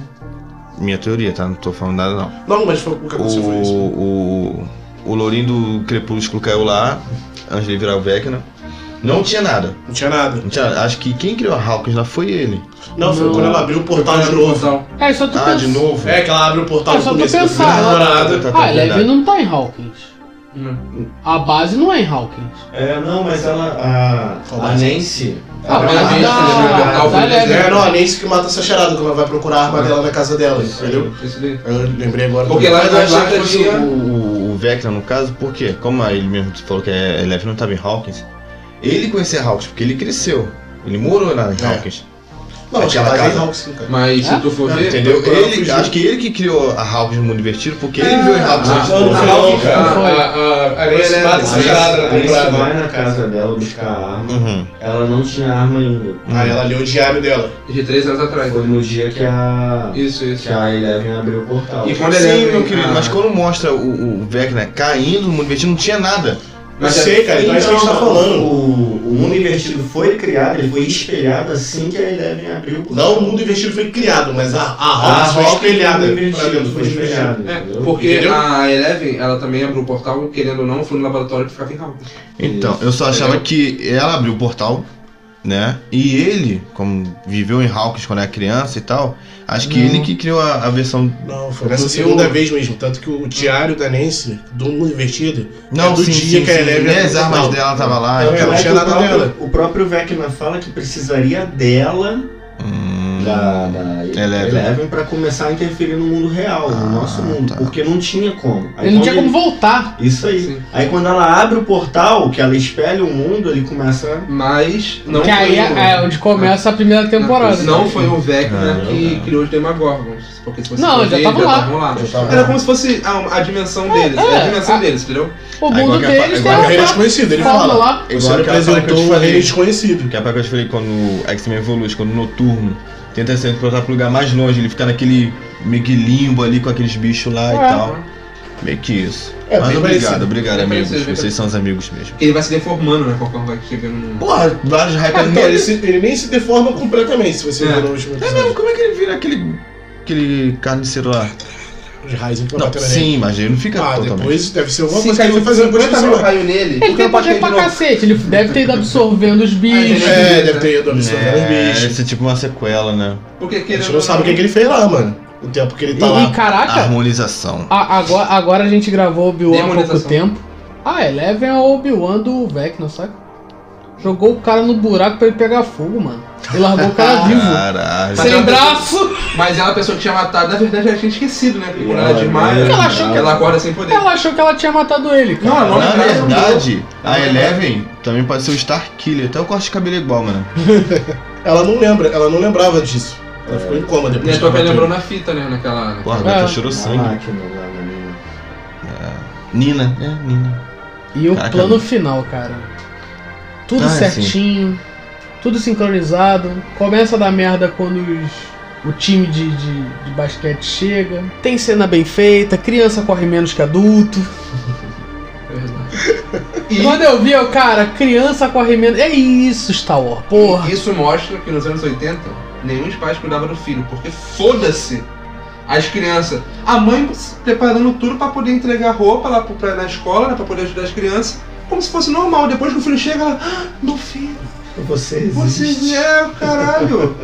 [SPEAKER 3] Minha teoria, tá? Não tô falando nada, não.
[SPEAKER 4] Não, mas foi, o que aconteceu foi isso.
[SPEAKER 3] O, o, o Lourinho do Crepúsculo caiu lá, antes de ele virar o Vecna. Não tinha nada.
[SPEAKER 4] Não tinha nada.
[SPEAKER 3] Não tinha nada. Acho que quem criou a Hawkins lá foi ele.
[SPEAKER 4] Não, foi
[SPEAKER 1] Não.
[SPEAKER 4] quando ela abriu o portal de
[SPEAKER 2] Abriu o
[SPEAKER 4] novo.
[SPEAKER 2] portal.
[SPEAKER 1] É, só tu
[SPEAKER 3] Ah, de
[SPEAKER 1] pensa.
[SPEAKER 3] novo?
[SPEAKER 4] É, que ela abre o portal
[SPEAKER 1] É,
[SPEAKER 4] no
[SPEAKER 1] só tu
[SPEAKER 4] começo. do
[SPEAKER 1] pensar,
[SPEAKER 4] filme,
[SPEAKER 1] ela-
[SPEAKER 4] não era nada.
[SPEAKER 3] Tá, tá,
[SPEAKER 1] Ah,
[SPEAKER 3] tá,
[SPEAKER 1] a
[SPEAKER 3] verdade.
[SPEAKER 1] Eleven não tá em Hawkins.
[SPEAKER 2] Hum.
[SPEAKER 1] A base não é em Hawkins.
[SPEAKER 7] É, não, mas ela. A, a Nancy.
[SPEAKER 1] Ah,
[SPEAKER 7] ela- um
[SPEAKER 1] mas
[SPEAKER 7] ela-
[SPEAKER 1] a
[SPEAKER 2] tá.
[SPEAKER 7] ela-
[SPEAKER 1] da-
[SPEAKER 7] ela-
[SPEAKER 1] da
[SPEAKER 7] ela-
[SPEAKER 1] Eleven.
[SPEAKER 2] deserto.
[SPEAKER 4] É, não, a Nancy que mata essa charada quando ela vai procurar a
[SPEAKER 2] É.
[SPEAKER 4] arma dela na casa dela,
[SPEAKER 7] Isso.
[SPEAKER 4] entendeu?
[SPEAKER 2] Isso daí.
[SPEAKER 4] Eu lembrei agora.
[SPEAKER 2] Porque
[SPEAKER 4] também.
[SPEAKER 2] lá
[SPEAKER 4] Mas
[SPEAKER 2] na
[SPEAKER 4] eu achei que
[SPEAKER 2] Atlanta
[SPEAKER 4] fosse
[SPEAKER 2] tinha-
[SPEAKER 4] o-
[SPEAKER 3] O, o Vecna, no caso, por quê? Como ele mesmo falou que é, a Eleven não tava em Hawkins, ele conhecia Hawkins porque ele cresceu. Ele morou lá em
[SPEAKER 4] É.
[SPEAKER 3] Hawkins.
[SPEAKER 4] Não, acho que
[SPEAKER 3] Aquela
[SPEAKER 4] ela
[SPEAKER 3] casa.
[SPEAKER 4] é Hawks, sim, cara.
[SPEAKER 2] Mas se
[SPEAKER 1] É?
[SPEAKER 2] tu for
[SPEAKER 4] Não,
[SPEAKER 2] ver.
[SPEAKER 3] Entendeu?
[SPEAKER 4] Quando ela
[SPEAKER 3] Ele,
[SPEAKER 4] fugiu.
[SPEAKER 3] acho que ele que criou a Hawkins no mundo invertido porque ele viu em Hawkins
[SPEAKER 2] Ah,
[SPEAKER 3] antes do
[SPEAKER 2] não,
[SPEAKER 3] outro.
[SPEAKER 2] não,
[SPEAKER 4] foi,
[SPEAKER 2] não,
[SPEAKER 4] não,
[SPEAKER 2] a-
[SPEAKER 1] foi.
[SPEAKER 2] a- a- a areia
[SPEAKER 4] Esse
[SPEAKER 2] era-
[SPEAKER 4] bate
[SPEAKER 7] A
[SPEAKER 4] essa
[SPEAKER 2] a-
[SPEAKER 4] charada.
[SPEAKER 7] Nancy- a Nancy
[SPEAKER 4] comprada.
[SPEAKER 7] vai na casa dela buscar a arma.
[SPEAKER 3] Uhum.
[SPEAKER 7] Ela não tinha arma ainda.
[SPEAKER 4] Aí ela leu o diário dela.
[SPEAKER 2] De três anos atrás.
[SPEAKER 7] Foi no dia que a.
[SPEAKER 2] Isso, isso.
[SPEAKER 7] Que a Eleven abriu o portal.
[SPEAKER 2] E quando ele
[SPEAKER 3] Sim,
[SPEAKER 2] entra
[SPEAKER 3] meu
[SPEAKER 2] em-
[SPEAKER 3] querido,
[SPEAKER 2] ah,
[SPEAKER 3] mas quando mostra o, o Vecna caindo no mundo invertido, não tinha nada.
[SPEAKER 4] Não
[SPEAKER 2] Mas é-
[SPEAKER 4] sei, cara, então é isso que a gente tá falando.
[SPEAKER 7] O, o mundo invertido foi criado, ele foi espelhado assim que a Eleven abriu o portal.
[SPEAKER 4] Não o mundo invertido foi criado, mas a, a
[SPEAKER 7] A
[SPEAKER 4] Hawks foi
[SPEAKER 7] Hawkins
[SPEAKER 4] espelhada.
[SPEAKER 7] foi invertida, foi espelhada.
[SPEAKER 2] É,
[SPEAKER 7] entendeu?
[SPEAKER 2] porque
[SPEAKER 4] Entendeu?
[SPEAKER 2] a Eleven, ela também abriu o portal, querendo ou não, foi no laboratório que ficava em Hawkins.
[SPEAKER 3] Então,
[SPEAKER 7] Isso.
[SPEAKER 3] eu só achava que ela abriu o portal, né? E ele, como viveu em Hawkins quando era criança e tal, acho que ele que criou a, a versão.
[SPEAKER 4] Não, foi nessa
[SPEAKER 2] Eu-
[SPEAKER 4] segunda vez mesmo. Tanto que o diário da Nancy, do mundo invertido,
[SPEAKER 3] Não,
[SPEAKER 4] é do
[SPEAKER 3] sim,
[SPEAKER 4] dia
[SPEAKER 3] sim,
[SPEAKER 4] que a
[SPEAKER 3] sim,
[SPEAKER 4] Eleven
[SPEAKER 3] nem
[SPEAKER 4] abriu
[SPEAKER 3] as
[SPEAKER 4] o
[SPEAKER 3] armas
[SPEAKER 4] portal.
[SPEAKER 3] dela tava lá
[SPEAKER 4] Então,
[SPEAKER 3] e
[SPEAKER 4] é,
[SPEAKER 3] tal.
[SPEAKER 4] mas-
[SPEAKER 7] Mas
[SPEAKER 4] tinha
[SPEAKER 7] o
[SPEAKER 4] nada
[SPEAKER 7] próprio-
[SPEAKER 4] dela.
[SPEAKER 7] O próprio Vecna fala que precisaria dela,
[SPEAKER 3] Hum,
[SPEAKER 7] da, da
[SPEAKER 3] Eleven.
[SPEAKER 7] pra começar a interferir no mundo real,
[SPEAKER 3] Ah,
[SPEAKER 7] no nosso mundo.
[SPEAKER 3] tá.
[SPEAKER 7] Porque não é. tinha como. Aí
[SPEAKER 1] Ele não
[SPEAKER 7] quando
[SPEAKER 1] tinha como voltar.
[SPEAKER 7] Isso aí.
[SPEAKER 2] Sim.
[SPEAKER 7] Aí quando ela abre o portal, que ela espelha o mundo, ele começa.
[SPEAKER 2] Mas não
[SPEAKER 1] que
[SPEAKER 2] foi
[SPEAKER 1] aí
[SPEAKER 2] o-
[SPEAKER 1] é onde começa a primeira temporada.
[SPEAKER 2] Não foi o Vecna
[SPEAKER 3] Ah,
[SPEAKER 2] que
[SPEAKER 7] não.
[SPEAKER 2] criou os Demagorgons. Porque se você
[SPEAKER 1] Não,
[SPEAKER 2] for
[SPEAKER 1] já
[SPEAKER 2] ver,
[SPEAKER 1] tavam lá.
[SPEAKER 2] tavam lá.
[SPEAKER 4] Já tava-
[SPEAKER 2] Era como se fosse a, a dimensão deles. É, a
[SPEAKER 1] é,
[SPEAKER 2] dimensão
[SPEAKER 1] a-
[SPEAKER 2] deles, entendeu?
[SPEAKER 1] O
[SPEAKER 3] Aí,
[SPEAKER 1] mundo
[SPEAKER 3] igual que a-
[SPEAKER 1] deles
[SPEAKER 3] igual
[SPEAKER 4] Ele
[SPEAKER 1] tem
[SPEAKER 4] é
[SPEAKER 1] a
[SPEAKER 4] desconhecido, ele
[SPEAKER 1] fórmula
[SPEAKER 4] fala.
[SPEAKER 1] lá.
[SPEAKER 4] Você
[SPEAKER 3] Igual
[SPEAKER 4] me
[SPEAKER 3] aquela parada que eu
[SPEAKER 4] apresentou
[SPEAKER 3] te
[SPEAKER 4] um
[SPEAKER 3] falei.
[SPEAKER 4] alien desconhecido.
[SPEAKER 3] Que é a parada que eu te falei quando o X-Men Evolution, quando o Noturno tenta se transportar pro lugar mais longe, ele fica naquele meio que limbo ali com aqueles bichos lá e
[SPEAKER 1] É.
[SPEAKER 3] tal. Meio que isso.
[SPEAKER 4] É,
[SPEAKER 3] Mas
[SPEAKER 4] bem
[SPEAKER 3] obrigado,
[SPEAKER 4] parecido.
[SPEAKER 3] obrigado,
[SPEAKER 2] Bem
[SPEAKER 3] amigos.
[SPEAKER 2] parecido, bem
[SPEAKER 3] Vocês
[SPEAKER 2] parecido.
[SPEAKER 3] são os amigos mesmo.
[SPEAKER 2] Ele vai se deformando, né? Qualquer um vai chegando no.
[SPEAKER 3] Porra, vários hypers
[SPEAKER 4] Então, ele, se- ele nem se deforma completamente, se você
[SPEAKER 2] É.
[SPEAKER 4] ver no último
[SPEAKER 3] É mesmo,
[SPEAKER 4] episódio.
[SPEAKER 3] como é que ele vira aquele. aquele carniceiro lá?
[SPEAKER 4] Os raios que vai
[SPEAKER 3] Não,
[SPEAKER 4] bater na nele.
[SPEAKER 3] sim, mas ele não fica
[SPEAKER 4] Ah,
[SPEAKER 3] totalmente.
[SPEAKER 4] depois deve ser alguma coisa que ele tá fazendo depois de
[SPEAKER 2] mil
[SPEAKER 4] fazer.
[SPEAKER 2] raio nele.
[SPEAKER 1] Ele tem poder pra cacete, ele deve ter ido absorvendo os bichos.
[SPEAKER 2] É,
[SPEAKER 4] É, deve ter ido absorvendo os
[SPEAKER 3] É,
[SPEAKER 4] bichos.
[SPEAKER 3] esse é tipo uma sequela, né?
[SPEAKER 2] Porque
[SPEAKER 4] A gente não sabe o que, que ele fez lá, mano. O tempo que ele tá
[SPEAKER 1] E, e
[SPEAKER 4] lá.
[SPEAKER 1] caraca,
[SPEAKER 3] Harmonização.
[SPEAKER 1] a- agora, agora a gente gravou Obi-Wan há pouco
[SPEAKER 2] Demonização.
[SPEAKER 1] tempo. Ah, Eleven é o Obi-Wan do Vecna, saca? Jogou o cara no buraco pra ele pegar fogo, mano. E largou o cara vivo.
[SPEAKER 3] Caralho.
[SPEAKER 2] Mas é um
[SPEAKER 1] Sem
[SPEAKER 2] ela-
[SPEAKER 1] braço!
[SPEAKER 2] Mas ela, a pessoa que tinha matado, na verdade, ela tinha esquecido, né? Porque quando ela desmaia,
[SPEAKER 1] Ela achou que
[SPEAKER 2] ela acorda sem poder.
[SPEAKER 1] Ela achou que ela tinha matado ele, cara.
[SPEAKER 2] Não, é
[SPEAKER 3] Na
[SPEAKER 2] lembrava,
[SPEAKER 3] verdade,
[SPEAKER 2] não.
[SPEAKER 3] a Eleven também pode ser o Star Killer. Até o corte de cabelo é igual, mano.
[SPEAKER 4] Ela não lembra, ela não lembrava disso. Ela ficou em coma
[SPEAKER 2] E
[SPEAKER 4] depois.
[SPEAKER 2] a
[SPEAKER 4] que
[SPEAKER 2] tua
[SPEAKER 4] bateu.
[SPEAKER 2] lembrou na fita, né? Naquela.
[SPEAKER 3] Porra,
[SPEAKER 1] É.
[SPEAKER 3] agora tá chorou
[SPEAKER 7] Na
[SPEAKER 3] sangue.
[SPEAKER 7] máquina lá na minha.
[SPEAKER 3] Nina, é, Nina.
[SPEAKER 1] E o
[SPEAKER 3] Caraca.
[SPEAKER 1] plano final, cara. Tudo
[SPEAKER 3] Ah, é, sim.
[SPEAKER 1] certinho, tudo sincronizado. Começa a dar merda quando os- o time de, de, de basquete chega. Tem cena bem feita, criança corre menos que adulto. [laughs]
[SPEAKER 2] É verdade.
[SPEAKER 1] Quando eu vi, eu, cara, criança corre menos. É isso, Star Wars, porra.
[SPEAKER 2] E Isso mostra que nos anos 80, nenhum dos pais cuidava do filho, porque foda-se as crianças. A mãe se preparando tudo pra poder entregar roupa lá pro- pra, na escola, né, pra poder ajudar as crianças. como se fosse normal. Depois que o filho chega, ela, ah, meu filho,
[SPEAKER 7] Você
[SPEAKER 2] você é o caralho.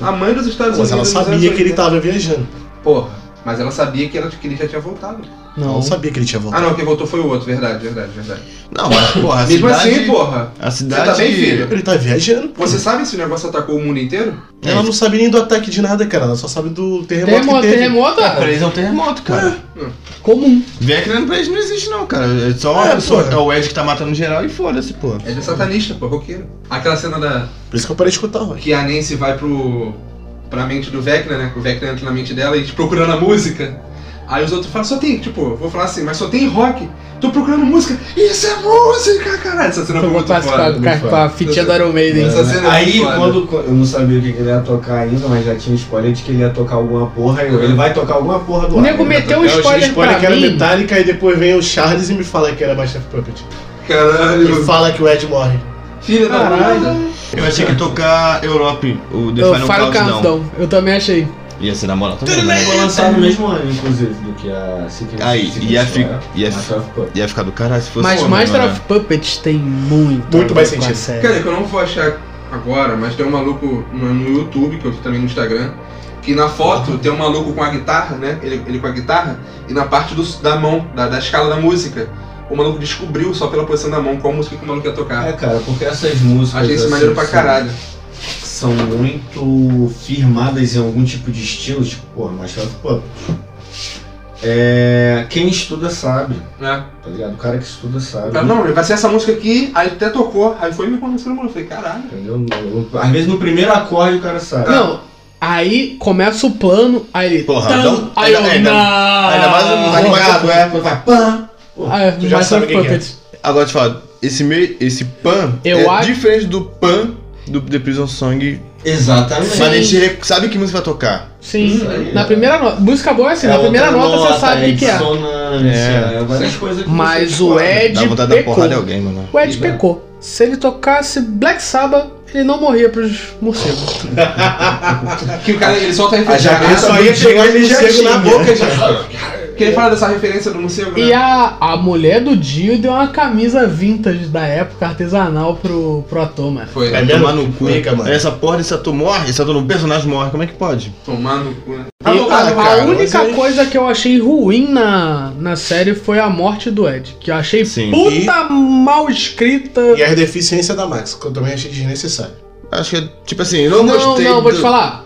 [SPEAKER 2] A mãe dos Estados
[SPEAKER 4] Mas
[SPEAKER 2] Unidos.
[SPEAKER 4] ela
[SPEAKER 2] nos
[SPEAKER 4] sabia
[SPEAKER 2] anos
[SPEAKER 4] que ele
[SPEAKER 2] 80.
[SPEAKER 4] tá- tava viajando.
[SPEAKER 2] Porra, mas ela sabia que, ela, que ele já tinha voltado.
[SPEAKER 4] Ela
[SPEAKER 1] Não.
[SPEAKER 4] não sabia que ele tinha
[SPEAKER 2] Ah,
[SPEAKER 4] voltado.
[SPEAKER 2] não, quem voltou foi o outro, verdade, verdade, verdade.
[SPEAKER 3] Não, mas, porra, a
[SPEAKER 2] Mesmo
[SPEAKER 3] cidade...
[SPEAKER 2] assim, porra,
[SPEAKER 3] A
[SPEAKER 2] você
[SPEAKER 3] cidade...
[SPEAKER 2] tá bem, filho?
[SPEAKER 4] Ele tá viajando.
[SPEAKER 2] Você sabe se o negócio atacou o mundo inteiro?
[SPEAKER 3] É.
[SPEAKER 4] Ela não sabe nem do ataque de nada, cara. Ela só sabe do terremoto
[SPEAKER 1] Terremoto,
[SPEAKER 4] que teve.
[SPEAKER 1] terremoto,
[SPEAKER 3] Tá
[SPEAKER 1] ah,
[SPEAKER 3] preso ao terremoto, cara.
[SPEAKER 1] comum.
[SPEAKER 3] Vier criando pra eles não existe, não, cara. É só uma
[SPEAKER 4] É,
[SPEAKER 3] pessoa.
[SPEAKER 4] porra.
[SPEAKER 3] É o Ed que tá matando geral e foda-se, pô.
[SPEAKER 2] Ele é satanista, pô, roqueiro. Aquela cena da,
[SPEAKER 4] Por isso que eu parei de escutar, Roy.
[SPEAKER 2] que a Nancy vai pro. pra mente do Vecna, né? O Vecna entra na mente dela e procurando a música. Aí os outros falam, só tem, tipo, vou falar assim, mas só tem rock. Tô procurando música. Isso é música, caralho. Essa cena
[SPEAKER 1] Foi
[SPEAKER 2] foi
[SPEAKER 1] uma
[SPEAKER 2] muito
[SPEAKER 1] passo pra,
[SPEAKER 2] foda.
[SPEAKER 1] pra, pra fitinha do Iron Maiden.
[SPEAKER 2] Essa cena é
[SPEAKER 7] Aí,
[SPEAKER 2] muito foda.
[SPEAKER 7] quando eu não sabia o que que ele ia tocar ainda, mas já tinha spoiler de que ele ia tocar alguma porra. eu, Ele vai tocar alguma porra do
[SPEAKER 1] O
[SPEAKER 7] ar. né?
[SPEAKER 1] nego meteu um
[SPEAKER 4] Eu achei
[SPEAKER 1] spoiler
[SPEAKER 4] É, spoiler que
[SPEAKER 1] pra
[SPEAKER 4] era
[SPEAKER 1] mim.
[SPEAKER 4] Metallica e depois vem o Charles e me fala que era Master of Uhum. Puppet. E
[SPEAKER 2] Caralho.
[SPEAKER 4] fala que o Ed morre.
[SPEAKER 2] Filha da puta.
[SPEAKER 3] Eu achei que ia tocar Europe, o The
[SPEAKER 1] Eu
[SPEAKER 3] Final
[SPEAKER 1] falo
[SPEAKER 3] Countdown.
[SPEAKER 1] Countdown. Eu também achei.
[SPEAKER 3] Ia ser na moral também, né?
[SPEAKER 7] Foi lançado no mesmo ano, inclusive, do que a Secret
[SPEAKER 3] Aí,
[SPEAKER 7] Secret
[SPEAKER 3] ia
[SPEAKER 7] Story,
[SPEAKER 3] fi- ia
[SPEAKER 7] Master of Puppets.
[SPEAKER 3] Ia ficar do caralho se fosse
[SPEAKER 1] Mas
[SPEAKER 3] homem,
[SPEAKER 1] Master
[SPEAKER 3] né?
[SPEAKER 1] of Puppets tem muito.
[SPEAKER 4] Muito mais
[SPEAKER 1] a ver com a
[SPEAKER 4] sentido.
[SPEAKER 1] série.
[SPEAKER 2] Cara, que eu não vou achar agora, mas tem um maluco no, no YouTube, que eu tô também no Instagram, que na foto tem um maluco com a guitarra, né? Ele, ele com a guitarra, e na parte do, da mão, da, da escala da música, o maluco descobriu só pela posição da mão qual música que o maluco ia tocar.
[SPEAKER 7] É, cara, porque essas músicas.
[SPEAKER 2] Achei isso
[SPEAKER 7] assim,
[SPEAKER 2] maneiro pra
[SPEAKER 7] são-
[SPEAKER 2] caralho.
[SPEAKER 7] São muito firmadas em algum tipo de estilo, tipo, pô, Master of Puppets. É, quem estuda sabe,
[SPEAKER 2] Né?
[SPEAKER 7] tá ligado? O cara que estuda sabe.
[SPEAKER 2] Falei, Não, vai ser essa música aqui, aí até tocou, aí foi me convencendo, mano. Eu falei, caralho.
[SPEAKER 7] Entendeu? No- Às vezes no primeiro acorde o cara sabe.
[SPEAKER 1] Não, aí começa o plano, aí ele.
[SPEAKER 3] Porra,
[SPEAKER 1] Tão,
[SPEAKER 3] não-
[SPEAKER 1] aí eu.
[SPEAKER 3] ainda- ainda-
[SPEAKER 1] não.
[SPEAKER 3] ainda mais um-
[SPEAKER 1] Ah,
[SPEAKER 7] Animado, é, quando vai pã! Pô,
[SPEAKER 4] Tu já
[SPEAKER 1] Master
[SPEAKER 4] sabe
[SPEAKER 1] of
[SPEAKER 4] quem que é.
[SPEAKER 1] Puppets.
[SPEAKER 3] Agora te falo, esse, meio, esse pan
[SPEAKER 1] Eu
[SPEAKER 3] é
[SPEAKER 1] acho-
[SPEAKER 3] diferente do pan do The Prison Song.
[SPEAKER 7] Exatamente.
[SPEAKER 3] Mas a gente rec- sabe que música vai tocar.
[SPEAKER 1] Sim,
[SPEAKER 7] Isso aí,
[SPEAKER 1] na
[SPEAKER 7] é.
[SPEAKER 1] primeira nota. Música boa é assim,
[SPEAKER 7] É
[SPEAKER 1] na primeira
[SPEAKER 7] outra
[SPEAKER 1] nota, você sabe
[SPEAKER 7] é
[SPEAKER 1] o que, que é.
[SPEAKER 7] dissonância,
[SPEAKER 3] É.
[SPEAKER 7] é várias coisas que
[SPEAKER 1] Mas
[SPEAKER 7] você
[SPEAKER 1] o
[SPEAKER 7] descobre.
[SPEAKER 1] Ed
[SPEAKER 3] Dá vontade de dar
[SPEAKER 1] pecou.
[SPEAKER 3] porrada em alguém, mano.
[SPEAKER 1] O Ed
[SPEAKER 7] Sim, né?
[SPEAKER 1] pecou. Se ele tocasse Black Sabbath, ele não morria pros morcegos.
[SPEAKER 2] É Que o cara, ele solta a
[SPEAKER 7] A
[SPEAKER 2] referência.
[SPEAKER 7] jaqueta
[SPEAKER 2] né?
[SPEAKER 7] só ia chegar ele já
[SPEAKER 4] morcego
[SPEAKER 7] tinha.
[SPEAKER 4] na
[SPEAKER 2] boca já. Que ele fala dessa referência do morcego,
[SPEAKER 1] E
[SPEAKER 2] né?
[SPEAKER 1] a, a mulher do Dio deu uma camisa vintage da época artesanal pro, pro ator, mano.
[SPEAKER 2] Foi,
[SPEAKER 4] É mesmo?
[SPEAKER 3] Tomar no cu.
[SPEAKER 4] Fica, mano.
[SPEAKER 3] Essa porra desse ator morre, esse ator no personagem morre, como é que pode?
[SPEAKER 2] tomar no cu, né?
[SPEAKER 1] E
[SPEAKER 4] Ah,
[SPEAKER 2] Tá voltado,
[SPEAKER 1] a
[SPEAKER 2] cara.
[SPEAKER 1] única
[SPEAKER 4] mas é-
[SPEAKER 1] coisa que eu achei ruim na, na série foi a morte do Ed. Que eu achei
[SPEAKER 3] Sim.
[SPEAKER 1] puta mal escrita.
[SPEAKER 4] E as deficiências da Max, que eu também achei desnecessário.
[SPEAKER 3] Acho que é tipo assim, eu não,
[SPEAKER 1] não,
[SPEAKER 3] gostei.
[SPEAKER 1] não, vou te
[SPEAKER 3] do-
[SPEAKER 1] falar.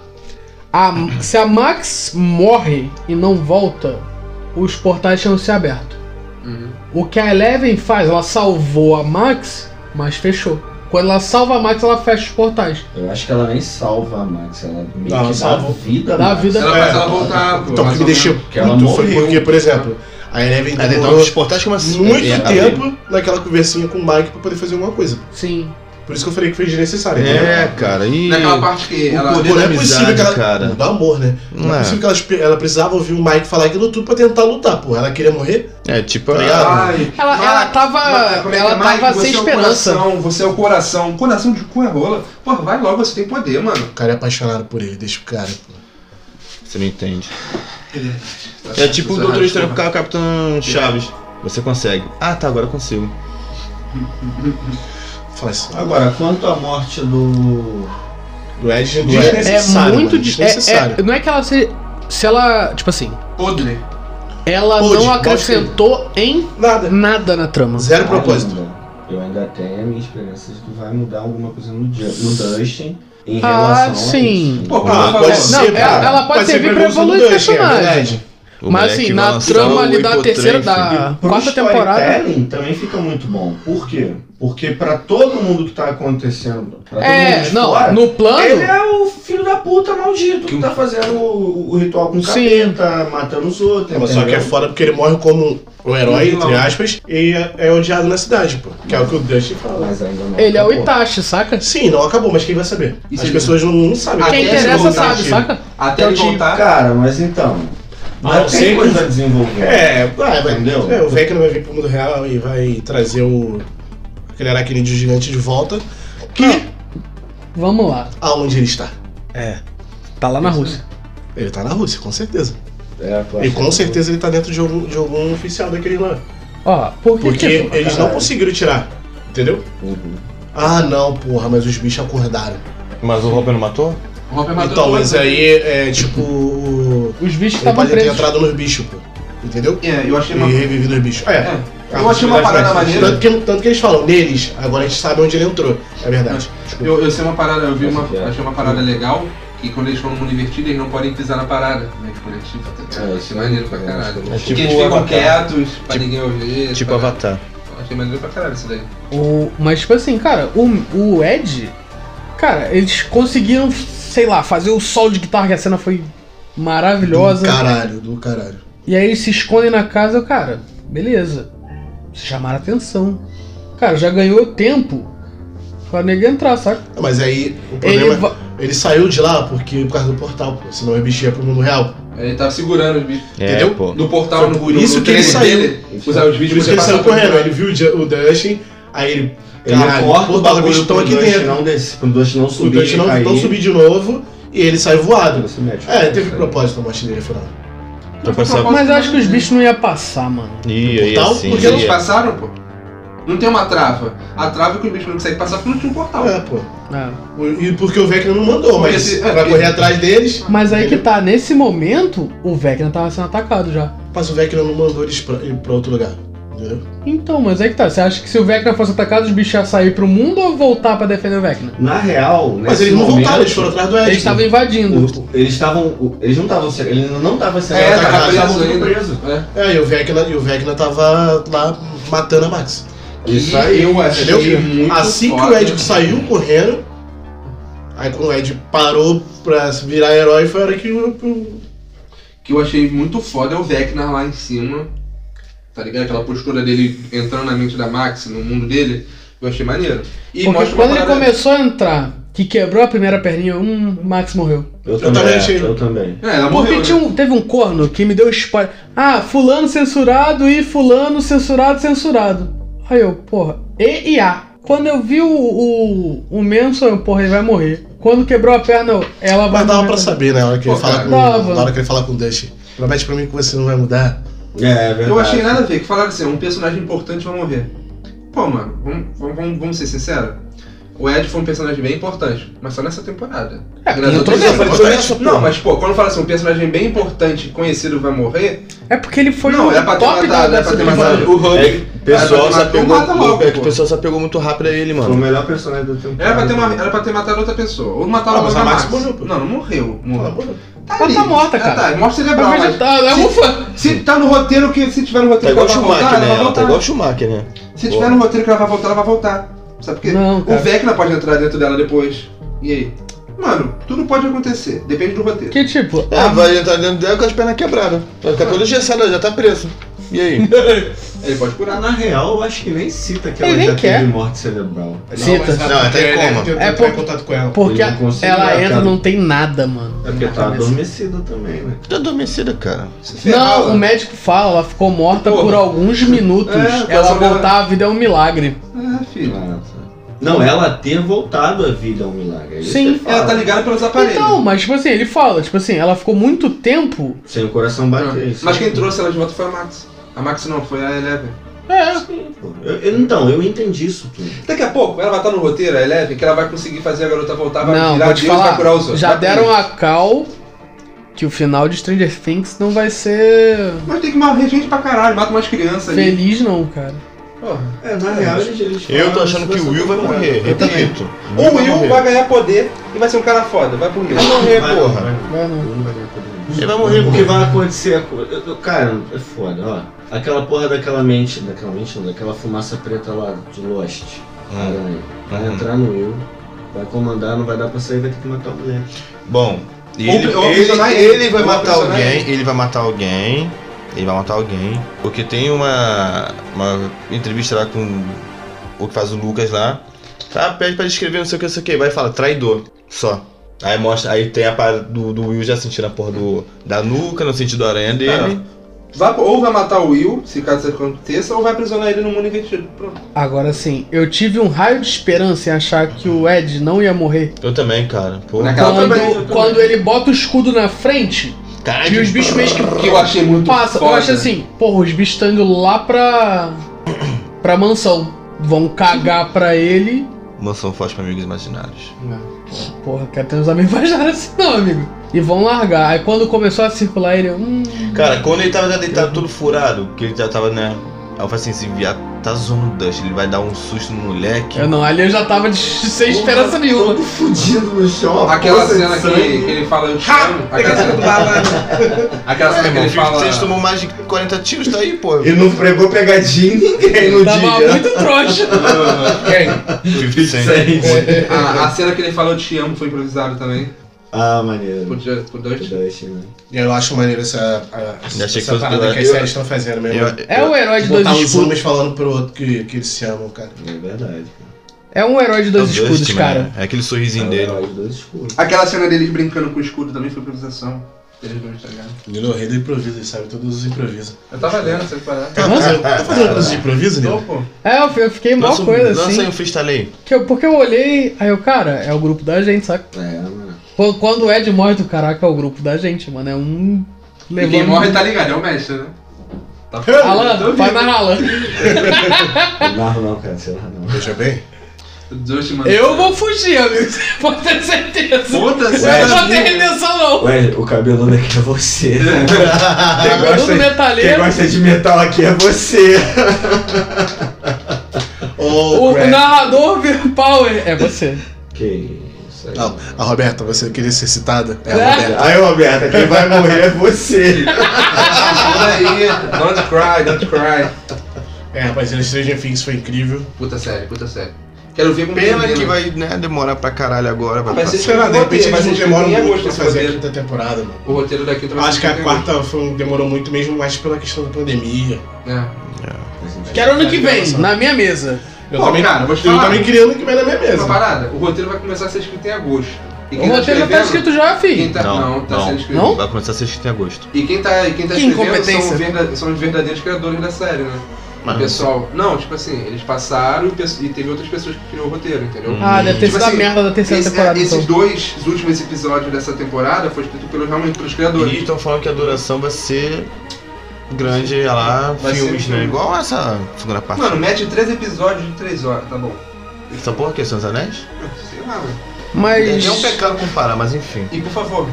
[SPEAKER 1] A- se a Max morre e não volta, os portais tinham se aberto.
[SPEAKER 2] Uhum.
[SPEAKER 1] O que a Eleven faz, ela salvou a Max, mas fechou. Quando ela salva a Max, ela fecha os portais.
[SPEAKER 7] Eu acho que ela nem salva a Max, ela meio
[SPEAKER 4] Não,
[SPEAKER 7] que
[SPEAKER 4] salva.
[SPEAKER 7] dá vida a
[SPEAKER 1] Dá
[SPEAKER 7] Max.
[SPEAKER 1] vida.
[SPEAKER 2] Ela
[SPEAKER 4] É.
[SPEAKER 2] faz ela voltar, pô.
[SPEAKER 4] Então, o que
[SPEAKER 2] mais
[SPEAKER 4] me
[SPEAKER 2] ou
[SPEAKER 4] deixou
[SPEAKER 2] menos.
[SPEAKER 7] que ela
[SPEAKER 4] puto foi
[SPEAKER 7] morreu.
[SPEAKER 4] porque, por exemplo, a Eleven
[SPEAKER 3] É, então
[SPEAKER 4] demorou
[SPEAKER 3] os portais que uma É,
[SPEAKER 4] muito tempo naquela conversinha com o Mike pra poder fazer alguma coisa.
[SPEAKER 1] Sim.
[SPEAKER 4] Por isso que eu falei que foi desnecessário. entendeu?
[SPEAKER 3] É, cara, e.
[SPEAKER 2] Naquela parte que ela.
[SPEAKER 3] poder-
[SPEAKER 4] Pô, não é
[SPEAKER 3] da
[SPEAKER 4] possível
[SPEAKER 3] amizade,
[SPEAKER 4] que ela.
[SPEAKER 3] cara.
[SPEAKER 4] Do amor, né? Não,
[SPEAKER 3] Não é.
[SPEAKER 4] é possível que ela, espe- ela precisava ouvir o Mike falar aquilo tudo pra tentar lutar, porra. Ela queria morrer?
[SPEAKER 3] É, tipo,
[SPEAKER 4] Tá ligado?
[SPEAKER 2] Ai,
[SPEAKER 1] Ela,
[SPEAKER 2] Mike,
[SPEAKER 1] ela tava.
[SPEAKER 2] Mike, como é que
[SPEAKER 1] ela
[SPEAKER 2] é? Mike,
[SPEAKER 1] tava sem
[SPEAKER 2] você é o
[SPEAKER 1] esperança.
[SPEAKER 2] coração, você é o coração. Coração de cu é rola. Porra, vai logo, você tem poder, mano.
[SPEAKER 4] O cara é apaixonado por ele, deixa o cara. pô.
[SPEAKER 3] você não entende. É tipo
[SPEAKER 4] tá
[SPEAKER 3] o Doutor Estranho ficar o Capitão Chaves. Você consegue. Ah, tá, agora eu consigo.
[SPEAKER 4] Fala assim.
[SPEAKER 7] Agora, quanto à morte do.
[SPEAKER 4] Do Ed do Ed.
[SPEAKER 1] É
[SPEAKER 4] desnecessário,
[SPEAKER 1] muito
[SPEAKER 4] mano,
[SPEAKER 1] de- é- é- Não é que ela se. Se ela. Tipo assim.
[SPEAKER 2] Podre.
[SPEAKER 1] Ela
[SPEAKER 4] Pode,
[SPEAKER 1] não
[SPEAKER 4] pode
[SPEAKER 1] acrescentou em
[SPEAKER 4] Nada.
[SPEAKER 1] nada na trama.
[SPEAKER 4] Zero propósito.
[SPEAKER 7] Ainda. Ah, Eu ainda tenho a minha esperança de que vai mudar alguma coisa no, Ju- no Dustin em
[SPEAKER 1] Ah,
[SPEAKER 7] relação a
[SPEAKER 1] sim.
[SPEAKER 7] isso.
[SPEAKER 2] Pô,
[SPEAKER 7] Pô,
[SPEAKER 2] Ah, pode
[SPEAKER 1] ser, Não, cara. ela- ela pode servir pra
[SPEAKER 4] pergunta
[SPEAKER 1] evoluir
[SPEAKER 4] do
[SPEAKER 1] o
[SPEAKER 4] Dustin, é
[SPEAKER 1] personagem.
[SPEAKER 4] verdade.
[SPEAKER 3] O
[SPEAKER 1] Mas
[SPEAKER 3] moleque um
[SPEAKER 1] assim,
[SPEAKER 3] vai
[SPEAKER 1] na
[SPEAKER 3] lançar
[SPEAKER 1] trama
[SPEAKER 3] o
[SPEAKER 1] ali da
[SPEAKER 3] Hipotrem,
[SPEAKER 1] terceira
[SPEAKER 3] filho.
[SPEAKER 1] da
[SPEAKER 7] pro
[SPEAKER 1] quarta temporada.
[SPEAKER 7] storytelling também fica muito bom. Por quê? Porque pra todo mundo que tá acontecendo, pra todo mundo
[SPEAKER 1] É,
[SPEAKER 7] de
[SPEAKER 1] não,
[SPEAKER 7] fora,
[SPEAKER 1] no plano.
[SPEAKER 7] Ele é o filho da puta maldito que tá fazendo o, o ritual com o
[SPEAKER 1] Sim.
[SPEAKER 7] capeta, matando os outros.
[SPEAKER 4] Mas só que é
[SPEAKER 7] entendeu?
[SPEAKER 4] foda porque ele morre como um herói,
[SPEAKER 2] Vilão.
[SPEAKER 4] entre aspas, e é, é odiado na cidade, pô. Que é o que o Dustin fala.
[SPEAKER 7] Mas ainda não.
[SPEAKER 1] Ele é o
[SPEAKER 7] acabou.
[SPEAKER 1] Itachi, saca?
[SPEAKER 4] Sim, não acabou, mas quem vai saber?
[SPEAKER 2] Isso
[SPEAKER 4] As
[SPEAKER 2] aí.
[SPEAKER 4] pessoas não, não sabem.
[SPEAKER 2] Ah,
[SPEAKER 1] Quem
[SPEAKER 2] Até
[SPEAKER 1] interessa
[SPEAKER 2] esse
[SPEAKER 1] sabe,
[SPEAKER 2] motivo.
[SPEAKER 1] saca?
[SPEAKER 2] Até
[SPEAKER 1] É o
[SPEAKER 2] ele
[SPEAKER 1] tipo-
[SPEAKER 2] voltar.
[SPEAKER 7] Cara, mas então.
[SPEAKER 4] tá- Ah,
[SPEAKER 7] Mas
[SPEAKER 4] eu
[SPEAKER 7] tem
[SPEAKER 4] sei
[SPEAKER 7] coisa
[SPEAKER 4] que-
[SPEAKER 7] a desenvolver.
[SPEAKER 4] É, vai, vai.
[SPEAKER 7] Entendeu?
[SPEAKER 4] É, o Vecna vai vir pro mundo real e vai trazer o. aquele aracnídeo gigante de volta. Que.
[SPEAKER 1] Vamos lá.
[SPEAKER 4] Aonde ele está?
[SPEAKER 1] Tá lá na Rússia.
[SPEAKER 4] Ele tá na Rússia, com certeza.
[SPEAKER 7] É, claro.
[SPEAKER 4] E com certeza ele tá dentro de algum, de algum oficial daquele lá.
[SPEAKER 1] Ó, por que
[SPEAKER 4] Porque
[SPEAKER 1] que-
[SPEAKER 4] eles não conseguiram tirar, entendeu?
[SPEAKER 7] Uhum.
[SPEAKER 4] Ah, não, porra, mas os bichos acordaram.
[SPEAKER 3] Mas o Robin não matou?
[SPEAKER 2] O é Hopper matou
[SPEAKER 4] Então,
[SPEAKER 2] todo
[SPEAKER 4] mas
[SPEAKER 2] mundo.
[SPEAKER 4] aí é tipo. o-
[SPEAKER 1] Os bichos
[SPEAKER 4] Ele
[SPEAKER 1] estavam
[SPEAKER 4] pode ter
[SPEAKER 1] presos.
[SPEAKER 4] entrado nos bichos, pô. Entendeu?
[SPEAKER 2] É, eu achei
[SPEAKER 4] E
[SPEAKER 2] uma.
[SPEAKER 4] revivido os bichos. É.
[SPEAKER 2] É.
[SPEAKER 4] a
[SPEAKER 2] Eu achei uma
[SPEAKER 4] possibilidade
[SPEAKER 2] parada
[SPEAKER 4] mais-
[SPEAKER 2] maneira.
[SPEAKER 4] Tanto que, tanto que eles falam, neles, agora a gente sabe onde ele entrou. É verdade. Desculpa.
[SPEAKER 2] Eu, eu sei uma parada, eu vi uma,
[SPEAKER 7] Essa é a-
[SPEAKER 2] achei uma parada legal, que quando eles estão no mundo invertido, eles não podem pisar na parada, né? Tipo, eles, tipo,
[SPEAKER 7] É,
[SPEAKER 2] achei maneiro pra caralho.
[SPEAKER 7] É
[SPEAKER 2] Porque
[SPEAKER 3] tipo
[SPEAKER 2] eles ficam
[SPEAKER 3] Avatar.
[SPEAKER 2] quietos pra
[SPEAKER 3] Tipo-
[SPEAKER 2] ninguém ouvir.
[SPEAKER 3] Tipo
[SPEAKER 2] pra-
[SPEAKER 3] Avatar.
[SPEAKER 2] Achei maneiro pra caralho isso daí.
[SPEAKER 1] O- mas, tipo assim, cara, o, o Ed, cara, eles conseguiram, sei lá, fazer o sol de guitarra, que a cena foi maravilhosa.
[SPEAKER 4] Do caralho, do caralho.
[SPEAKER 1] E aí eles se escondem na casa, cara, beleza. Chamaram atenção. Cara, já ganhou tempo pra nega entrar, saca?
[SPEAKER 4] Não, Mas aí o problema
[SPEAKER 1] Ele
[SPEAKER 4] é.
[SPEAKER 1] va-
[SPEAKER 4] Ele saiu de lá porque por causa do portal, pô. Senão o bicho ia pro mundo real.
[SPEAKER 2] Ele tava segurando os bichos.
[SPEAKER 3] É,
[SPEAKER 4] Entendeu?
[SPEAKER 3] pô.
[SPEAKER 2] No portal, no,
[SPEAKER 4] Por
[SPEAKER 2] no,
[SPEAKER 4] isso
[SPEAKER 2] no
[SPEAKER 4] que ele
[SPEAKER 2] trailer
[SPEAKER 4] saiu.
[SPEAKER 2] dele, usar os
[SPEAKER 4] Por
[SPEAKER 2] vídeos
[SPEAKER 4] isso que ele saiu correndo. Ele viu o Ju- o Dustin, aí ele.
[SPEAKER 7] Ele
[SPEAKER 4] Caralho,
[SPEAKER 7] corta
[SPEAKER 4] pô,
[SPEAKER 7] o
[SPEAKER 4] os bichos
[SPEAKER 7] bagulho
[SPEAKER 4] estão
[SPEAKER 7] pro
[SPEAKER 4] aqui
[SPEAKER 7] Dust
[SPEAKER 4] dentro.
[SPEAKER 7] não descer, pro Dust não
[SPEAKER 4] O
[SPEAKER 7] subir.
[SPEAKER 4] Dustin não,
[SPEAKER 7] cair,
[SPEAKER 4] não subir de novo e ele sai voado.
[SPEAKER 7] ele se mete.
[SPEAKER 4] É, teve propósito a morte dele, afinal. tá
[SPEAKER 3] Pra passar.
[SPEAKER 1] Mas eu acho que os bichos não iam passar, mano.
[SPEAKER 3] Ia, ia
[SPEAKER 4] portal?
[SPEAKER 3] sim.
[SPEAKER 4] Porque
[SPEAKER 2] Porque eles
[SPEAKER 3] ia.
[SPEAKER 2] passaram, pô. Não tem uma trava. A trava é que os bichos não conseguem passar porque não tinha um portal.
[SPEAKER 4] É, pô.
[SPEAKER 1] É.
[SPEAKER 4] O- E porque o Vecna não mandou,
[SPEAKER 2] Porque
[SPEAKER 4] mas
[SPEAKER 2] se- é,
[SPEAKER 4] pra
[SPEAKER 2] porque-
[SPEAKER 4] correr atrás deles,
[SPEAKER 1] Mas aí que tá, nesse momento, o Vecna tava sendo atacado já.
[SPEAKER 4] mas o Vecna não mandou eles pra, ir pra outro lugar. Entendeu?
[SPEAKER 1] Então, mas aí que tá. Você acha que se o Vecna fosse atacado, os bichos iam sair pro mundo ou voltar pra defender o Vecna?
[SPEAKER 7] Na real,
[SPEAKER 4] Mas
[SPEAKER 7] nesse
[SPEAKER 4] eles não
[SPEAKER 7] momento,
[SPEAKER 4] voltaram, eles foram atrás do Ed.
[SPEAKER 1] Eles estavam invadindo.
[SPEAKER 7] o- Eles estavam. o- Eles não estavam sendo. Ele não tava sendo
[SPEAKER 2] É,
[SPEAKER 7] atacado,
[SPEAKER 2] tava
[SPEAKER 7] eles estavam
[SPEAKER 2] preso
[SPEAKER 7] tudo
[SPEAKER 2] ainda.
[SPEAKER 7] tá preso.
[SPEAKER 2] É.
[SPEAKER 4] É, e o Vecna, e o Vecna tava lá matando a Max.
[SPEAKER 7] Isso aí,
[SPEAKER 2] eu achei
[SPEAKER 4] entendeu?
[SPEAKER 2] muito
[SPEAKER 4] Assim que o
[SPEAKER 2] foda.
[SPEAKER 4] Ed saiu correndo, aí quando o Ed parou pra se virar herói, foi a hora que o. o-
[SPEAKER 2] que eu achei muito foda é o Vecna lá em cima. Tá ligado? Aquela postura dele entrando na mente da Max, no mundo dele. Eu achei maneiro. E
[SPEAKER 1] Porque
[SPEAKER 2] mostra
[SPEAKER 1] quando
[SPEAKER 2] uma
[SPEAKER 1] ele
[SPEAKER 2] parada-
[SPEAKER 1] começou a entrar, que quebrou a primeira perninha, hum, o Max morreu.
[SPEAKER 7] Eu,
[SPEAKER 4] também
[SPEAKER 7] também,
[SPEAKER 4] achei.
[SPEAKER 7] eu também.
[SPEAKER 2] É, ela
[SPEAKER 1] Porque
[SPEAKER 2] morreu,
[SPEAKER 1] tinha
[SPEAKER 2] né?
[SPEAKER 1] um- teve um corno que me deu spoiler. Ah, fulano censurado e fulano censurado, censurado. Aí eu, porra, E e A. Quando eu vi o, o, o Manson, eu, porra, ele vai morrer. Quando quebrou a perna, eu, ela vai
[SPEAKER 4] Mas dava
[SPEAKER 1] morrer
[SPEAKER 4] pra
[SPEAKER 1] também.
[SPEAKER 4] saber, né? Na hora que ele
[SPEAKER 2] Pô,
[SPEAKER 4] falar
[SPEAKER 2] cara,
[SPEAKER 4] com.
[SPEAKER 1] dava.
[SPEAKER 4] Na hora que ele falar com o Dust. Promete pra mim que você não vai mudar.
[SPEAKER 7] É, é verdade.
[SPEAKER 2] Eu achei nada a ver, que falaram assim, um personagem importante vai morrer. Pô, mano, vamos, vamos- vamos- vamos ser sinceros. O Ed foi um personagem bem importante, mas só nessa temporada.
[SPEAKER 1] É,
[SPEAKER 2] Nas
[SPEAKER 1] não
[SPEAKER 2] outras
[SPEAKER 1] tô nessa,
[SPEAKER 2] temporadas-
[SPEAKER 4] tô nessa,
[SPEAKER 2] Não,
[SPEAKER 4] porra.
[SPEAKER 2] mas pô, quando fala assim, um personagem bem importante, conhecido, vai morrer.
[SPEAKER 1] É porque ele foi
[SPEAKER 2] não,
[SPEAKER 1] o
[SPEAKER 2] é pra ter
[SPEAKER 1] top da,
[SPEAKER 2] matado, é
[SPEAKER 1] dessa
[SPEAKER 2] pra ter
[SPEAKER 1] temporada.
[SPEAKER 2] matado o Hub.
[SPEAKER 3] É que o pessoal
[SPEAKER 2] Era pra
[SPEAKER 3] só
[SPEAKER 2] ter
[SPEAKER 3] pegou.
[SPEAKER 2] matado logo,
[SPEAKER 3] é que o
[SPEAKER 2] pô.
[SPEAKER 3] pessoal Hum. só pegou muito rápido ele,
[SPEAKER 7] Foi o
[SPEAKER 3] mano.
[SPEAKER 7] melhor personagem da temporada.
[SPEAKER 2] Era pra, É, ter uma, era pra ter matado outra pessoa. Ou matar
[SPEAKER 4] Ah,
[SPEAKER 2] logo
[SPEAKER 4] mas
[SPEAKER 2] a
[SPEAKER 4] a
[SPEAKER 2] Max.
[SPEAKER 4] Max morreu, pô.
[SPEAKER 2] Não, não morreu.
[SPEAKER 3] Tá
[SPEAKER 4] Fala,
[SPEAKER 2] morreu.
[SPEAKER 4] pô.
[SPEAKER 1] Ela tá
[SPEAKER 2] ali.
[SPEAKER 1] morta,
[SPEAKER 2] Ah,
[SPEAKER 1] cara.
[SPEAKER 2] tá, morte cerebral.
[SPEAKER 1] Mas
[SPEAKER 2] mas-
[SPEAKER 1] tá- é
[SPEAKER 2] se-
[SPEAKER 1] ufa.
[SPEAKER 2] Se tá no roteiro que se tiver no
[SPEAKER 3] Tá
[SPEAKER 2] roteiro
[SPEAKER 3] igual o
[SPEAKER 2] que ela vai
[SPEAKER 3] Schumacher,
[SPEAKER 2] voltar,
[SPEAKER 3] né?
[SPEAKER 2] ela vai
[SPEAKER 3] Ela Tá
[SPEAKER 2] voltar.
[SPEAKER 3] igual o Schumacher, né?
[SPEAKER 2] Se tiver no roteiro que ela vai voltar, ela vai voltar. Sabe por quê?
[SPEAKER 1] Não,
[SPEAKER 2] o
[SPEAKER 1] cara.
[SPEAKER 2] Vecna pode entrar dentro dela depois. E aí? Mano, tudo pode acontecer. Depende do roteiro.
[SPEAKER 1] Que tipo,
[SPEAKER 3] É, vai entrar dentro dela com as pernas quebradas. Vai ficar todo engessado, já tá preso. E aí? [laughs]
[SPEAKER 2] Ele pode curar.
[SPEAKER 7] Na real, eu acho que nem cita que
[SPEAKER 1] Ele
[SPEAKER 7] ela
[SPEAKER 1] nem
[SPEAKER 7] já
[SPEAKER 1] quer.
[SPEAKER 7] teve morte cerebral.
[SPEAKER 1] Cita.
[SPEAKER 4] mas sabe
[SPEAKER 3] Não, ela tá em
[SPEAKER 2] né?
[SPEAKER 4] porque ele
[SPEAKER 3] coma.
[SPEAKER 4] tentou
[SPEAKER 1] É
[SPEAKER 4] entrar
[SPEAKER 1] por-
[SPEAKER 4] em contato com ela.
[SPEAKER 1] porque
[SPEAKER 7] Eu não consigo
[SPEAKER 1] ela
[SPEAKER 7] olhar,
[SPEAKER 1] entra
[SPEAKER 7] cara.
[SPEAKER 1] não tem nada, mano.
[SPEAKER 7] É porque
[SPEAKER 1] na
[SPEAKER 7] tá
[SPEAKER 1] cabeça.
[SPEAKER 7] adormecida também, né?
[SPEAKER 3] Tá adormecida, cara.
[SPEAKER 2] Se ferrar,
[SPEAKER 1] Não, o médico fala, ela ficou morta
[SPEAKER 2] Porra.
[SPEAKER 1] por alguns minutos.
[SPEAKER 2] É,
[SPEAKER 1] ela
[SPEAKER 2] coração dela-
[SPEAKER 1] voltar à vida é um milagre.
[SPEAKER 2] mano. É, filho.
[SPEAKER 7] Ah, tá. Não, ela ter voltado à vida é um milagre. é isso
[SPEAKER 1] Sim.
[SPEAKER 7] que fala.
[SPEAKER 2] Ela tá ligada pelos aparelhos.
[SPEAKER 1] Então, mas tipo assim, ele fala, tipo assim, ela ficou muito tempo.
[SPEAKER 7] Sem o coração bater.
[SPEAKER 2] É.
[SPEAKER 7] isso.
[SPEAKER 2] Mas quem trouxe ela de volta foi a Max. A Max não, foi a Eleven.
[SPEAKER 1] É.
[SPEAKER 7] Pô, eu- eu- então, eu entendi isso tudo.
[SPEAKER 2] Daqui a pouco, ela vai estar no roteiro, a Eleven, que ela vai conseguir fazer a garota voltar, vai
[SPEAKER 1] Não,
[SPEAKER 2] virar
[SPEAKER 1] vou te
[SPEAKER 2] Deus, vai curar os
[SPEAKER 1] falar.
[SPEAKER 2] outros.
[SPEAKER 1] Já
[SPEAKER 2] Vai curar.
[SPEAKER 1] deram a cal que o final de Stranger Things não vai ser
[SPEAKER 2] Mas tem que morrer gente pra caralho, mata umas crianças ali.
[SPEAKER 1] feliz, não, cara.
[SPEAKER 2] Porra.
[SPEAKER 7] É, na real, eles, eles
[SPEAKER 3] Eu tô
[SPEAKER 7] falaram
[SPEAKER 3] achando
[SPEAKER 7] isso
[SPEAKER 3] que o
[SPEAKER 7] dessa
[SPEAKER 3] Will vai
[SPEAKER 7] temporada.
[SPEAKER 3] morrer,
[SPEAKER 7] Eu também.
[SPEAKER 3] repito.
[SPEAKER 2] O Will vai ganhar poder e vai ser um cara foda. Vai pro Rio.
[SPEAKER 3] Vai morrer,
[SPEAKER 7] Vai,
[SPEAKER 3] porra.
[SPEAKER 7] vai.
[SPEAKER 1] Vai não.
[SPEAKER 7] Will não vai ganhar poder.
[SPEAKER 3] Ele vai morrer,
[SPEAKER 7] O que
[SPEAKER 3] porque vai.
[SPEAKER 7] vai acontecer? é co- eu- eu- Cara, é foda, ó. Aquela porra daquela mente, daquela mente não, daquela fumaça preta lá de Lost, aranha. Vai
[SPEAKER 3] Hum.
[SPEAKER 7] entrar no Will, vai comandar, não vai dar pra sair, vai ter que matar o moleque.
[SPEAKER 3] Bom, ele,
[SPEAKER 2] Ou- ou
[SPEAKER 3] ele-
[SPEAKER 2] aprisionar ele.
[SPEAKER 3] ele vai
[SPEAKER 2] Ou
[SPEAKER 3] matar
[SPEAKER 2] aprisionar
[SPEAKER 3] alguém, ele vai matar alguém, ele vai matar alguém. Porque tem uma, uma entrevista lá com o que faz o Lucas lá. Tá, pede pra descrever não sei o que, não sei o que. Vai e fala, traidor, só. Aí mostra, aí tem a parada do, do Will já sentindo a porra do, da nuca, no sentido da aranha dele.
[SPEAKER 2] Vai- ou vai matar o Will, se caso isso aconteça, ou vai aprisionar ele no mundo invertido. Pronto.
[SPEAKER 1] Agora sim, eu tive um raio de esperança em achar que o Ed não ia morrer.
[SPEAKER 3] Eu também, cara. Pô.
[SPEAKER 2] Naquela- Ela
[SPEAKER 1] Quando,
[SPEAKER 2] também, eu também.
[SPEAKER 1] quando ele bota o escudo na frente
[SPEAKER 3] Caralho,
[SPEAKER 1] E os bichos meio que
[SPEAKER 2] Que eu achei tá muito
[SPEAKER 1] passa.
[SPEAKER 2] foda. né?
[SPEAKER 1] Eu acho assim, porra, os bichos estão indo lá pra. pra mansão. Vão cagar pra ele.
[SPEAKER 3] Mansão forte para amigos imaginários.
[SPEAKER 1] Porra, quero ter uns amigos imaginários assim, não, amigo. E vão largar. Aí quando começou a circular, ele. Hum.
[SPEAKER 3] Cara, quando ele tava já deitado todo furado, que ele já tava, né? Aí eu falei assim, esse viado tá zoando o Dust, ele vai dar um susto no moleque.
[SPEAKER 1] Eu não, ali eu já tava de, sem esperança nenhuma.
[SPEAKER 7] Todo fudido no chão. a
[SPEAKER 2] Aquela
[SPEAKER 7] poça de
[SPEAKER 2] cena que,
[SPEAKER 7] sangue.
[SPEAKER 2] que ele fala eu te amo. Aquela cena, [laughs] aquela cena que
[SPEAKER 3] Ele
[SPEAKER 2] ele
[SPEAKER 3] viu que vocês
[SPEAKER 2] fala.
[SPEAKER 3] tomou mais de 40 tiros, tá aí, pô.
[SPEAKER 7] Ele não pregou pegadinha em ninguém no
[SPEAKER 1] Tava
[SPEAKER 7] dia.
[SPEAKER 1] muito
[SPEAKER 2] [laughs]
[SPEAKER 1] trouxa.
[SPEAKER 2] Quem?
[SPEAKER 3] 50 Cent.
[SPEAKER 7] Vicente.
[SPEAKER 2] A, a cena que ele fala eu te amo foi improvisada também.
[SPEAKER 7] Ah, maneiro.
[SPEAKER 2] Por, por dois.
[SPEAKER 7] Dust, né?
[SPEAKER 4] Eu acho maneiro essa, a-
[SPEAKER 3] achei que
[SPEAKER 4] essa
[SPEAKER 3] fosse
[SPEAKER 4] parada
[SPEAKER 3] do-
[SPEAKER 4] que as
[SPEAKER 3] eu-
[SPEAKER 4] séries estão fazendo mesmo.
[SPEAKER 3] Eu-
[SPEAKER 1] É
[SPEAKER 3] eu-
[SPEAKER 1] um herói de dois
[SPEAKER 4] Botar os
[SPEAKER 1] escudos.
[SPEAKER 4] homens falando pro outro que, que eles se amam, cara.
[SPEAKER 7] É verdade. cara.
[SPEAKER 1] É um herói de dois
[SPEAKER 3] Dust,
[SPEAKER 1] escudos,
[SPEAKER 3] mano.
[SPEAKER 1] cara.
[SPEAKER 3] É aquele sorrisinho
[SPEAKER 7] É o
[SPEAKER 3] dele.
[SPEAKER 7] herói de dois escudos.
[SPEAKER 2] Aquela cena deles brincando com o escudo também foi improvisação. Eles dois, tá ligado?
[SPEAKER 4] Nilo Rei do improviso, ele sabe todos os improvisos.
[SPEAKER 2] Eu tava lendo essa parada.
[SPEAKER 4] Tá fazendo, tá fazendo todos os improvisos,
[SPEAKER 2] Tô,
[SPEAKER 4] Nilo?
[SPEAKER 2] pô.
[SPEAKER 1] É, eu eu fiquei mó
[SPEAKER 3] Lança um-
[SPEAKER 1] coisa
[SPEAKER 3] lança aí
[SPEAKER 1] assim.
[SPEAKER 3] um freestyle aí.
[SPEAKER 1] Que eu- porque eu olhei, aí eu, cara, é o grupo da gente, saca?
[SPEAKER 7] É, mano.
[SPEAKER 1] Qu- Quando o Ed morre, tu, caraca, é o grupo da gente, mano. É um.
[SPEAKER 2] E quem morre tá ligado, é o mestre, né? Tá Tô
[SPEAKER 1] Alan,
[SPEAKER 2] vivo.
[SPEAKER 1] vai na Alan.
[SPEAKER 7] Não narro não, cara. Sei lá, não.
[SPEAKER 4] Veja bem.
[SPEAKER 2] O Dost, mano.
[SPEAKER 1] Eu vou fugir, amigo. [laughs] Você pode ter certeza.
[SPEAKER 2] Puta
[SPEAKER 1] Eu não
[SPEAKER 2] cena.
[SPEAKER 1] vou ter redenção, não.
[SPEAKER 7] Ué, o cabelo daqui é você. né? [laughs] Quem
[SPEAKER 1] Todo
[SPEAKER 7] gosta, quem
[SPEAKER 1] metaleiro.
[SPEAKER 7] gosta de metal aqui é você.
[SPEAKER 4] Ô,
[SPEAKER 1] O, o
[SPEAKER 4] Craig.
[SPEAKER 1] narrador Vir Power. É você.
[SPEAKER 7] Que isso aí.
[SPEAKER 4] Não, a Roberta, você queria ser citada? É
[SPEAKER 1] É?
[SPEAKER 4] a Roberta.
[SPEAKER 7] Aí, Roberta, quem vai morrer é você.
[SPEAKER 2] Olha aí. Don't cry, don't cry.
[SPEAKER 4] É, rapaziada, Stranger Things foi incrível.
[SPEAKER 2] Puta série, puta série. Quero ver como
[SPEAKER 3] Pena que
[SPEAKER 2] termina.
[SPEAKER 3] vai né, demorar pra caralho agora. Pra
[SPEAKER 2] Vai ser
[SPEAKER 4] Sei lá, de repente
[SPEAKER 2] Mas
[SPEAKER 4] eles
[SPEAKER 2] eles
[SPEAKER 4] demoram
[SPEAKER 2] têm
[SPEAKER 4] muito
[SPEAKER 2] agosto
[SPEAKER 4] pra
[SPEAKER 2] esse
[SPEAKER 4] fazer a
[SPEAKER 2] roteiro.
[SPEAKER 4] quinta temporada, mano.
[SPEAKER 2] O roteiro daqui né? também
[SPEAKER 4] Acho que é
[SPEAKER 2] tem
[SPEAKER 4] a quarta foi- um, demorou muito mesmo, mas pela questão da pandemia.
[SPEAKER 2] É.
[SPEAKER 1] Quero ano que vem, na minha mesa.
[SPEAKER 4] Eu,
[SPEAKER 2] Pô,
[SPEAKER 4] também,
[SPEAKER 2] cara, vou te
[SPEAKER 4] eu
[SPEAKER 2] falar.
[SPEAKER 4] também queria ano que vem na minha mesa.
[SPEAKER 2] Uma parada, o roteiro vai começar a ser escrito em agosto. E
[SPEAKER 1] O roteiro já tá
[SPEAKER 2] escrevendo-
[SPEAKER 1] escrito já,
[SPEAKER 2] Quem
[SPEAKER 1] filho.
[SPEAKER 2] tá, não,
[SPEAKER 3] Não,
[SPEAKER 2] tá
[SPEAKER 3] não.
[SPEAKER 2] sendo escrito.
[SPEAKER 1] Não?
[SPEAKER 3] Vai começar a ser escrito em agosto.
[SPEAKER 2] E quem tá, e quem tá
[SPEAKER 1] Que
[SPEAKER 2] escrevendo
[SPEAKER 1] incompetência.
[SPEAKER 2] são, verda- são os verdadeiros criadores da série, né?
[SPEAKER 3] Mas
[SPEAKER 2] o pessoal. Não, tipo assim, eles passaram e, pe- e teve outras pessoas que criou o roteiro, entendeu?
[SPEAKER 3] Hum.
[SPEAKER 1] Ah, deve ter
[SPEAKER 2] Tipo
[SPEAKER 1] sido a
[SPEAKER 2] assim,
[SPEAKER 1] merda da terceira
[SPEAKER 2] Esse-
[SPEAKER 1] temporada,
[SPEAKER 2] esses
[SPEAKER 1] então.
[SPEAKER 2] dois os últimos episódios dessa temporada foi escrito pelos, realmente pelos
[SPEAKER 3] E
[SPEAKER 2] criadores.
[SPEAKER 3] estão falando que a duração vai ser grande olha lá,
[SPEAKER 2] Vai ser
[SPEAKER 3] filmes,
[SPEAKER 2] um
[SPEAKER 3] né?
[SPEAKER 2] filme.
[SPEAKER 3] Igual essa segunda parte.
[SPEAKER 2] Mano, mete três episódios de três horas, tá bom.
[SPEAKER 3] Essa porra que é Seus Anéis?
[SPEAKER 2] Sei lá, mano.
[SPEAKER 1] Mas.
[SPEAKER 3] É um pecado comparar, mas enfim.
[SPEAKER 2] E por favor,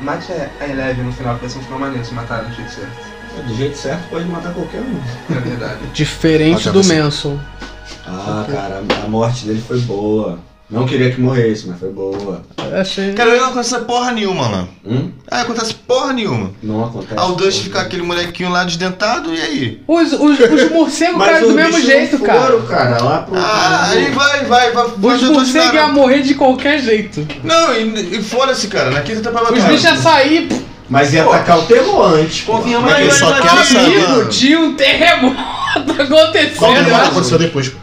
[SPEAKER 2] mate a a Eleven no final, porque vai ser um final maneiro se mataram do jeito certo.
[SPEAKER 7] Do jeito certo, pode matar qualquer um.
[SPEAKER 2] É verdade. [laughs]
[SPEAKER 1] Diferente
[SPEAKER 4] Olha
[SPEAKER 1] do
[SPEAKER 4] você.
[SPEAKER 1] Manson.
[SPEAKER 7] Ah, cara, a morte dele foi boa. Não queria que morresse, mas foi boa.
[SPEAKER 1] Achei.
[SPEAKER 3] Cara, eu não acontece porra nenhuma, mano.
[SPEAKER 7] Hum?
[SPEAKER 3] Ah, acontece porra nenhuma.
[SPEAKER 7] Não
[SPEAKER 1] É.
[SPEAKER 7] acontece.
[SPEAKER 3] Ao Ah, Dust ficar aquele molequinho lá desdentado, e aí?
[SPEAKER 1] Os, os, os morcegos
[SPEAKER 7] Mas
[SPEAKER 1] caem
[SPEAKER 7] os
[SPEAKER 1] do mesmo
[SPEAKER 7] bichos
[SPEAKER 1] jeito,
[SPEAKER 7] não
[SPEAKER 1] cara.
[SPEAKER 7] foram, cara. Lá pro.
[SPEAKER 3] Ah, aí vai, vai, vai.
[SPEAKER 1] Os
[SPEAKER 3] faz o Dust
[SPEAKER 1] morcegos iam
[SPEAKER 3] parar.
[SPEAKER 1] morrer de qualquer jeito.
[SPEAKER 3] Não, e, e fora-se, cara. Na quinta temporada. tá
[SPEAKER 1] Os
[SPEAKER 3] cara.
[SPEAKER 1] bichos é iam sair,
[SPEAKER 7] Mas ia
[SPEAKER 2] Pô.
[SPEAKER 7] atacar o terror antes. pô.
[SPEAKER 2] Convenhamos
[SPEAKER 3] Mas
[SPEAKER 2] aí,
[SPEAKER 3] eu só
[SPEAKER 2] mas-
[SPEAKER 3] quero saber-
[SPEAKER 1] Amigo, tinha um terremoto [laughs]
[SPEAKER 4] Qual que
[SPEAKER 1] acontecendo.
[SPEAKER 4] aconteceu depois? pô?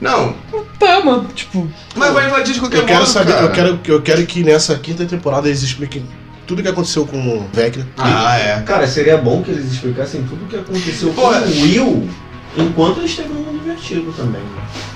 [SPEAKER 3] Não,
[SPEAKER 1] Tá, mano, tipo,
[SPEAKER 3] mas vai invadir de qualquer
[SPEAKER 4] Eu quero
[SPEAKER 3] modo,
[SPEAKER 4] saber,
[SPEAKER 3] cara.
[SPEAKER 4] eu quero, eu quero que nessa quinta temporada eles expliquem tudo o que aconteceu com o Vecna.
[SPEAKER 3] Ah, é.
[SPEAKER 7] Cara, seria bom que eles explicassem tudo o que aconteceu
[SPEAKER 3] Porra.
[SPEAKER 7] com o Will enquanto ele esteve no mundo divertido também.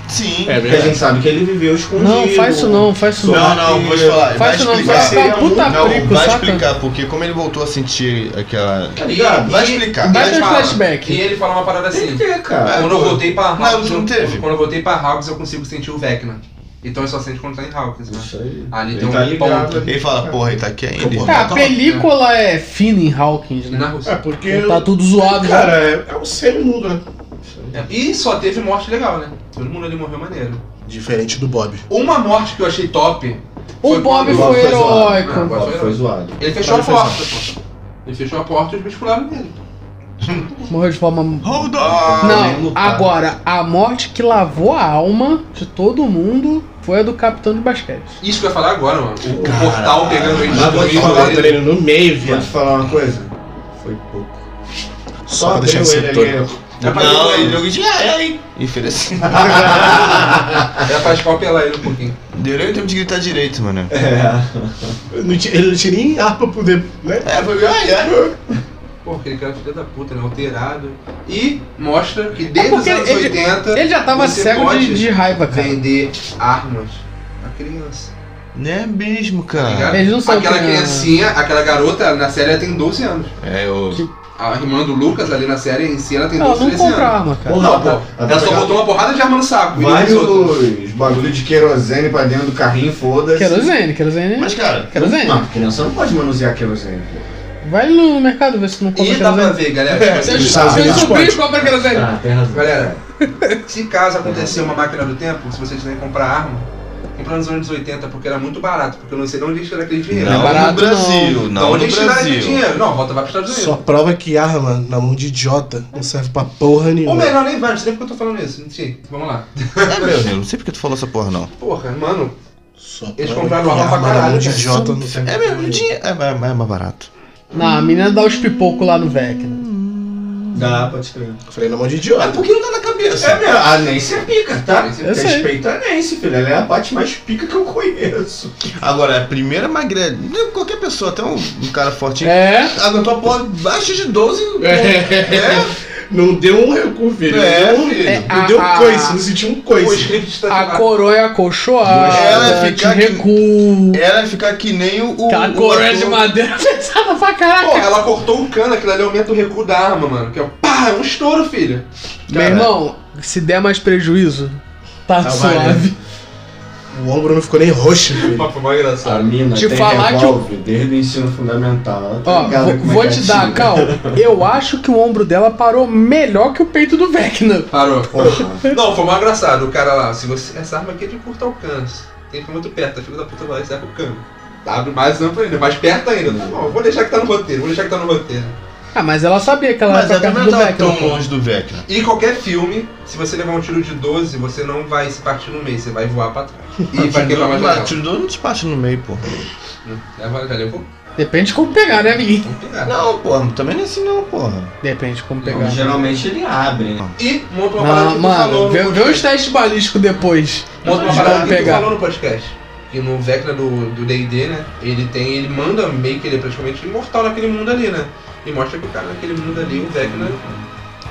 [SPEAKER 3] Sim.
[SPEAKER 1] É,
[SPEAKER 7] Porque a gente sabe que ele viveu escondido.
[SPEAKER 1] Não, faz isso não, faz isso
[SPEAKER 7] Só
[SPEAKER 1] não.
[SPEAKER 3] Não, não,
[SPEAKER 7] que-
[SPEAKER 3] vou te falar.
[SPEAKER 1] Faz isso
[SPEAKER 3] vai
[SPEAKER 1] não, vai
[SPEAKER 3] explicar.
[SPEAKER 1] ficar um puta
[SPEAKER 3] Não,
[SPEAKER 1] prico,
[SPEAKER 3] vai
[SPEAKER 1] saca?
[SPEAKER 3] explicar, porque como ele voltou a sentir aquela.
[SPEAKER 7] Tá ligado?
[SPEAKER 3] Vai
[SPEAKER 7] E-
[SPEAKER 3] explicar.
[SPEAKER 1] Vai
[SPEAKER 3] Vai
[SPEAKER 1] ter
[SPEAKER 2] Fala.
[SPEAKER 1] flashback.
[SPEAKER 2] E ele fala uma parada
[SPEAKER 7] Tem que
[SPEAKER 2] assim.
[SPEAKER 7] ter, cara.
[SPEAKER 2] Quando eu voltei pra
[SPEAKER 3] Não,
[SPEAKER 2] Hawks,
[SPEAKER 3] não teve.
[SPEAKER 2] quando eu voltei pra Hawks, eu consigo sentir o Vecna. Então eu só sente quando tá em Hawks, né?
[SPEAKER 7] Isso aí.
[SPEAKER 2] Ali
[SPEAKER 7] Ele
[SPEAKER 2] tem um
[SPEAKER 7] tá ligado
[SPEAKER 2] ponto.
[SPEAKER 7] ali.
[SPEAKER 3] Ele fala, porra, ele tá aqui ainda.
[SPEAKER 4] Acabou.
[SPEAKER 1] Cara, a película é fina em Hawkins,
[SPEAKER 2] E na
[SPEAKER 1] né?
[SPEAKER 4] É,
[SPEAKER 2] Rússia.
[SPEAKER 4] porque.
[SPEAKER 1] Tá tudo zoado já.
[SPEAKER 4] Cara, é, é um semi-nudo, né?
[SPEAKER 2] É. E só teve morte legal, né? Todo mundo ali morreu maneiro.
[SPEAKER 4] Diferente do Bob.
[SPEAKER 2] Uma morte que eu achei top.
[SPEAKER 1] O
[SPEAKER 2] foi
[SPEAKER 1] Bob
[SPEAKER 2] quando-
[SPEAKER 1] foi
[SPEAKER 7] zoado.
[SPEAKER 2] Ah,
[SPEAKER 1] heróico.
[SPEAKER 2] agora-
[SPEAKER 7] Foi zoado.
[SPEAKER 2] Ele fechou a
[SPEAKER 4] Bob
[SPEAKER 2] porta. pô. Ele fechou a porta e os bichos pularam nele.
[SPEAKER 1] Morreu de forma.
[SPEAKER 3] Hold on!
[SPEAKER 7] nem
[SPEAKER 1] Não,
[SPEAKER 7] lutar.
[SPEAKER 1] agora, a morte que lavou a alma de todo mundo foi a do capitão de basquete.
[SPEAKER 2] Isso que eu ia falar agora, mano. O, o portal pegando ele.
[SPEAKER 7] Mas vou te
[SPEAKER 2] destruindo
[SPEAKER 7] falar,
[SPEAKER 2] ele.
[SPEAKER 4] treino no meio,
[SPEAKER 7] Vou te falar uma coisa. Foi pouco.
[SPEAKER 4] Só pra
[SPEAKER 7] abriu
[SPEAKER 4] deixar esse
[SPEAKER 7] ele ali. né?
[SPEAKER 2] Dá pra-
[SPEAKER 3] Não, ele jogou de. Ah, é aí. Infelizmente.
[SPEAKER 2] Dá pra escalpelar ele um pouquinho.
[SPEAKER 3] [laughs] Deu nem tempo de gritar direito, mano.
[SPEAKER 7] É.
[SPEAKER 4] Não tinha- Ele não tinha nem ar pra poder, né?
[SPEAKER 3] É, foi. Ai, ai.
[SPEAKER 2] Pô, aquele cara é filho da puta, né? Alterado. E mostra que desde os
[SPEAKER 1] É porque
[SPEAKER 2] anos
[SPEAKER 1] ele-
[SPEAKER 2] 80.
[SPEAKER 1] Ele já tava
[SPEAKER 2] Você
[SPEAKER 1] cego
[SPEAKER 2] pode
[SPEAKER 1] de, de raiva, cara.
[SPEAKER 2] vender armas a criança.
[SPEAKER 3] Não é mesmo,
[SPEAKER 2] ligado?
[SPEAKER 3] cara.
[SPEAKER 1] Eles não sabem
[SPEAKER 2] aquela
[SPEAKER 1] quem é.
[SPEAKER 2] criancinha, aquela garota na série ela tem 12 anos.
[SPEAKER 3] É, eu.
[SPEAKER 2] A irmã do Lucas ali na série em si ela tem
[SPEAKER 1] Ela
[SPEAKER 2] 12,
[SPEAKER 1] não
[SPEAKER 2] 13
[SPEAKER 1] compra
[SPEAKER 2] anos.
[SPEAKER 1] arma, cara.
[SPEAKER 2] Não, pô,
[SPEAKER 7] tá
[SPEAKER 2] ela só botou uma porrada de arma no saco. e não nos outros.
[SPEAKER 6] Vários bagulho de querosene pra dentro do carrinho, foda-se.
[SPEAKER 1] Querosene, querosene.
[SPEAKER 7] Mas, cara,
[SPEAKER 1] Querosene.
[SPEAKER 6] Não, criança não pode manusear querosene, pô.
[SPEAKER 1] Vai no mercado ver se não compra
[SPEAKER 2] E dá pra
[SPEAKER 1] querosene. [laughs]
[SPEAKER 2] ver, galera. tipo assim,
[SPEAKER 4] Estados
[SPEAKER 1] Seus
[SPEAKER 4] Unidos
[SPEAKER 1] sobrinhos compram querosene.
[SPEAKER 7] Ah, tem
[SPEAKER 1] [laughs]
[SPEAKER 7] razão.
[SPEAKER 2] Galera, se caso acontecer uma máquina do tempo, se vocês quiserem comprar arma, comprar nos anos 80, porque era muito barato, porque eu não sei de onde eles tiraram aquele dinheiro.
[SPEAKER 3] Não,
[SPEAKER 1] é barato,
[SPEAKER 3] no Brasil,
[SPEAKER 2] De
[SPEAKER 3] não,
[SPEAKER 2] onde
[SPEAKER 3] no
[SPEAKER 2] Então, eles tiraram aquele
[SPEAKER 3] Brasil.
[SPEAKER 2] dinheiro? Não, volta vai para os Estados
[SPEAKER 4] Só
[SPEAKER 2] Unidos.
[SPEAKER 4] prova que arma na mão de idiota não serve pra porra
[SPEAKER 2] Ou
[SPEAKER 4] nenhuma.
[SPEAKER 2] melhor, nem vai, não sei nem porque eu tô falando isso. Enfim, vamos lá.
[SPEAKER 3] É, meu Nilo, não sei porque tu falou essa porra, não.
[SPEAKER 2] Porra, mano,
[SPEAKER 4] Só
[SPEAKER 2] Eles
[SPEAKER 4] prova
[SPEAKER 2] compraram
[SPEAKER 4] que
[SPEAKER 2] arma pra
[SPEAKER 4] na mão
[SPEAKER 2] caralho,
[SPEAKER 4] de
[SPEAKER 2] cara.
[SPEAKER 4] idiota não serve
[SPEAKER 3] É
[SPEAKER 4] pra
[SPEAKER 3] mesmo,
[SPEAKER 4] porra
[SPEAKER 3] dinheiro. É, mas- mas é mais barato.
[SPEAKER 1] Não, a menina dá os pipocos lá no VEC. né?
[SPEAKER 7] Dá, pode crer.
[SPEAKER 4] nenhuma. Falei na mão de idiota.
[SPEAKER 7] Mas por que
[SPEAKER 2] tá
[SPEAKER 7] não dá na cabeça? É, meu, a Nancy é pica, tá?
[SPEAKER 1] Eu sei.
[SPEAKER 7] Respeita a Nancy, filho. Ela é a parte mais pica que eu conheço.
[SPEAKER 3] Agora, a primeira magrela. não, Qualquer pessoa, até um, um cara forte.
[SPEAKER 1] É.
[SPEAKER 3] Aguentou a porra abaixo de 12. É,
[SPEAKER 4] Não deu um recuo, filho.
[SPEAKER 3] É,
[SPEAKER 4] não deu, um-
[SPEAKER 3] filho.
[SPEAKER 1] É,
[SPEAKER 4] não deu
[SPEAKER 7] Ah.
[SPEAKER 1] a-
[SPEAKER 4] coice, não sentiu um
[SPEAKER 2] o
[SPEAKER 4] coice.
[SPEAKER 2] script está
[SPEAKER 1] A coroa é acolchoada,
[SPEAKER 3] Ela
[SPEAKER 1] ela
[SPEAKER 3] fica
[SPEAKER 1] fica
[SPEAKER 3] que-
[SPEAKER 1] recuo.
[SPEAKER 3] Ela ia ficar que nem o. o
[SPEAKER 1] A
[SPEAKER 3] o
[SPEAKER 1] coroa é
[SPEAKER 3] ator.
[SPEAKER 1] de madeira pesada pra
[SPEAKER 2] Pô,
[SPEAKER 1] caraca.
[SPEAKER 2] ela cortou um cano, aquilo ali aumenta o recuo da arma, mano. Que é um pá, é um estouro, filho.
[SPEAKER 1] Meu irmão, se der mais prejuízo, tá
[SPEAKER 4] Tá
[SPEAKER 1] suave.
[SPEAKER 4] O ombro não ficou nem roxo, filho.
[SPEAKER 2] Papo mais
[SPEAKER 7] A
[SPEAKER 2] engraçado.
[SPEAKER 7] mina
[SPEAKER 1] Te
[SPEAKER 7] tem
[SPEAKER 1] falar que
[SPEAKER 7] revólver desde o ensino fundamental. Ela tá
[SPEAKER 1] Ó,
[SPEAKER 7] ligada
[SPEAKER 1] vou,
[SPEAKER 7] como é
[SPEAKER 1] vou
[SPEAKER 7] que
[SPEAKER 1] te
[SPEAKER 7] atira.
[SPEAKER 1] dar, Cal. Eu acho que o ombro dela parou melhor que o peito do Vecna.
[SPEAKER 2] Parou.
[SPEAKER 7] Porra.
[SPEAKER 2] Não, foi mais engraçado. O cara lá, se você. Essa arma aqui é de curto alcance. Tem que ficar muito perto, a filha da puta vai e com o cano. Abre mais amplo ainda, mais perto ainda. Tá bom, vou deixar que tá no roteiro, vou deixar que tá no roteiro.
[SPEAKER 1] Ah, mas ela sabia que ela tá
[SPEAKER 3] Mas
[SPEAKER 1] era
[SPEAKER 3] ela
[SPEAKER 1] pra
[SPEAKER 3] também
[SPEAKER 1] perto
[SPEAKER 3] não
[SPEAKER 1] do Vecna.
[SPEAKER 3] tava tão
[SPEAKER 1] pô.
[SPEAKER 3] longe do Vecna.
[SPEAKER 2] E qualquer filme, se você levar um tiro de 12, você não vai se partir no meio, você vai voar pra trás. [laughs] E vai quebrar mais
[SPEAKER 3] Mas
[SPEAKER 2] legal.
[SPEAKER 3] tiro não despacha no meio, pô.
[SPEAKER 2] Leva já levou?
[SPEAKER 1] Depende de como pegar, né, amiguinho?
[SPEAKER 2] Vamos pegar.
[SPEAKER 3] Não, porra, também não é assim não, porra.
[SPEAKER 1] Depende de como pegar.
[SPEAKER 7] Não, então, geralmente ele abre, né?
[SPEAKER 2] E monta uma parada
[SPEAKER 1] Não,
[SPEAKER 2] que tu
[SPEAKER 1] mano,
[SPEAKER 2] falou né?
[SPEAKER 1] vê,
[SPEAKER 2] no
[SPEAKER 1] vê os
[SPEAKER 2] podcast.
[SPEAKER 1] testes balísticos depois.
[SPEAKER 2] Monta uma
[SPEAKER 1] de
[SPEAKER 2] parada
[SPEAKER 1] como
[SPEAKER 2] que tu
[SPEAKER 1] pegar.
[SPEAKER 2] falou no podcast. Que no Vecna do do D&D, né, ele tem, ele manda meio que ele é praticamente imortal naquele mundo ali, né. E mostra que o cara naquele mundo ali, o Vecna,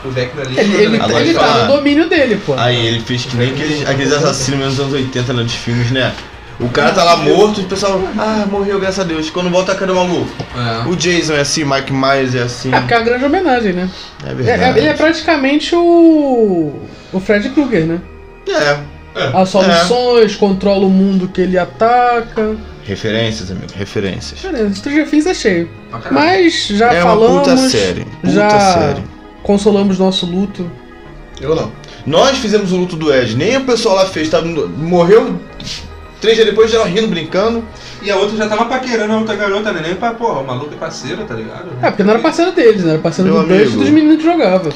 [SPEAKER 2] o Vecna ali...
[SPEAKER 1] Ele, ele,
[SPEAKER 3] Agora
[SPEAKER 1] ele tá
[SPEAKER 3] fala-
[SPEAKER 1] no domínio dele, pô.
[SPEAKER 3] Aí ele fez que nem aqueles, aqueles assassinos nos anos 80 né, dos filmes, né? O cara tá lá morto e o pessoal, ah, morreu, graças a Deus. Quando volta, cadê o maluco?
[SPEAKER 2] É.
[SPEAKER 3] O Jason é assim, o Mike Myers é assim.
[SPEAKER 1] Ah. É porque é uma grande homenagem, né?
[SPEAKER 3] É
[SPEAKER 1] É, é-
[SPEAKER 3] verdade.
[SPEAKER 1] ele é praticamente o. o Fred Krueger, né?
[SPEAKER 3] É.
[SPEAKER 1] As soluções, controla o mundo que ele ataca.
[SPEAKER 3] Referências, amigo, referências.
[SPEAKER 1] Cara, Stranger Things é cheio.
[SPEAKER 2] Pra caralho.
[SPEAKER 1] Mas já
[SPEAKER 3] é uma
[SPEAKER 1] falamos,
[SPEAKER 3] puta série. Puta
[SPEAKER 1] já-
[SPEAKER 3] série.
[SPEAKER 1] consolamos nosso luto.
[SPEAKER 4] Eu não.
[SPEAKER 3] Nós fizemos o luto do Ed, nem o pessoal lá fez, tá? Morreu três dias depois, já rindo, brincando.
[SPEAKER 2] E a outra já tava paquerando a outra garota, né? Nem pra, porra, o maluco é parceiro, tá ligado?
[SPEAKER 1] É, porque não era parceiro deles, né? Era parceiro
[SPEAKER 3] Meu
[SPEAKER 1] do Dust e
[SPEAKER 3] amigo.
[SPEAKER 1] dos meninos que jogavam.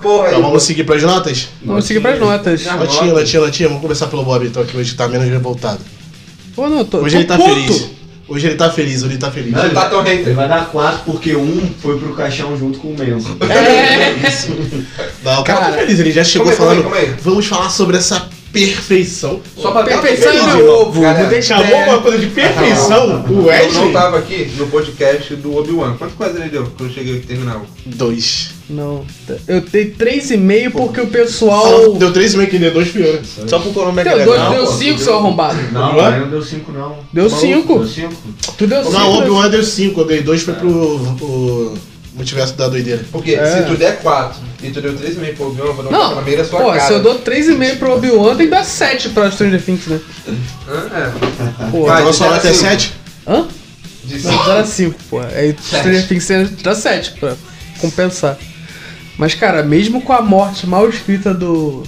[SPEAKER 2] Porra,
[SPEAKER 4] Então vamos seguir pras notas?
[SPEAKER 1] Vamos seguir pras notas.
[SPEAKER 2] Ah,
[SPEAKER 4] Latinha,
[SPEAKER 2] nota.
[SPEAKER 4] latinha, latinha. Vamos começar pelo Bob então, que hoje tá menos revoltado.
[SPEAKER 1] Pô, não, eu tô,
[SPEAKER 4] Hoje
[SPEAKER 1] tô
[SPEAKER 4] ele tá
[SPEAKER 1] puto.
[SPEAKER 4] feliz. Hoje ele tá feliz, hoje ele tá feliz.
[SPEAKER 2] Não tá tão
[SPEAKER 7] Ele
[SPEAKER 2] hater.
[SPEAKER 7] vai dar quatro porque um foi pro caixão junto com o Menzo.
[SPEAKER 1] É.
[SPEAKER 4] Não, o cara,
[SPEAKER 1] Cara,
[SPEAKER 4] tá feliz, ele já chegou
[SPEAKER 2] Calma aí, calma aí,
[SPEAKER 4] falando.
[SPEAKER 2] calma aí.
[SPEAKER 4] Vamos falar sobre essa perfeição.
[SPEAKER 2] Só pra
[SPEAKER 1] Perfeição
[SPEAKER 2] Não,
[SPEAKER 1] é meu ovo.
[SPEAKER 2] galera,
[SPEAKER 1] Não deixa
[SPEAKER 4] Chamou uma coisa de perfeição? O
[SPEAKER 2] Eu não
[SPEAKER 4] Wesley?
[SPEAKER 2] tava aqui no podcast do Obi-Wan. Quanto quase ele deu quando eu cheguei aqui terminal?
[SPEAKER 4] Dois.
[SPEAKER 1] Não, tá, eu dei 3,5 porque o pessoal.
[SPEAKER 4] Só Deu três e meio que deu dois piores.
[SPEAKER 3] Só pro Coronel
[SPEAKER 1] Deu 2,
[SPEAKER 3] Gregal.
[SPEAKER 1] deu
[SPEAKER 7] pô,
[SPEAKER 1] 5,
[SPEAKER 7] deu-
[SPEAKER 1] seu arrombado.
[SPEAKER 7] Não,
[SPEAKER 4] Não é?
[SPEAKER 7] mas não deu cinco, não.
[SPEAKER 1] Deu
[SPEAKER 7] Maluco,
[SPEAKER 1] cinco?
[SPEAKER 7] Deu cinco?
[SPEAKER 1] Tu deu 5.
[SPEAKER 4] Não, o Obi-Wan deu cinco, eu dei dois foi pro o multiverso da doideira.
[SPEAKER 2] Porque se tu der 4 e tu deu 3,5 pro Obi-Wan, eu vou dar uma
[SPEAKER 1] Não,
[SPEAKER 2] tapa na meia da sua
[SPEAKER 1] pô,
[SPEAKER 2] cara.
[SPEAKER 1] se eu dou 3,5 pro Obi-Wan, tem que dar 7 pra Stranger Things, né?
[SPEAKER 2] Ah,
[SPEAKER 1] Pô,
[SPEAKER 2] Vai.
[SPEAKER 4] Nossa
[SPEAKER 2] era
[SPEAKER 4] nota é
[SPEAKER 2] cinco.
[SPEAKER 4] sete?
[SPEAKER 1] hã?
[SPEAKER 2] é. De
[SPEAKER 1] Não,
[SPEAKER 2] 5.
[SPEAKER 1] era 5, pô. Aí É Stranger Things tem- dá 7 pra compensar. Mas, cara, mesmo com a morte mal escrita do.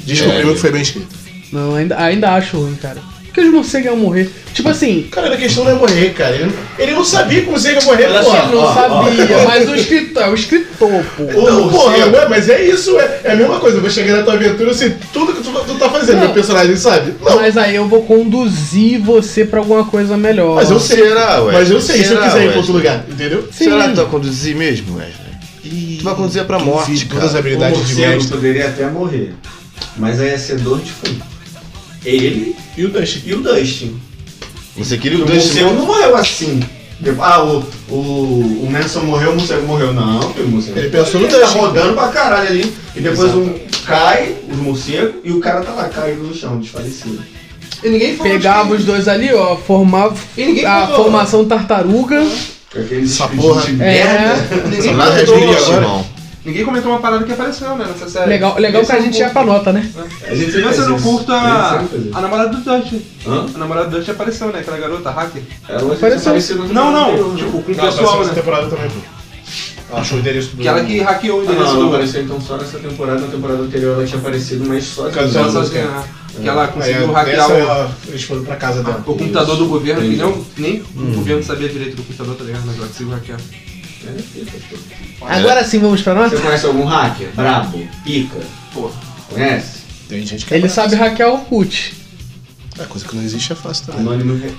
[SPEAKER 4] Descobrimos que foi bem escrito.
[SPEAKER 1] Não, ainda, ainda acho ruim, cara. Por que os morcegos iam morrer? Tipo assim,
[SPEAKER 4] Cara, a questão não é morrer, cara. Ele, ele não sabia é que o Zega ia morrer,
[SPEAKER 7] Olha
[SPEAKER 4] porra.
[SPEAKER 7] só.
[SPEAKER 1] não
[SPEAKER 7] ó,
[SPEAKER 1] sabia, mas o escritor, é o escritor, pô.
[SPEAKER 4] Ô,
[SPEAKER 7] Não,
[SPEAKER 4] porra,
[SPEAKER 7] você-
[SPEAKER 4] ué, mas é isso, ué. É a mesma coisa. Eu vou chegar na tua aventura, eu sei tudo que tu, tu tá fazendo,
[SPEAKER 1] Não.
[SPEAKER 4] meu personagem sabe. Não,
[SPEAKER 1] Mas aí eu vou conduzir você pra alguma coisa melhor.
[SPEAKER 4] mas eu sei.
[SPEAKER 3] Será, Wesley?
[SPEAKER 4] Mas eu sei se eu
[SPEAKER 3] Será,
[SPEAKER 4] quiser ir pra
[SPEAKER 3] Wesley?
[SPEAKER 4] outro lugar, entendeu?
[SPEAKER 1] Sim.
[SPEAKER 3] Será que tu vai conduzir mesmo, Wesley? Tu vai conduzir pra morte,
[SPEAKER 4] Duvido todas as
[SPEAKER 3] cara.
[SPEAKER 7] O
[SPEAKER 4] habilidades de
[SPEAKER 7] morcego
[SPEAKER 4] mestre.
[SPEAKER 7] poderia até morrer. Mas aí ia ser dor de fundo. um. Ele
[SPEAKER 4] E o Dust.
[SPEAKER 7] e o Dustin.
[SPEAKER 3] Você queria
[SPEAKER 7] E
[SPEAKER 3] o
[SPEAKER 7] o
[SPEAKER 3] Dust
[SPEAKER 7] Museu não morreu assim. Tipo, Ah, o, o, o Manson morreu, o Museu morreu. Não, filho, o Museu.
[SPEAKER 4] Ele pensou no
[SPEAKER 7] tá
[SPEAKER 4] Dustin.
[SPEAKER 7] rodando pra caralho ali. E depois um cai, os morcegos, e o cara tá lá caído no chão, desfalecido.
[SPEAKER 2] E ninguém falou
[SPEAKER 1] Pegava os
[SPEAKER 2] de
[SPEAKER 1] dois ali, ó, formava
[SPEAKER 2] E ninguém
[SPEAKER 1] a
[SPEAKER 2] falou.
[SPEAKER 1] formação tartaruga.
[SPEAKER 7] Com Aquele
[SPEAKER 4] Essa
[SPEAKER 7] espírito
[SPEAKER 4] porra.
[SPEAKER 7] de merda.
[SPEAKER 1] É,
[SPEAKER 2] quem- ninguém
[SPEAKER 3] Só nada de
[SPEAKER 2] comentou-
[SPEAKER 3] lixo, irmão.
[SPEAKER 2] Ninguém comentou uma parada que apareceu, né, nessa série.
[SPEAKER 1] legal, legal
[SPEAKER 2] Esse é
[SPEAKER 1] que a
[SPEAKER 2] um eu
[SPEAKER 1] gente
[SPEAKER 2] curto.
[SPEAKER 1] ia pra nota, né?
[SPEAKER 7] A gente
[SPEAKER 2] Mas
[SPEAKER 7] faz
[SPEAKER 2] eu não
[SPEAKER 7] isso.
[SPEAKER 2] curto
[SPEAKER 7] A
[SPEAKER 2] a,
[SPEAKER 7] gente sempre faz isso.
[SPEAKER 2] a namorada do Dustin.
[SPEAKER 7] Hã?
[SPEAKER 2] A namorada do Dustin apareceu, né? Aquela garota, a hacker.
[SPEAKER 7] Ela não
[SPEAKER 1] Apareceu.
[SPEAKER 7] apareceu um no
[SPEAKER 2] Não, não.
[SPEAKER 7] anterior,
[SPEAKER 2] Tipo, com o
[SPEAKER 4] Não,
[SPEAKER 2] pessoal,
[SPEAKER 4] essa
[SPEAKER 2] né?
[SPEAKER 4] Ah, temporada também, pô. Ela achou o Ah, endereço do.
[SPEAKER 2] Que ela que hackeou o
[SPEAKER 7] Ah, não,
[SPEAKER 2] endereço
[SPEAKER 7] ela
[SPEAKER 2] do...
[SPEAKER 7] apareceu então só nessa temporada, na temporada anterior ela tinha aparecido, mas só
[SPEAKER 4] Cadê
[SPEAKER 2] Ela
[SPEAKER 4] ela?
[SPEAKER 2] sozinha, né? Que ela
[SPEAKER 4] Aí,
[SPEAKER 2] conseguiu hackear
[SPEAKER 4] nessa,
[SPEAKER 2] o...
[SPEAKER 4] ela, eles foram é pra casa dela.
[SPEAKER 2] O computador do governo, que
[SPEAKER 7] Entendi.
[SPEAKER 2] não, nem o governo sabia direito do computador, tá ligado? Mas ela conseguiu hackear.
[SPEAKER 1] Agora sim vamos pra nota?
[SPEAKER 7] Você conhece algum hacker? Brabo, pica,
[SPEAKER 2] Pô,
[SPEAKER 7] conhece?
[SPEAKER 4] Tem gente que
[SPEAKER 1] Ele
[SPEAKER 4] é
[SPEAKER 1] sabe hackear o Orkut.
[SPEAKER 4] É coisa que não existe é fácil também.
[SPEAKER 7] Anônimo re-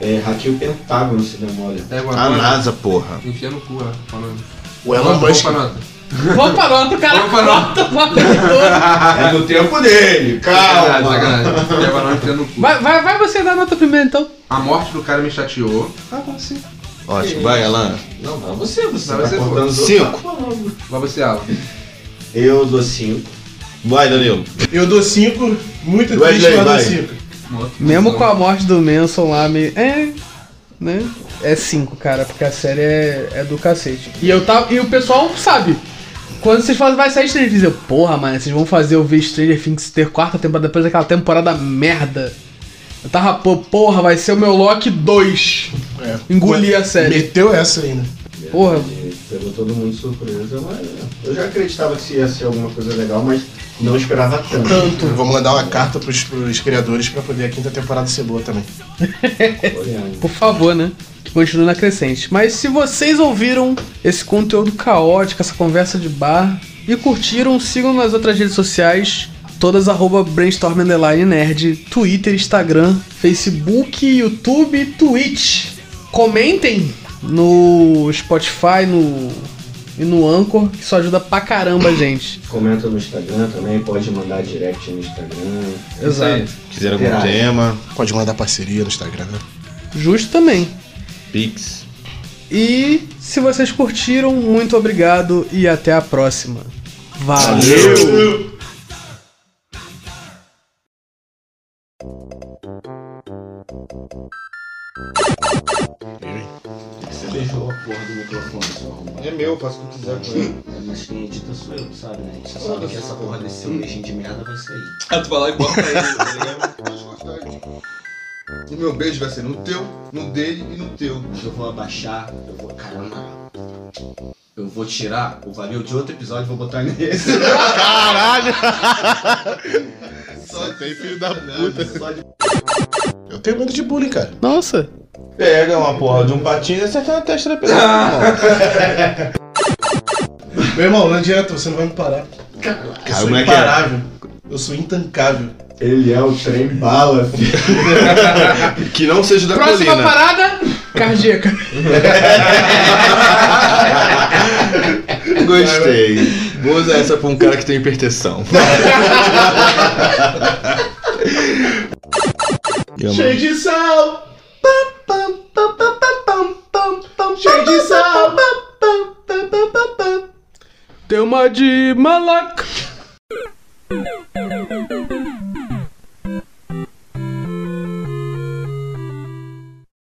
[SPEAKER 7] é, hackeia o Pentágono, se demora.
[SPEAKER 2] pega uma
[SPEAKER 3] A
[SPEAKER 2] coisa,
[SPEAKER 3] NASA, porra.
[SPEAKER 2] enfia no cu, ela falando.
[SPEAKER 4] O Elon
[SPEAKER 2] Vamos
[SPEAKER 4] Musk.
[SPEAKER 2] pra nota.
[SPEAKER 1] Vamos pra nota, o cara
[SPEAKER 2] Vamos pra
[SPEAKER 1] corta
[SPEAKER 2] nota.
[SPEAKER 1] o papel todo.
[SPEAKER 7] É do tempo dele,
[SPEAKER 2] Sacanagem,
[SPEAKER 7] calma.
[SPEAKER 2] sacanagem. é Pega a nota e enfia no cu.
[SPEAKER 1] Vai, vai, vai você dar nota primeiro então.
[SPEAKER 2] A morte do cara me chateou. Ah, bom, sim.
[SPEAKER 3] Ótimo. Vai, Alan.
[SPEAKER 7] Não, pra você, você
[SPEAKER 2] Pra
[SPEAKER 7] tá
[SPEAKER 2] você,
[SPEAKER 7] cortando os
[SPEAKER 3] Cinco.
[SPEAKER 7] outros.
[SPEAKER 2] Vai você, Alan.
[SPEAKER 7] Eu dou assim, cinco.
[SPEAKER 3] Vai, Danilo.
[SPEAKER 4] Eu dou 5, muito
[SPEAKER 3] Vai,
[SPEAKER 4] triste,
[SPEAKER 3] Lei,
[SPEAKER 4] mas dou
[SPEAKER 3] vai.
[SPEAKER 4] 5.
[SPEAKER 1] Mesmo com a morte do Manson lá, meio. É. Né? É 5, cara, porque a série é, é do cacete. E eu tava. E o pessoal sabe. Quando vocês falam, vai sair Stranger Things, eu, porra, mano, vocês vão fazer eu ver Stranger Things ter quarta temporada depois daquela temporada merda. Eu tava, pô, porra, vai ser o meu Loki 2.
[SPEAKER 4] É.
[SPEAKER 1] Engoli a série.
[SPEAKER 4] Meteu essa ainda.
[SPEAKER 1] Porra.
[SPEAKER 7] E Pegou todo mundo de surpresa, mas é, eu já acreditava que ia ser alguma coisa legal, mas não esperava tanto.
[SPEAKER 4] Tanto. Vamos mandar uma carta pros, pros criadores pra poder a quinta temporada ser boa também.
[SPEAKER 7] Olhando.
[SPEAKER 1] Por favor, né? Que continue na crescente. Mas se vocês ouviram esse conteúdo caótico, essa conversa de bar, e curtiram, sigam nas outras redes sociais, todas arroba brainstorm underline nerd, Twitter, Instagram, Facebook, YouTube, Twitch. Comentem no Spotify, no. E no Anchor, que isso ajuda pra caramba, gente.
[SPEAKER 7] Comenta no Instagram também, pode mandar direct no Instagram.
[SPEAKER 1] Exato.
[SPEAKER 3] Quiser algum
[SPEAKER 7] Interage.
[SPEAKER 3] tema?
[SPEAKER 4] Pode mandar parceria no Instagram. né?
[SPEAKER 1] Justo também.
[SPEAKER 3] Pix.
[SPEAKER 1] E se vocês curtiram, muito obrigado e até a próxima. Valeu!
[SPEAKER 7] Você beijou a porra do microfone, seu arrombado.
[SPEAKER 3] É meu, faço o que quiser com ele.
[SPEAKER 7] É, mas quem edita sou eu, sabe, né? Você sabe que essa porra desse seu beijinho de merda vai sair.
[SPEAKER 8] Ah, tu vai lá e corta ele, tá ligado? Mas corta ele. E meu beijo vai ser no teu, no dele e no teu.
[SPEAKER 7] Mas eu vou abaixar, eu vou. Caramba! Eu vou tirar o valeu de outro episódio e vou botar [laughs] nesse.
[SPEAKER 3] Caralho!
[SPEAKER 8] Só tem filho
[SPEAKER 3] da
[SPEAKER 8] puta.
[SPEAKER 7] Só de
[SPEAKER 4] Eu tenho medo de bullying, cara.
[SPEAKER 1] Nossa!
[SPEAKER 3] Pega uma porra de um patinho e acerta na testa da pessoa, irmão.
[SPEAKER 4] Meu irmão, não adianta, você não vai me parar. Eu
[SPEAKER 3] Cara,
[SPEAKER 4] sou
[SPEAKER 3] o moleque é-
[SPEAKER 4] imparável. Eu sou intancável.
[SPEAKER 7] Ele é o trem bala, filho.
[SPEAKER 3] Que não seja da
[SPEAKER 1] Próxima
[SPEAKER 3] colina.
[SPEAKER 1] parada! Cardíaca.
[SPEAKER 3] Gostei. Vou usar essa pra um cara que tem hipertensão. Eu amo.
[SPEAKER 4] de sal! Cheio de sal!
[SPEAKER 1] Tem uma de malaca.